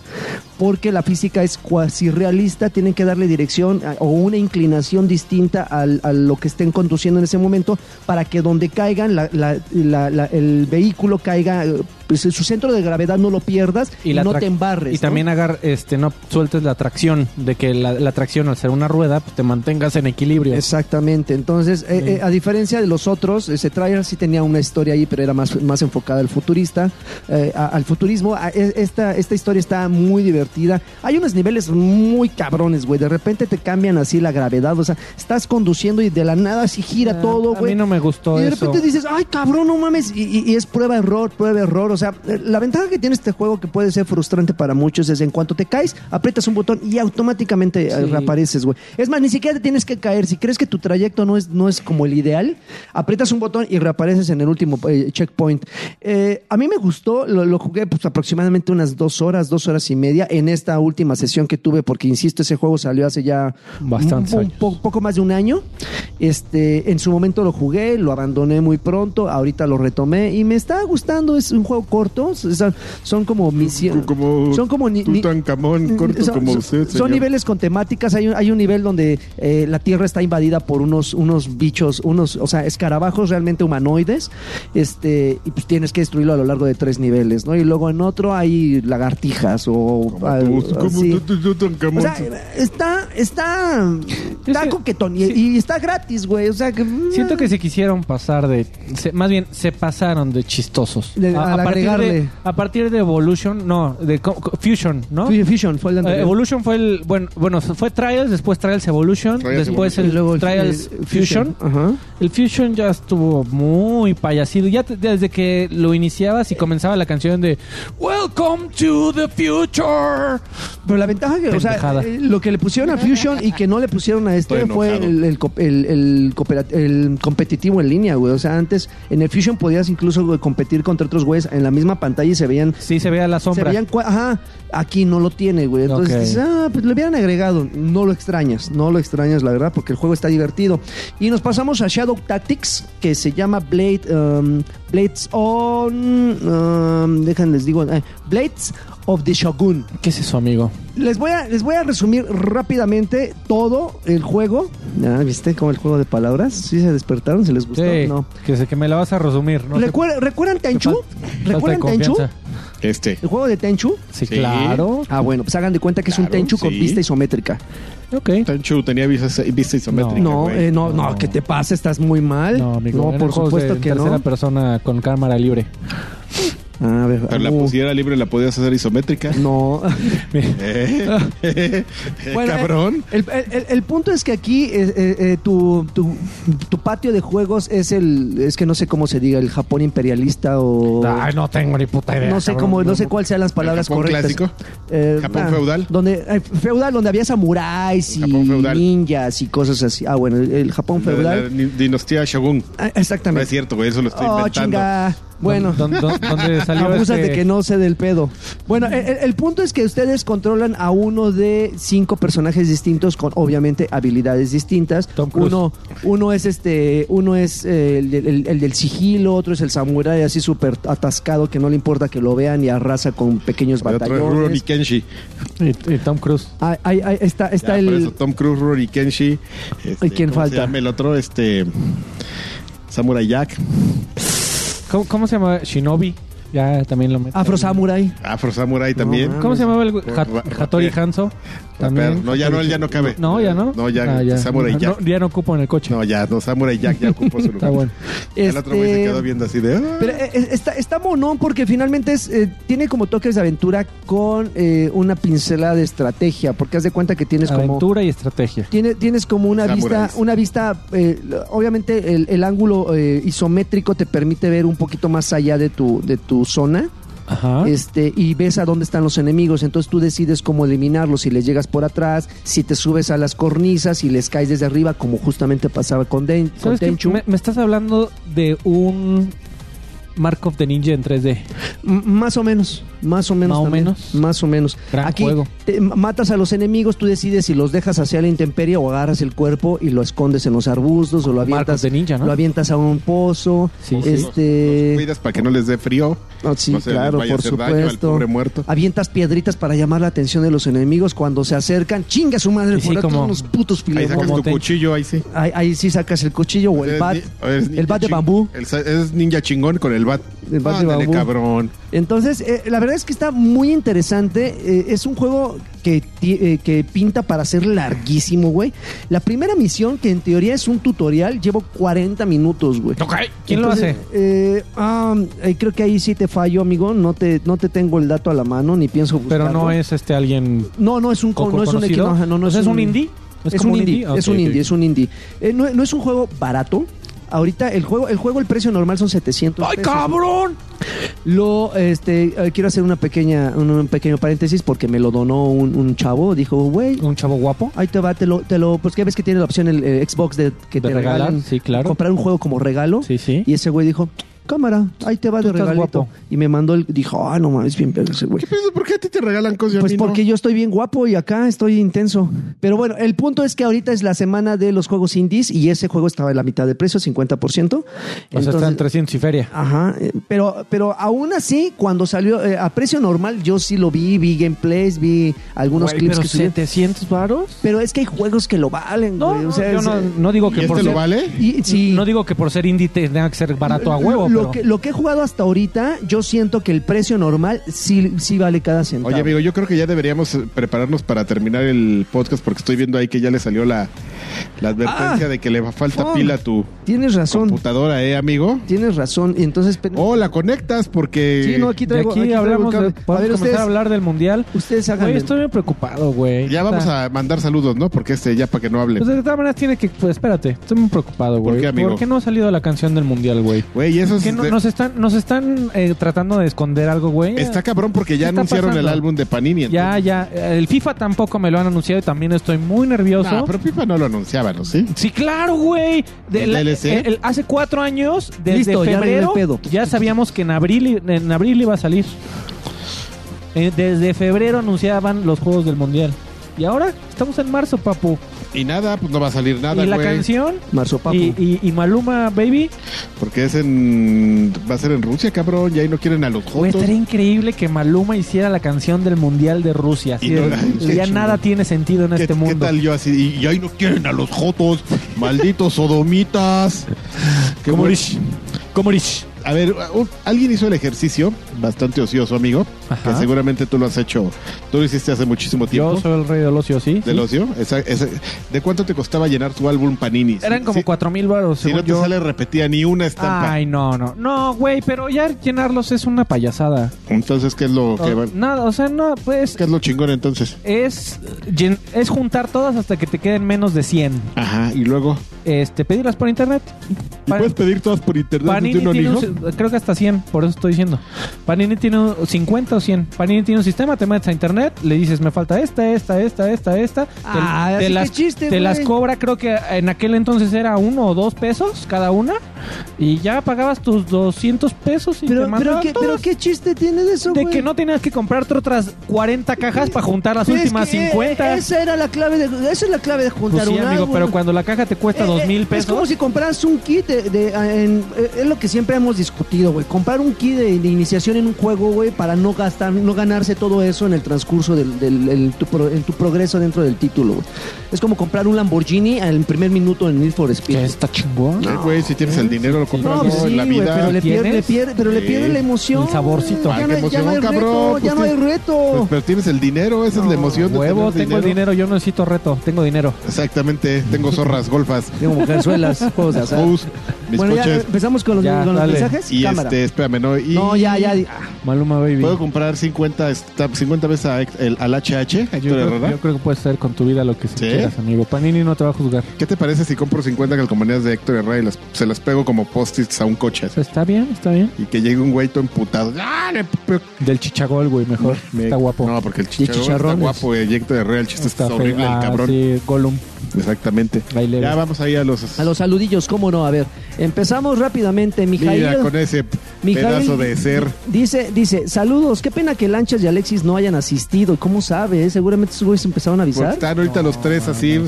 porque la física es cuasi realista. Tienen que darle dirección a- o una inclinación distinta al- a lo que estén conduciendo en ese momento para que donde caigan la- la- la- la- el vehículo caiga. eh, Pues su centro de gravedad no lo pierdas y,
la
no
tra-
te embarres.
Y
¿no?
también agar, este, no sueltes la tracción, de que la, la tracción al ser una rueda, pues, te mantengas en equilibrio.
Exactamente. Entonces, eh, eh, a diferencia de los otros, ese trailer sí tenía una historia ahí, pero era más, más enfocada al futurista, eh, a- al futurismo. A- e- esta, esta historia está muy divertida. Hay unos niveles muy cabrones, güey. De repente te cambian así la gravedad. O sea, estás conduciendo y de la nada así gira
Ah,
todo,
A mí
güey.
no me gustó
Y de
eso.
repente dices, ay cabrón, no mames. Y, y- y es prueba, error, prueba, error. O sea, eh, la ventaja que tiene este juego que puede ser frustrante para muchos es en cuanto te caes, aprietas un botón y automáticamente eh, reapareces, güey. Es más, ni siquiera te tienes que caer. Si crees que tu trayecto no es, no es como el ideal, aprietas un botón y reapareces en el último eh, checkpoint. Eh, a mí me gustó, lo, lo jugué pues, aproximadamente unas dos horas, dos horas y media en esta última sesión que tuve, porque insisto, ese juego salió hace ya
Bastantes
un, un
años.
po- poco más de un año. Este, en su momento lo jugué, lo abandoné muy pronto, ahorita lo retomé y me está gustando. Es un juego corto, s- son, son como misiones.
Como
Son como ni- ni-
Tutankamón, corto
son,
como
son-
usted.
son
señor.
niveles con temáticas. Hay un, hay un nivel donde eh, la Tierra está invadida por unos, unos bichos, unos, o sea, escarabajos realmente humanoides. Este, y pues tienes que destruirlo a lo largo de tres niveles, ¿no? Y luego en otro hay lagartijas o.
Como
algo
tú, como
así.
tú, tú, Tutankamón.
O sea, está, está, está
Ese-
coquetón y, y está gratis. gratis, güey. O sea, que. mm.
Siento que se quisieron pasar de. se- más bien, se pasaron de chistosos.
De- al
partir de,
agregarle.
a partir de Evolution, no, de co- co- Fusion, ¿no?
Fusion- Fusion fue el de
Eh,
anterior.
Evolution fue el. Bueno, bueno, fue Trials, después Trials Evolution,
Trials
después
Y
el
luego
Trials
eh,
Fusion.
Ajá.
El Fusion ya estuvo muy payasido. Ya te- desde que lo iniciabas y comenzaba la canción de Welcome to the Future.
Pero la ventaja que, o sea,
Pendejada.
eh, lo que le pusieron a Fusion y que no le pusieron a este
Estoy
fue
enojado.
el, el co- el- el cooperat- el competitivo en línea, güey. O sea, antes en el Fusion podías incluso güey, competir contra otros güeyes en la misma pantalla y se veían
Sí, se veía la
Se
sombra.
veían cua- Ajá, aquí no lo tiene, güey. Entonces
Ok.
dices, ah, pues lo hubieran agregado. No lo extrañas, no lo extrañas, la verdad, porque el juego está divertido. Y nos pasamos a Shadow Tactics, que se llama Blade, um, Blades on. um, déjenles digo, eh, Blades of the Shogun.
¿Qué es eso, amigo?
Les voy, a, les voy a resumir rápidamente todo el juego. Ah, ¿Viste cómo el juego de palabras? ¿Sí se despertaron? ¿Se les gustó?
Sí,
No.
que, sé que me la vas a resumir, ¿no? te-
Recuer- ¿Recuerdan Tenchu?
Falta de
¿Recuerdan Tenchu?
confianza.
Este.
¿El juego de Tenchu?
Sí,
Sí.
claro.
Ah, bueno, pues hagan de cuenta que es un
Claro,
Tenchu con
sí.
vista isométrica.
Ok.
Tanchu tenía vista, vista isométrica.
No,
güey.
eh, no, no, ¿qué te pasa? Estás muy mal. No,
eran
por
juegos
supuesto
de
que
tercera
no.
persona con cámara libre.
A ver,
Pero la
uh, Mm.
pusiera libre la podías hacer isométrica.
no.
¿Eh?
Bueno,
Cabrón.
El, el- el- el punto es que aquí eh, eh, eh, tu, tu- tu patio de juegos es el, es que no sé cómo se diga, el Japón imperialista o...
Ay, no tengo ni puta idea.
Oh. no sé
cabrón.
cómo, no sé cuáles sean las palabras
Japón
correctas.
clásico?
Eh,
¿Japón feudal?
Donde, eh, feudal, donde había samuráis y
Japón feudal.
ninjas y cosas así. Ah, bueno, el, el Japón
La-
feudal.
la ni- dinastía Shogun.
Ah,
No es
exactamente.
cierto, güey, eso lo estoy
oh,
inventando.
chinga. Bueno.
¿Dónde, dónde- dónde salió
Abusas
este-
de que no sé del pedo. Bueno, el, el- el punto es que ustedes controlan a uno de cinco personajes distintos con obviamente habilidades distintas.
Tom Cruise.
uno, uno es este, uno es eh, el, el- el del sigilo, otro es el samurái así súper atascado que no le importa que lo vean y arrasa con pequeños
El otro es Rurouni
batallones.
Kenshi.
Y, y Tom Cruise.
Ah, ahí- ahí está, está
Ya, por eso,
el
Tom Cruise, Rurouni Kenshi. este,
¿Y quién
¿cómo
falta?
se llama el otro, este. Samurai Jack.
¿Cómo, cómo se llama? Shinobi. Ya también lo meto.
Afro Samurai.
Afro Ah, Samurai también.
mames.
¿Cómo se llamaba el güey?
Ra-
Hat- Hattori
rape-
Hanzo.
Pero
También.
No, ya no, él ya no cabe.
No, ya no.
No, ya.
Ah,
Samurai
No,
Jack.
no, ya no ocupo en el coche.
No, ya, no, Samurai Jack ya ocupó su lugar.
Está bueno.
El otro güey se
Este,
quedó viendo así de. "Ah".
Pero eh, eh, está, está monón porque finalmente es, eh, tiene como toques de aventura con eh, una pincelada de estrategia, porque haz de cuenta que tienes como...
Aventura y estrategia.
Tiene- tienes como una
Samuráis.
vista, una vista, eh, obviamente el, el ángulo eh, isométrico te permite ver un poquito más allá de tu, de tu zona.
Ajá.
Este, y ves a dónde están los enemigos, entonces tú decides cómo eliminarlos, si les llegas por atrás, si te subes a las cornisas, si les caes desde arriba, como justamente pasaba con, Den, con
¿Sabes qué?
Tenchu.
Me, me estás hablando de un Mark of the Ninja en 3D.
M- Más o menos, más o menos.
Más o
también,
menos.
Más o menos.
Gran
Aquí
juego.
te m- matas a los enemigos, tú decides si los dejas hacia la intemperie o agarras el cuerpo y lo escondes en los arbustos o lo
Mark of
avientas,
the Ninja, ¿no?
lo avientas a un pozo.
Sí, sí.
Los
este,
cuidas para que no les dé frío.
no, sí,
no se les
claro,
vaya a
por
hacer daño al
supuesto.
pobre muerto.
Avientas piedritas para llamar la atención de los enemigos cuando se acercan. Chinga su madre,
Y sí,
por
como-
unos putos
Ahí
pilotos.
sacas
Como
tu
te-
cuchillo, ahí sí.
Ahí, ahí sí sacas el cuchillo o el
Es
bat.
ni- es
el
ninja
bat de
ching-
bambú.
el sa- es ninja chingón con el bat.
El bat de
Ándale,
bambú.
cabrón.
Entonces, eh, la verdad es que está muy interesante. Eh, es un juego que, ti- eh, que pinta para ser larguísimo, güey. La primera misión, que en teoría es un tutorial, llevo 40 minutos, güey.
Ok. ¿Quién
Entonces,
lo hace?
eh, ah, eh, creo que ahí sí te fallo, amigo. No te, no te tengo el dato a la mano, ni pienso buscarlo.
Pero no es este alguien.
No, no es un, co-
poco
no es un
conocido.
equipo, ajá, no, no
O sea, es un indie.
Es, un indie, es
Ok,
un
ok.
indie, es un indie. Eh, no, no es un juego barato. Ahorita el juego, el juego, el precio normal son 700
¡Ay,
pesos.
cabrón!
Lo, este, eh, quiero hacer una pequeña, un, un pequeño paréntesis porque me lo donó un, un chavo. Dijo, güey,
Un chavo guapo.
ahí te va, te lo, te lo, pues que ves que tiene la opción el eh, Xbox de que
De
te
regalar,
regalan,
sí, claro.
comprar un juego como regalo.
Sí, sí.
Y ese güey dijo, cámara, ahí te va
Tú
de
estás
regalito.
guapo.
Y me mandó el, dijo, ah, no mames, bien pedo ese güey.
¿Qué piensas? ¿Por qué a ti te regalan cosas? y a
Pues
mí no?
porque yo estoy bien guapo y acá estoy intenso. Pero bueno, el punto es que ahorita es la semana de los juegos indies y ese juego estaba en la mitad de precio, 50%.
O sea, están
Entonces-
300 y feria.
Ajá, eh, pero, pero aún así, cuando salió eh, a precio normal, yo sí lo vi, vi gameplays, vi algunos
Güey,
clips
pero
que subieron.
700 varos.
Pero es que hay juegos que lo valen,
No,
güey.
no,
o sea,
yo
es- eh,
no, no digo que
¿Y
por
este lo
ser,
vale?
y- sí.
no digo que por ser indie tenga que ser barato a huevo,
lo,
pero
que, lo que he jugado hasta ahorita, yo siento que el precio normal sí, sí vale cada centavo.
Oye, amigo, yo creo que ya deberíamos eh, prepararnos para terminar el podcast porque estoy viendo ahí que ya le salió la, la advertencia
Ah,
de que le falta
fuck.
pila a tu
Tienes razón.
computadora, ¿eh, amigo?
Tienes razón. Y entonces. pen-
O la conectas porque...
Sí, no, aquí
De
traigo.
aquí,
aquí traigo el
hablamos, de-
cable.
podemos
a ver,
comenzar
ustedes,
a hablar del mundial.
ustedes hagan.
Güey, estoy muy preocupado, güey.
Ya vamos a mandar saludos, ¿no? Porque este ya para que no hable.
Pues de todas maneras tiene que... Pues espérate, estoy muy preocupado,
¿Por
güey.
qué, amigo?
no ha salido la canción del mundial, güey?
Güey, eso es
¿Qué no-
de-
nos están, nos están eh, tratando de esconder algo, güey?
está cabrón porque ya
¿Qué está
anunciaron
pasando?
el álbum de Panini.
Ya, ya. El FIFA tampoco me lo han anunciado y también estoy muy nervioso.
No, pero Pipa no lo anunciaban, ¿no? ¿Sí?
Sí, claro, güey. De
¿El
la-
DLC?
el- el- hace cuatro años, desde
Listo, ya me dio el
febrero, ya,
pedo.
sabíamos que en abril, i- en abril iba a salir. Eh, desde febrero anunciaban los juegos del mundial. Y ahora estamos en marzo, papu.
Y nada, pues no va a salir nada,
y la
güey.
canción
Marzo Papu.
y, y- y Maluma, baby.
Porque es en... Va a ser en Rusia, cabrón. Y ahí no quieren a los
Güey,
jotos.
estaría increíble que Maluma hiciera la canción del mundial de Rusia. Así
Y no-
de-
qué
ya
chingón.
nada tiene sentido en
¿Qué,
este
qué
mundo.
tal yo así? Y, y ahí no quieren a los jotos. Malditos sodomitas. Qué bueno.
Comorish.
A ver, un- alguien hizo el ejercicio, bastante ocioso, amigo,
Ajá.
que seguramente tú lo has hecho, tú lo hiciste hace muchísimo tiempo.
Yo soy el rey del ocio, ¿sí?
Del ocio. Esa- esa- ¿De cuánto te costaba llenar tu álbum Panini?
Eran
Si-
como
si-
cuatro mil baros.
Si no te sale repetida ni una estampa.
Ay, no, no. No, güey, pero ya llenarlos es una payasada.
Entonces, ¿qué es lo que
O-
va-
Nada, o sea, no, pues
¿Qué es lo chingón entonces?
es, llen- es juntar todas hasta que te queden menos de 100.
Ajá, y luego.
Este, pedirlas por internet.
¿Y
Pan-
puedes pedir todas por internet
Panini
desde un
tiene un
hijo?
si- creo que hasta 100, por eso estoy diciendo. Panini tiene un- 50 o 100. Panini tiene un sistema, te metes a internet, le dices, me falta esta, esta, esta, esta, esta. Te-
Ah, así que
las,
chiste,
te
güey.
las cobra, creo que en aquel entonces era uno o dos pesos cada una. Y ya pagabas tus 200 pesos y te
pero, pero,
mandaban
¿qué,
todas.
pero qué chiste tiene de eso,
De
güey?
que no tenías que comprarte otras 40 cajas para juntar las
Pero es
últimas
que, eh,
50.
Esa era la clave de, esa es la clave de
Pues
juntar
sí,
un
amigo,
álbum.
pero cuando la caja te cuesta
Eh,
dos
eh,
mil
Es como
pesos.
si compras un kit de, de- en- eh, es lo que siempre hemos discutido, güey. Comprar un kit de, de iniciación en un juego, güey, para no gastar, no ganarse todo eso en el transcurso del, del- el- tu, pro- en tu progreso dentro del título, güey. Es como comprar un Lamborghini al primer minuto en Need for
Que
Speed.
está chingón.
Eh, güey, si tienes el dinero, lo compras
No,
¿no?
pues sí,
en la
güey,
vida.
pero le pierde,
¿Tienes?
pierde- pero le
Sí.
pierde la emoción.
El saborcito.
Ya
Ah,
no,
qué
hay- ya no
emoción,
hay
cabrón,
reto, ya
pues
no hay
tienes- Pues,
reto.
pero tienes el dinero, esa es la emoción de
Huevo,
tener
tengo el dinero, yo no necesito reto, tengo dinero.
Exactamente, tengo zorras, golfas,
Tengo mujerzuelas, juegos de azar.
hoes, mis
Bueno, ya
coches.
eh,
empezamos con los,
Ya,
con los
dale.
mensajes.
Y
Cámara.
este, espérame, ¿no? Y
No, ya, ya. ah.
Maluma Baby.
¿Puedo comprar 50, esta- 50 veces a Héct- el- al HH, Héctor
Yo creo,
Herrera?
yo creo que puedes hacer con tu vida lo que sí
¿Sí?
quieras, amigo. Panini no te va a juzgar.
¿Qué te parece si compro 50 calcomanías de Héctor Herrera y las- se las pego como post-its a un coche? así?
Está bien, está bien.
Y que llegue un güey todo emputado. ¡Ah, le- pe-
Del chichagol, güey, mejor.
me-
Está guapo.
No, porque el chicharrón, está
chicharrones.
guapo. eh, Y Héctor Herrera, el chiste está,
feo.
horrible,
Ah,
el cabrón.
sí, Gollum.
Exactamente.
Bailero.
Ya vamos ahí a los...
A los saludillos, cómo no. A ver, empezamos rápidamente. Mijail,
Mira, con ese
Mijail
pedazo de ser.
Dice, dice, saludos. Qué pena que Lanchas y Alexis no hayan asistido. ¿Cómo sabe? eh? Seguramente sus güeyes empezaron a
Porque
avisar.
están ahorita los tres así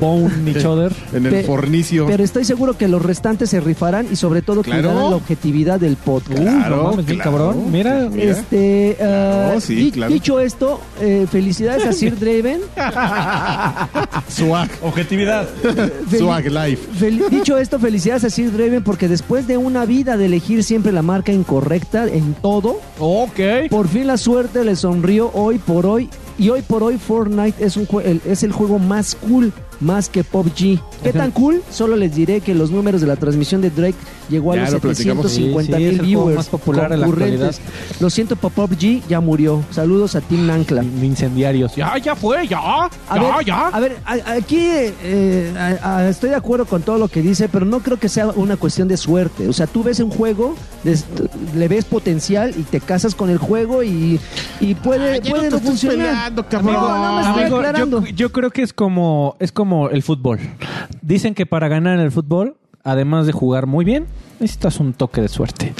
Bone each other.
en el
Pe-
fornicio.
Pero estoy seguro que los restantes se rifarán y sobre todo
Claro.
cuidarán la objetividad del podcast.
Claro,
uh, no mames, bien
claro.
cabrón. Mira,
Mira.
Este, ah,
Claro, sí,
di-
claro.
Dicho esto, eh, felicidades a Sir Draven.
Swag.
Objetividad.
Fel-
Swag Life.
Fel- dicho esto, felicidades a Sir Draven porque después de una vida de elegir siempre la marca incorrecta en todo,
Ok.
Por fin la suerte le sonrió hoy por hoy. Y hoy por hoy Fortnite es, un jue- el, es el juego más cool, más que PUBG. ¿Qué tan cool? Solo les diré que los números de la transmisión de Drake llegó a
Ya
los
lo platicamos.
750
Sí, sí,
mil
es el juego
viewers.
más popular en la
concurrentes. Lo siento, pa- PUBG ya murió. Saludos a Team Nancla.
Incendiarios. Ya, ya fue, ya.
A
ya,
ver,
ya.
a ver, a- aquí eh, a- a- estoy de acuerdo con todo lo que dice, pero no creo que sea una cuestión de suerte. O sea, tú ves un juego, des- le ves potencial y te casas con el juego y, y puede, puede no, funcionar. No, no me estoy
Amigo,
aclarando.
yo, yo creo que es como, es como el fútbol. Dicen que para ganar en el fútbol, además de jugar muy bien, necesitas un toque de suerte.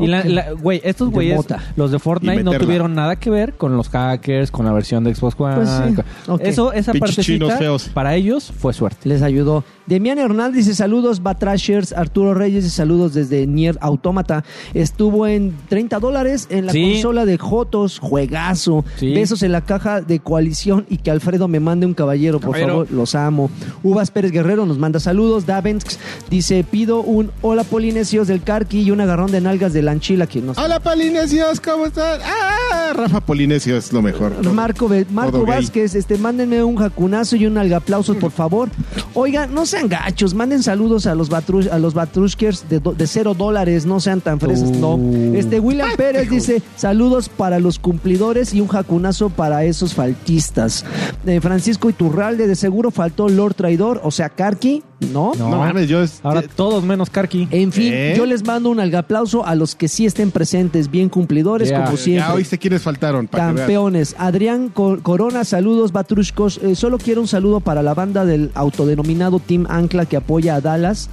Y la- la- güey, estos
De
güeyes,
mota.
los de Fortnite,
Y
no
meterla.
tuvieron nada que ver con los hackers, con la versión de Xbox One.
Pues sí.
con-
Ok.
Eso, esa
Pinches chinos
partecita,
feos.
para ellos fue suerte.
Les ayudó. Demian Hernández dice saludos, Batrashers, Arturo Reyes y saludos desde Nier Automata. Estuvo en 30 dólares en la
Sí.
consola de Jotos, juegazo.
Sí.
Besos en la caja de coalición y que Alfredo me mande un caballero, por
Caballero.
favor, los amo. Uvas Pérez Guerrero nos manda saludos. Davens dice, pido un hola Polines palinesios del Carqui y un agarrón de nalgas del Anchila, que no sé.
Hola, Polinesios, ¿cómo están? Ah, Rafa Polinesio es lo mejor.
Marco, Be- Marco
Modo gay.
Vázquez, este, mándenme un jacunazo y un algaplauso, por favor. Oigan, no sean gachos, manden saludos a los batrush, a los batrushkers de, do- de cero dólares, no sean tan fresas, no. Este, William Pérez dice, saludos para los cumplidores y un jacunazo para esos faltistas. Eh, Francisco Iturralde, de seguro faltó Lord Traidor, o sea, Karki, ¿no?
No mames, yo.
Ahora todos menos Karki.
En fin,
¿Eh?
yo les mando un algaplauso a los que sí estén presentes, bien cumplidores,
Ya.
como siempre.
Ya oíste quiénes faltaron. Para que veas.
Campeones, Adrián Co- Corona, saludos Batrushcos. Eh, solo quiero un saludo para la banda del autodenominado Team Ancla que apoya a Dallas,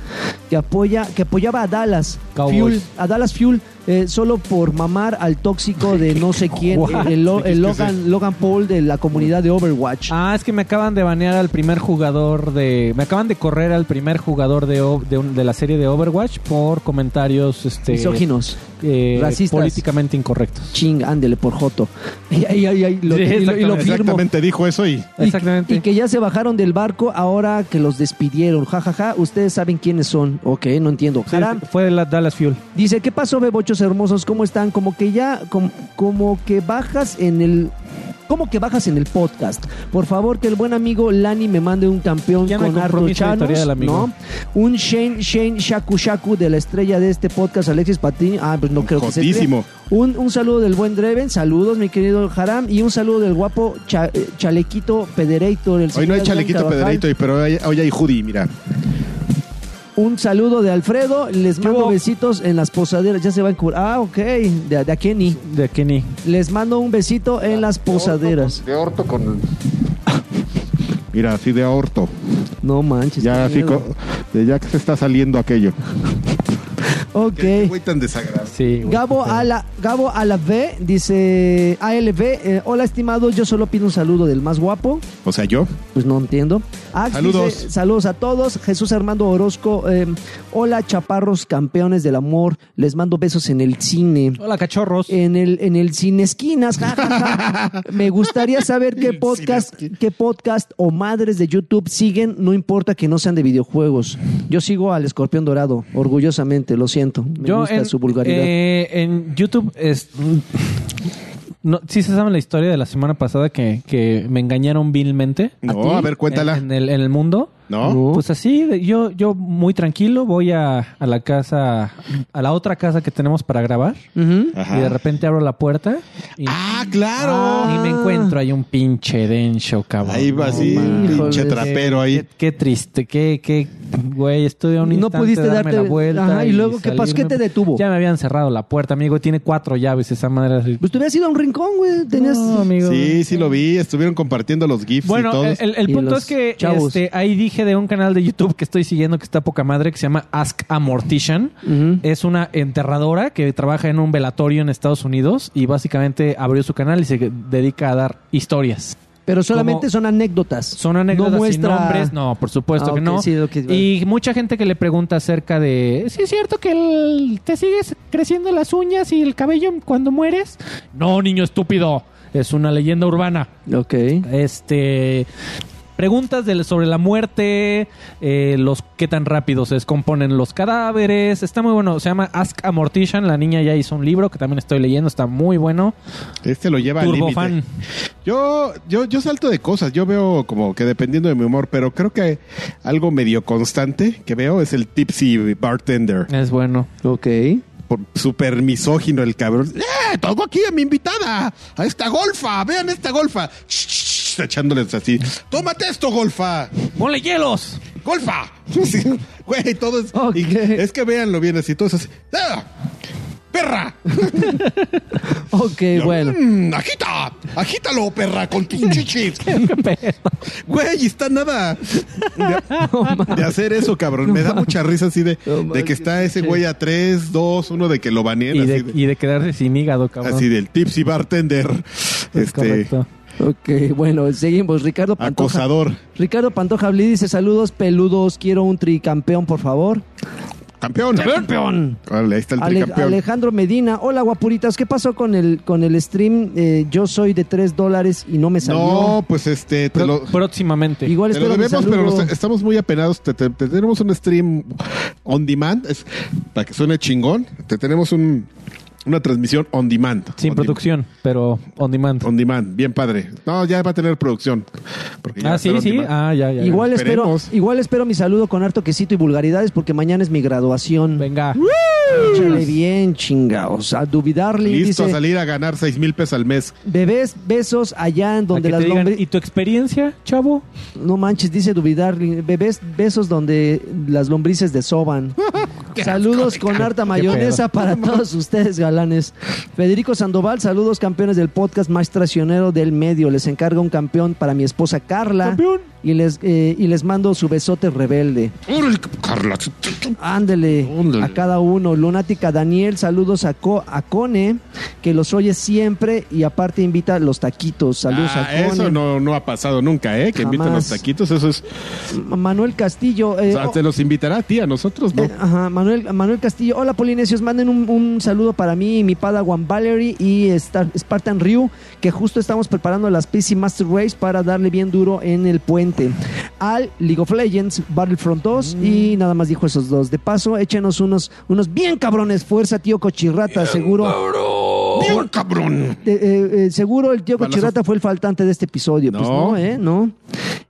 que apoya, que apoyaba a Dallas
Cowboys.
Fuel, a Dallas Fuel, eh, solo por mamar al tóxico de no sé quién, el, el- el Logan, Logan Paul de la comunidad de Overwatch.
Ah, es que me acaban de banear al primer jugador de. Me acaban de correr al primer jugador de, O- de, un- de la serie de Overwatch por comentarios este,
Misóginos.
eh,
racistas.
políticamente incorrectos.
Ching, ándele por Joto. Y, ahí- ahí- ahí lo-
Sí,
y lo- y lo firmo.
Exactamente, dijo eso y.
Y-
Exactamente.
Y que ya se bajaron del barco ahora que los despidieron. Ja, ja, ja. Ustedes saben quiénes son. Ok, no entiendo.
Sí,
Haram
fue de la Dallas Fuel.
dice, ¿qué pasó, bebochos hermosos? ¿Cómo están? Como que ya, com- como que bajas en el... ¿Cómo que bajas en el podcast? Por favor, que el buen amigo Lani me mande un campeón
Ya no hay
con Arthur
compromiso editorial,
Chanos,
amigo.
¿no? Un Shane, Shane Shaku Shaku de la estrella de este podcast, Alexis Patini. Ah, pues no creo que se escriba.
Jotísimo.
Un, un saludo del buen Dreven, saludos mi querido Haram, y un saludo del guapo cha- eh, Chalequito Pedereito. del
Hoy no
señor
hay
Adrián
chalequito
Carvajal.
pederito, pero hoy, hoy hay hoodie, mira.
Un saludo de Alfredo, les mando
hubo?
besitos en las posaderas, ya se va a encurar. Ah, ok, de, de a Kenny.
De Kenny.
Les mando un besito en las posaderas.
De orto con.
Mira, así de aorto.
No manches.
Ya
qué
así
miedo.
co- de ya que se está saliendo aquello. Qué
Ok.
güey tan desagradable.
Sí. güey.
Gabo a la Gabo a la B dice ALB, eh, hola estimado, yo solo pido un saludo del más guapo,
O sea, yo.
pues no entiendo. Ax
Saludos.
dice, saludos a todos. Jesús Armando Orozco, eh, hola chaparros campeones del amor, les mando besos en el cine.
Hola, cachorros.
En el, en el Sin Esquinas. ja, ja, ja. Me gustaría saber qué podcast, qué podcast o madres de YouTube siguen, no importa que no sean de videojuegos. Yo sigo al Escorpión Dorado, orgullosamente, lo siento. Me gusta su vulgaridad.
eh, en YouTube es. No, sí se saben la historia de la semana pasada que, que me engañaron vilmente.
No, a, ver, cuéntala.
En, en el, en el mundo.
No.
Pues así, de- yo, yo muy tranquilo voy a, a la casa, a la otra casa que tenemos para grabar.
Ujú.
Ajá.
Y de repente abro la puerta. Y,
Ah, claro.
y me encuentro ahí un pinche denso, cabrón.
ahí va
No
así,
mames.
pinche
Híjole.
trapero ahí.
Qué, qué triste, qué, qué, güey, estuve a un
No
instante
pudiste
de darme
darte-
la vuelta.
Ajá, ¿y luego qué pasó?
salirme.
¿Qué te detuvo?
Ya me habían cerrado la puerta, amigo. Tiene cuatro llaves esa madre. así.
Pues te hubieras ido a un rincón, güey. Tenías.
No, amigo. eh.
Sí, sí lo vi. Estuvieron compartiendo los GIFs y
Bueno,
todo.
el, el- el
Y
punto
los
es que
chavos.
este, ahí dije de un canal de YouTube que estoy siguiendo que está poca madre, que se llama Ask a Mortician.
Ujú.
Es una enterradora que trabaja en un velatorio en Estados Unidos y básicamente abrió su canal y se dedica a dar historias.
Pero solamente
como-
son anécdotas.
Son anécdotas
no
sin
muestra...
nombres. No, por supuesto
Ah,
que
ok,
no.
sí, lo que-
Y mucha gente que le pregunta acerca de... ¿Sí es cierto que el- te sigues creciendo las uñas y el cabello cuando mueres? No, niño estúpido. Es una leyenda urbana.
Ok.
Este... Preguntas de- sobre la muerte, eh, los qué tan rápido se descomponen los cadáveres. Está muy bueno. Se llama Ask a Mortician. La niña ya hizo un libro que también estoy leyendo. Está muy bueno.
Este lo lleva al límite.
Turbofan.
Yo, yo, yo salto de cosas. Yo veo como que dependiendo de mi humor, pero creo que algo medio constante que veo es el tipsy bartender.
Es bueno.
Ok.
Por- Súper misógino el cabrón. ¡Eh! Tengo aquí a mi invitada, a esta golfa. Vean esta golfa. Shh, shh, shh, Echándoles así. Tómate esto, golfa.
¡Ponle hielos!
¡Golfa! Sí, Güey, todo es.
Ok.
y- es que véanlo bien así, todo es así. ¡Ah! ¡Perra!
Ok, bueno.
Mm, ¡Agita! ¡Agítalo, perra! ¡Con tus chichis! Güey, está nada de, de hacer eso, cabrón. Me da mucha risa así de, de que está ese güey a 3, 2, 1 de que lo baneen.
Y
Así,
de,
de-
y de quedarse sin hígado, cabrón.
así del tipsy bartender.
Es
Este.
correcto.
Ok, bueno, seguimos. Ricardo Pantoja.
Acosador.
Ricardo Pantoja Blí dice saludos peludos, quiero un tricampeón, por favor.
¡Campeón!
¡Campeón!
Órale, ahí está el
Ale-
tricampeón.
Alejandro Medina, hola guapuritas, ¿qué pasó con el con el stream? Eh, yo soy de 3 dólares y no me salió.
No, pues este, te lo,
Próximamente.
Igual
te lo
espero mi
debemos, pero
saludo.
nos- estamos muy apenados. Te, te- te tenemos un stream on demand, es, para que suene chingón. Te tenemos un, una transmisión on demand.
Sin
On
producción, pero on demand.
de- On demand, bien padre. No, ya va a tener producción. porque ya va
ah,
a ser
sí,
on
sí.
demand.
Ah, ya, ya. ya.
Igual espero,
Esperemos.
igual espero mi saludo con harto quesito y vulgaridades porque mañana es mi graduación.
Venga.
Échale bien, chingaos. A dubidarle
Listo a
dice,
salir a ganar seis mil pesos al mes.
bebés, besos allá en
A
donde
que
las
te digan,
lombrices...
¿Y tu experiencia, chavo?
No manches, dice Dubidarling. Bebés, besos donde las lombrices desoban. saludos con harta mayonesa para todos ustedes, galanes. Federico Sandoval, saludos campeones del podcast más traicionero del medio. Les encargo un campeón para mi esposa Carla. Y les, eh, y les mando su besote rebelde.
Órale, Carla.
Ándele
Ándele.
a cada uno. Lunática Daniel, saludos a, Co- a Cone, que los oye siempre y aparte invita los taquitos. Saludos
Ah,
a Cone.
eso no, no ha pasado nunca, ¿eh? Que invitan
Jamás.
los taquitos. Eso es.
Manuel Castillo. eh,
o sea,
oh,
te los invitará a ti, a nosotros, ¿no?
Eh, ajá, Manuel, Manuel Castillo. Hola, Polinesios. Manden un, un saludo para mí y mi padawan Valerie y Star- Spartan Ryu, que justo estamos preparando las PC Master Race para darle bien duro en el puente. Al League of Legends, Battlefront 2 y nada más dijo esos dos. De paso, échenos unos, unos bien cabrones. Fuerza, tío Cochirrata, seguro.
¡Bien, cabrón!
Eh, eh, eh, seguro el tío
Balazo.
Cochirrata fue el faltante de este episodio. Pues
No.
no, ¿eh? No.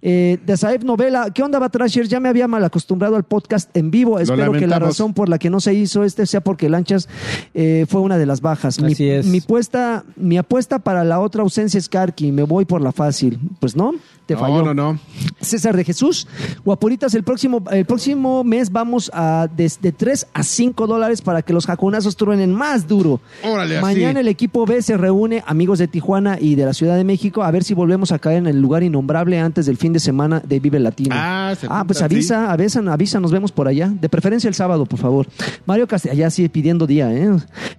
Eh, de Saeb Novela, ¿qué onda, Batrasher? Ya me había mal acostumbrado al podcast en vivo. Espero que la
lamentamos.
razón por la que no se hizo este sea porque Lanchas eh, fue una de las bajas. Mi,
Así es.
mi puesta- mi apuesta para la otra ausencia es Karki. Me voy por la fácil. Pues no, te
no,
falló.
no, no.
César de Jesús. Guapuritas, el próximo, el próximo mes vamos a desde 3 a 5 dólares para que los jacunazos truenen más duro.
Órale, así.
Mañana el equipo B se reúne, amigos de Tijuana y de la Ciudad de México, a ver si volvemos a caer en el lugar innombrable antes del fin de semana de Vive Latino.
Ah, se juntan,
pues
sí.
avisa, avisa, avisa, nos vemos por allá. De preferencia el sábado, por favor. Mario Castellanos, ya sigue pidiendo día, ¿eh?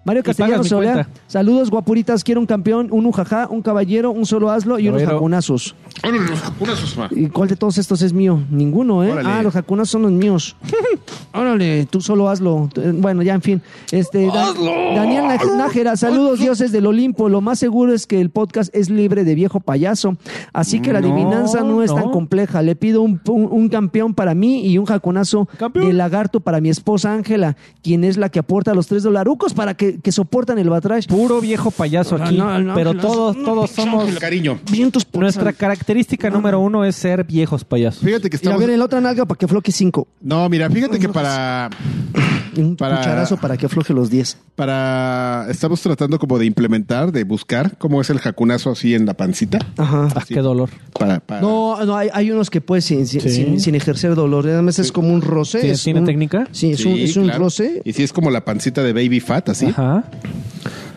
Mario Castellanos
pagas mi
Solea,
cuenta.
saludos, guapuritas, quiero un campeón, un ujajá, un caballero, un solo aslo y unos
Caballero.
jacunazos.
Órale, los jacunas, Osma.
¿Y cuál de todos estos es mío? Ninguno, ¿eh?
Órale.
Ah, los jacunas son los míos. Órale, tú solo hazlo. Tú- eh, Bueno, ya, en fin. Este, Dan- Daniel Naj- Nájera, saludos dioses del Olimpo. Lo más seguro es que el podcast es libre de viejo payaso. Así que la
No,
adivinanza no es tan
no.
compleja. Le pido un, un- un campeón para mí y un jacunazo
Campeón.
de lagarto para mi esposa Ángela, quien es la que aporta los tres dolarucos para que, que soportan el batrash.
Puro viejo payaso
No,
aquí.
Ah, no, no,
pero
no,
todos,
no,
todos
no,
somos.
Cariño.
Vientos por
Nuestra característica número uno es ser viejos payasos.
Fíjate que
Y a
estamos.
ver, en la otra nalga para que floque cinco.
No, mira, fíjate que para.
Y un
Para-
cucharazo para que afloje los 10.
para Estamos tratando como de implementar, de buscar cómo es el jacunazo así en la pancita.
Ajá.
Ah, qué dolor.
Para, para-
No, no hay, hay unos que pues sin, sin, sin- sin ejercer dolor. Además es como un roce.
¿Tiene-
es
tiene
un-
técnica?
Sí, es
Sí,
un, es un
claro.
roce.
Y si es como la pancita de baby fat, así.
Ajá.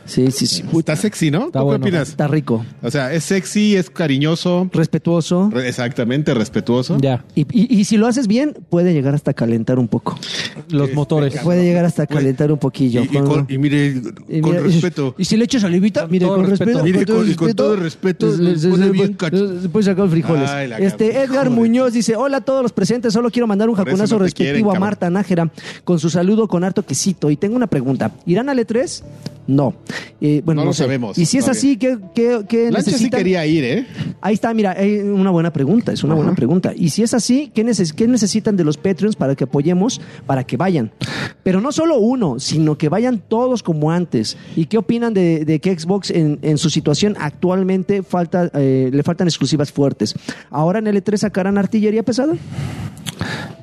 Sí, sí, sí.
Está sexy, ¿no?
Está
¿Tú
bueno.
qué opinas?
Está rico,
O sea, es sexy, es cariñoso,
respetuoso.
re- exactamente respetuoso.
Ya.
Y, y- y si lo haces bien, puede llegar hasta calentar un poco.
Los
Este,
motores.
Puede llegar hasta calentar un
Y,
poquillo.
y con- y mire,
Y
con
mira, y-
respeto.
Y si le echas olivita, mire,
todo
con
respeto.
respeto.
Mire, con- y
respeto,
con todo respeto,
les-
le
les-
pone
les-
bien cach-
les- les puedes sacar los frijoles.
Ay, la
este,
cabrón.
Edgar Muñoz dice: Hola a todos los presentes, solo quiero mandar un
Por eso
jacunazo
no te
respectivo
quieren,
a
cabrón.
Marta Nájera con su saludo con harto quesito. Y tengo una pregunta: ¿irán al E3? No. Eh, bueno,
No lo
sé.
sabemos
Y si es
todavía.
así, ¿qué, qué, qué
Lancha sí
necesitan?
quería ir, ¿eh?
Ahí está, mira, es una buena pregunta, es una buena pregunta. Y si es así, ¿qué, neces- qué necesitan de los Patreons para que apoyemos, para que vayan? Pero no solo uno, sino que vayan todos como antes. ¿Y qué opinan de, de que Xbox en, en su situación actualmente falta, eh, le faltan exclusivas fuertes? ¿Ahora en L3 sacarán artillería pesada?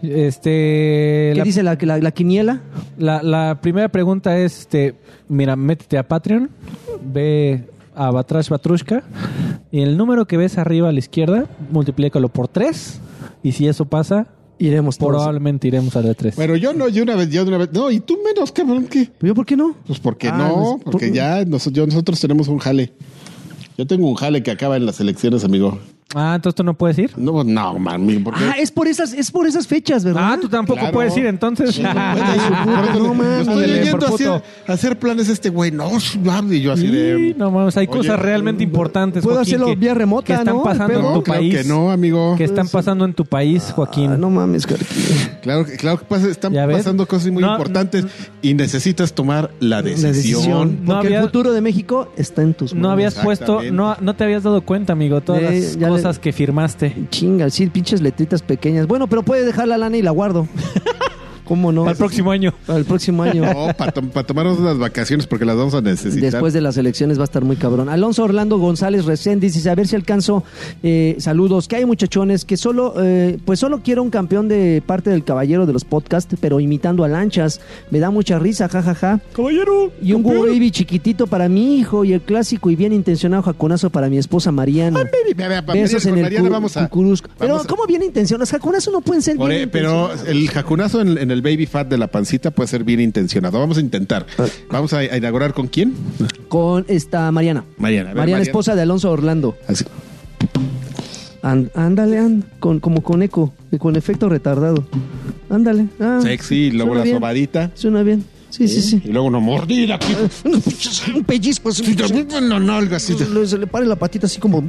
Este.
¿Qué
Eh, la-
dice la, la, la quiniela?
La, la primera pregunta es, este, mira, métete a Patreon, ve a Batrash Batrushka y el número que ves arriba a la izquierda, multiplícalo por 3 y si eso pasa,
Iremos todos.
probablemente iremos a la 3.
Bueno, yo no, yo una vez, yo una vez. No, y tú menos, cabrón, que.
¿Yo por qué no?
Pues porque
Ah,
no,
pues,
porque
por-
ya nos- yo- nosotros tenemos un jale. Yo tengo un jale que acaba en las elecciones, amigo.
Ah, entonces tú no puedes ir.
No, no, mami, porque.
Ah, es por esas, es por esas fechas, ¿verdad?
Ah, tú tampoco
Claro.
puedes ir entonces.
no
mames.
Estoy
Ándale,
leyendo
por
hacer,
puto.
hacer planes este güey. No, su- y yo así
Sí,
de.
no mames, hay
Oye,
cosas realmente importantes.
puedo
Joaquín,
hacerlo
que-
vía remota,
que están
¿no?
pasando
El
en
pedo.
tu
claro
país.
que no, amigo.
Que están pasando en tu país, Joaquín.
Ah, no mames, Carqui.
Claro, que- claro que pasa- están
¿Ya ves?
pasando cosas muy
No,
importantes y necesitas tomar la decisión.
La decisión. Porque
No había-
el futuro de México está en tus manos.
No habías puesto,
Exactamente.
no, no te habías dado cuenta, amigo, todas
Eh,
las
ya le-
cosas que firmaste.
Chinga, sí, pinches letritas pequeñas. Bueno, pero puede dejar la lana y la guardo. ¿Cómo no?
Para el próximo año.
Para el próximo año.
No, para tomarnos las vacaciones porque las vamos a necesitar.
Después de las elecciones va a estar muy cabrón. Alonso Orlando González Recén dice, a ver si alcanzo eh, saludos. Que hay muchachones que solo, eh, pues solo quiero un campeón de parte del caballero de los podcasts, pero imitando a lanchas. Me da mucha risa, jajaja.
Caballero.
Y un Google Baby chiquitito para mi hijo y el clásico y bien intencionado jaconazo para mi esposa Mariana.
Baby, ve, ve, ve,
Besos
con
en el
Mariana
cu-
vamos a-
cucuruzco. Pero,
vamos a-
¿cómo bien intencionado? Los jaconazos no pueden ser
Por-
bien
eh, pero
intencionados.
el jacunazo en, en el baby fat de la pancita puede ser bien intencionado. Vamos a intentar.
Ah.
Vamos a, a inaugurar con quién?
Con esta Mariana.
eh, Mariana. A ver,
Mariana, esposa de Alonso Orlando.
Así.
And- ándale, and, con, como con eco, y con efecto retardado. Ándale. ah,
Sexy, y luego
suena
la
bien,
sobadita.
Suena bien. Sí, sí, sí. Ah.
Y luego una mordida aquí.
Un pellizco. así,
Y ¿Eh? también con la nalga así de-
le- se le pare la patita así como,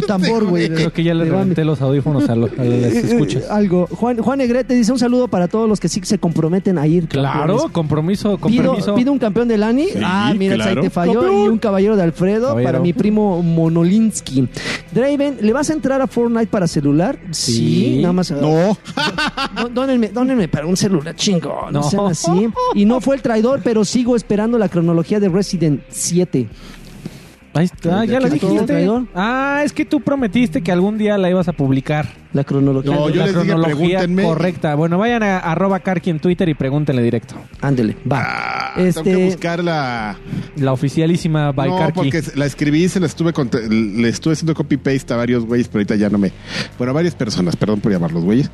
tambor, güey.
Creo que ya le
Le va a
reventé los audífonos a, los a las escuchas.
Algo. Juan, Juan Negrete dice un saludo para todos los que sí se comprometen a ir.
Claro,
campeones.
compromiso,
Pido,
compromiso.
pido un campeón de Lani.
Sí,
ah, mira,
claro.
ahí te falló. Y un caballero de Alfredo
Caballero.
para mi primo Monolinsky. Draven, ¿le vas a entrar a Fortnite para celular? Sí,
Sí.
nada más.
No,
Dó- Dónenme, dónenme para un celular chingo. No,
No.
sean así. Y no fue el traidor, pero sigo esperando la cronología de Resident 7.
Ahí está, ya la
Aquí está,
dijiste.
traidor.
Ah, es que tú prometiste que algún día la ibas a publicar.
La cronología.
No,
de-
yo
la
les dije,
cronología
pregúntenme.
Correcta. Bueno, vayan a arroba Karki en Twitter y pregúntenle directo.
Ándele, va.
Ah,
Este-
tengo que buscar la.
La oficialísima by
No,
Karki.
porque la escribí, se la estuve cont- le estuve haciendo copy paste a varios güeyes, pero ahorita ya no me. Bueno, a varias personas, perdón por llamarlos güeyes.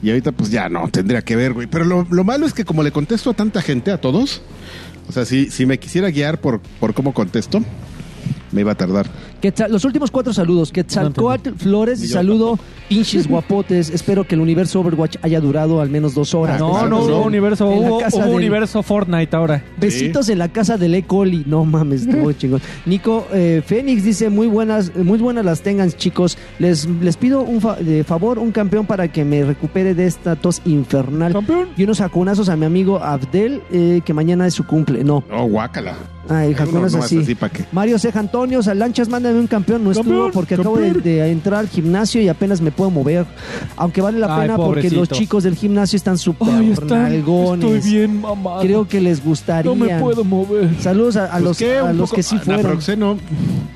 Y ahorita pues ya no, tendría que ver, güey. Pero lo, lo malo es que como le contesto a tanta gente, a todos, o sea, si, si me quisiera guiar por, por cómo contesto, me iba a tardar.
Quetzal- los últimos cuatro saludos. Quetzalcoatl Flores,
Ni yo
saludo. Pinches guapotes. Espero que el universo Overwatch haya durado al menos dos horas.
Ah, No, no
Exacto.
hubo universo,
En la
hubo,
casa
hubo
del-
universo Fortnite ahora.
Besitos en la casa del E. coli. No mames, estuvo chingón. Nico eh, Fénix dice, muy buenas, eh, muy buenas las tengan, chicos. Les, les pido un fa- de favor, un campeón para que me recupere de esta tos infernal.
Campeón.
Y unos jacunazos a mi amigo Abdel, eh, que mañana es su cumple. No, Ah,
No, guácala.
ay, jacunas
Uno nomás
así.
¿pa' qué?
Mario Ceja Antonio, Salanchas, mándame un campeón. No estuvo
Campeón,
porque acabo de,
campeón.
de entrar al gimnasio y apenas me puedo mover. Aunque vale la
Ay,
pena porque los
pobrecito.
chicos del gimnasio están súper nalgones.
bien, mamá.
Creo que les gustaría.
mover.
Saludos a, a
Pues,
los,
¿qué?
a
Un
los
poco-
que sí fueron.
Naproxeno,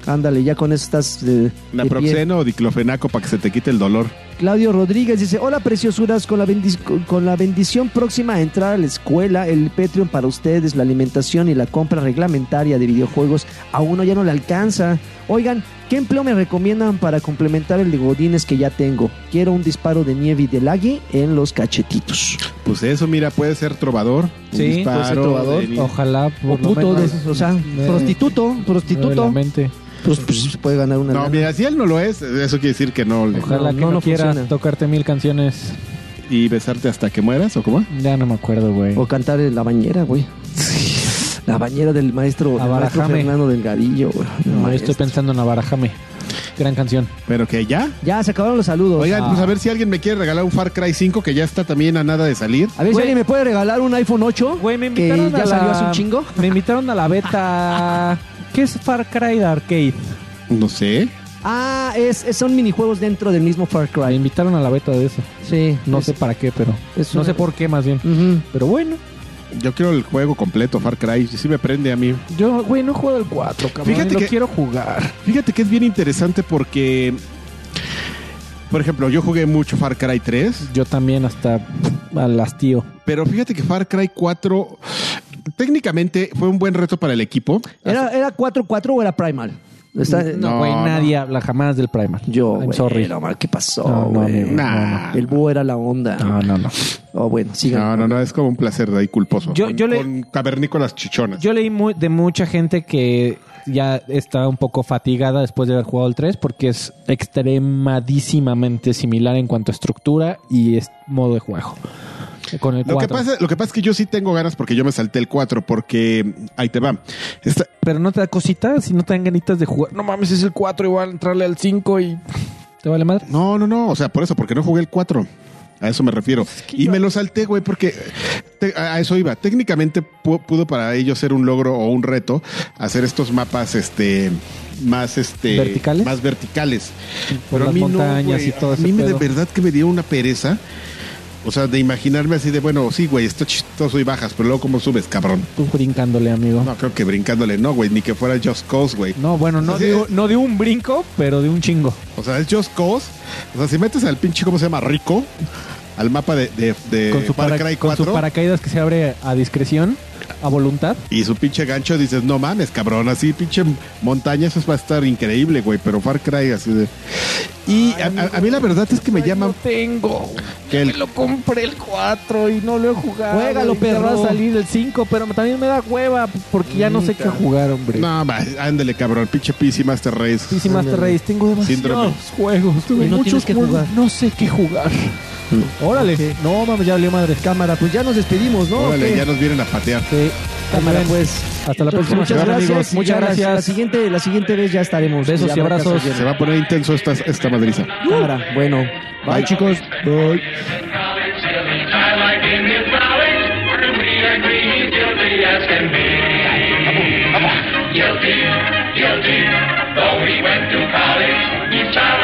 Ándale, ya con eso estás. eh, de pie.
naproxeno o diclofenaco para que se te quite el dolor.
Claudio Rodríguez dice: Hola, preciosuras. Con la, bendic- con la bendición próxima a entrar a la escuela, el Patreon para ustedes, la alimentación y la compra reglamentaria de videojuegos a uno ya no le alcanza. Oigan, ¿qué empleo me recomiendan para complementar el de Godines que ya tengo? Quiero un disparo de nieve y de lagui en los cachetitos.
Pues eso, mira, puede ser trovador. un
Sí, puede ser
disparo,
trovador.
de-
Ojalá
O
por lo
puto,
menos
de esos, o sea,
me-
prostituto,
me duele la
prostituto.
mente.
eh, Pues, pues, se puede ganar una.
No,
lana.
mira, si él no lo es, eso quiere decir que no. le-
Ojalá
No,
que
no,
no,
no
quieras
funciona.
tocarte mil canciones.
¿Y besarte hasta que mueras o cómo?
Ya no me acuerdo, güey.
O cantar en la bañera, güey. La bañera del maestro, del maestro
Abarajame.
Fernando Delgadillo, güey.
No, yo
Maestro.
estoy pensando en Abarajame. Gran canción.
Pero que ya.
Ya, se acabaron los saludos.
Oigan,
Ah.
pues a ver si alguien me quiere regalar un Far Cry 5 que ya está también a nada de salir.
a ver si
güey.
alguien me puede regalar un iPhone 8.
Güey, me
que
invitaron
ya
a la...
salió hace un chingo.
Me invitaron a la beta... ¿Qué es Far Cry de Arcade?
No sé.
Ah, es, es- son minijuegos dentro del mismo Far
Me
Cry.
invitaron a la beta de eso.
Sí.
No
es-
sé para qué, pero...
es
No
una-
sé por qué, más bien.
Ujú.
Pero bueno,
Yo quiero el juego completo, Far Cry. Sí me prende a mí.
yo, güey, no juego el 4, cabrón.
Fíjate
Fíjate lo
que-
quiero jugar.
Fíjate que es bien interesante porque. Por ejemplo, yo jugué mucho Far Cry 3,
Yo también hasta al hastío.
pero fíjate que Far Cry 4 técnicamente fue un buen reto para el equipo.
¿Era, ¿Era 4-4 o era Primal? Está-
Ah, Mm, No, güey, nadie habla jamás del Primal.
Yo,
I'm
güey.
sorry.
no, man, ¿qué pasó,
No, no,
güey?
amigo, no,
Nah.
El búho era la onda.
No, no, no.
Oh, bueno, sigan.
No, no, no, es como un placer de ahí culposo.
Yo-
con,
yo le-
con cavernícolas chichonas.
Yo leí mu- de mucha gente que ya está un poco fatigada después de haber jugado el 3 porque es extremadísimamente similar en cuanto a estructura y es modo de juego. Con el
lo, que
4.
pasa, lo que pasa es que yo sí tengo ganas porque yo me salté el 4 porque mm, ahí te va. Esta-
Pero no te da cositas y no te dan ganitas de jugar. No mames, es el 4 igual entrarle al 5 y te vale madre.
no, no, no, o sea, por eso, porque no jugué el 4. A eso me refiero. y me lo salté, güey, porque te- a a eso iba. Técnicamente pu- pudo para ellos ser un logro o un reto hacer estos mapas este más este
¿Verticales?
más verticales.
Por
Pero a
las
mí no,
montañas
güey.
y todo
A
ese
mí me- de
pedo.
verdad que me dio una pereza. O sea, de imaginarme así de, bueno, sí, güey, está chistoso y bajas, pero luego cómo subes, cabrón.
Tú brincándole, amigo. No,
No, creo que brincándole, no, güey, ni que fuera Just Cause, güey.
bueno, no
Así
de,
es.
no de un brinco, pero de un chingo.
O sea, es Just Cause. O sea, si metes al pinche, ¿cómo se llama? Rico, al mapa de, de, de
con, su
Eh, Far
para-
Cry
con su
4,
paracaídas que se abre a discreción, a voluntad.
y su pinche gancho, dices, no mames, cabrón, así pinche montaña, eso va a estar increíble, güey, pero Far Cry así de... Y a, a- a mí la verdad es que me llama...
tengo.
Que el-
lo compré el 4 y no lo he jugado.
Juégalo,
Y ya
perro.
va a salir el 5, pero también me da hueva porque ya no sé qué jugar, hombre.
No, va, ándele, cabrón, pinche PC Master Race.
PC Master Race, tengo
Síndrome.
demasiados juegos. Tuve
Y no tienes
muchos
que
juegos,
jugar.
No sé qué jugar.
Mm.
Órale. No, mames, ya hablé madre.
Cámara, pues ya nos despedimos, ¿no?
Órale,
¿O qué?
ya nos vienen a patear.
Sí.
Cámara,
Ven.
pues.
Hasta la próxima.
Muchas gracias. y
Muchas
ya la- La,
gracias.
siguiente, la siguiente vez ya estaremos.
Besos
Ya
y
habrá
abrazos.
caso lleno.
Se va a poner intenso esta, esta madriza.
Cámara, bueno. Bye,
Bye.
chicos.
Guilty, guilty, though we went to college, each other.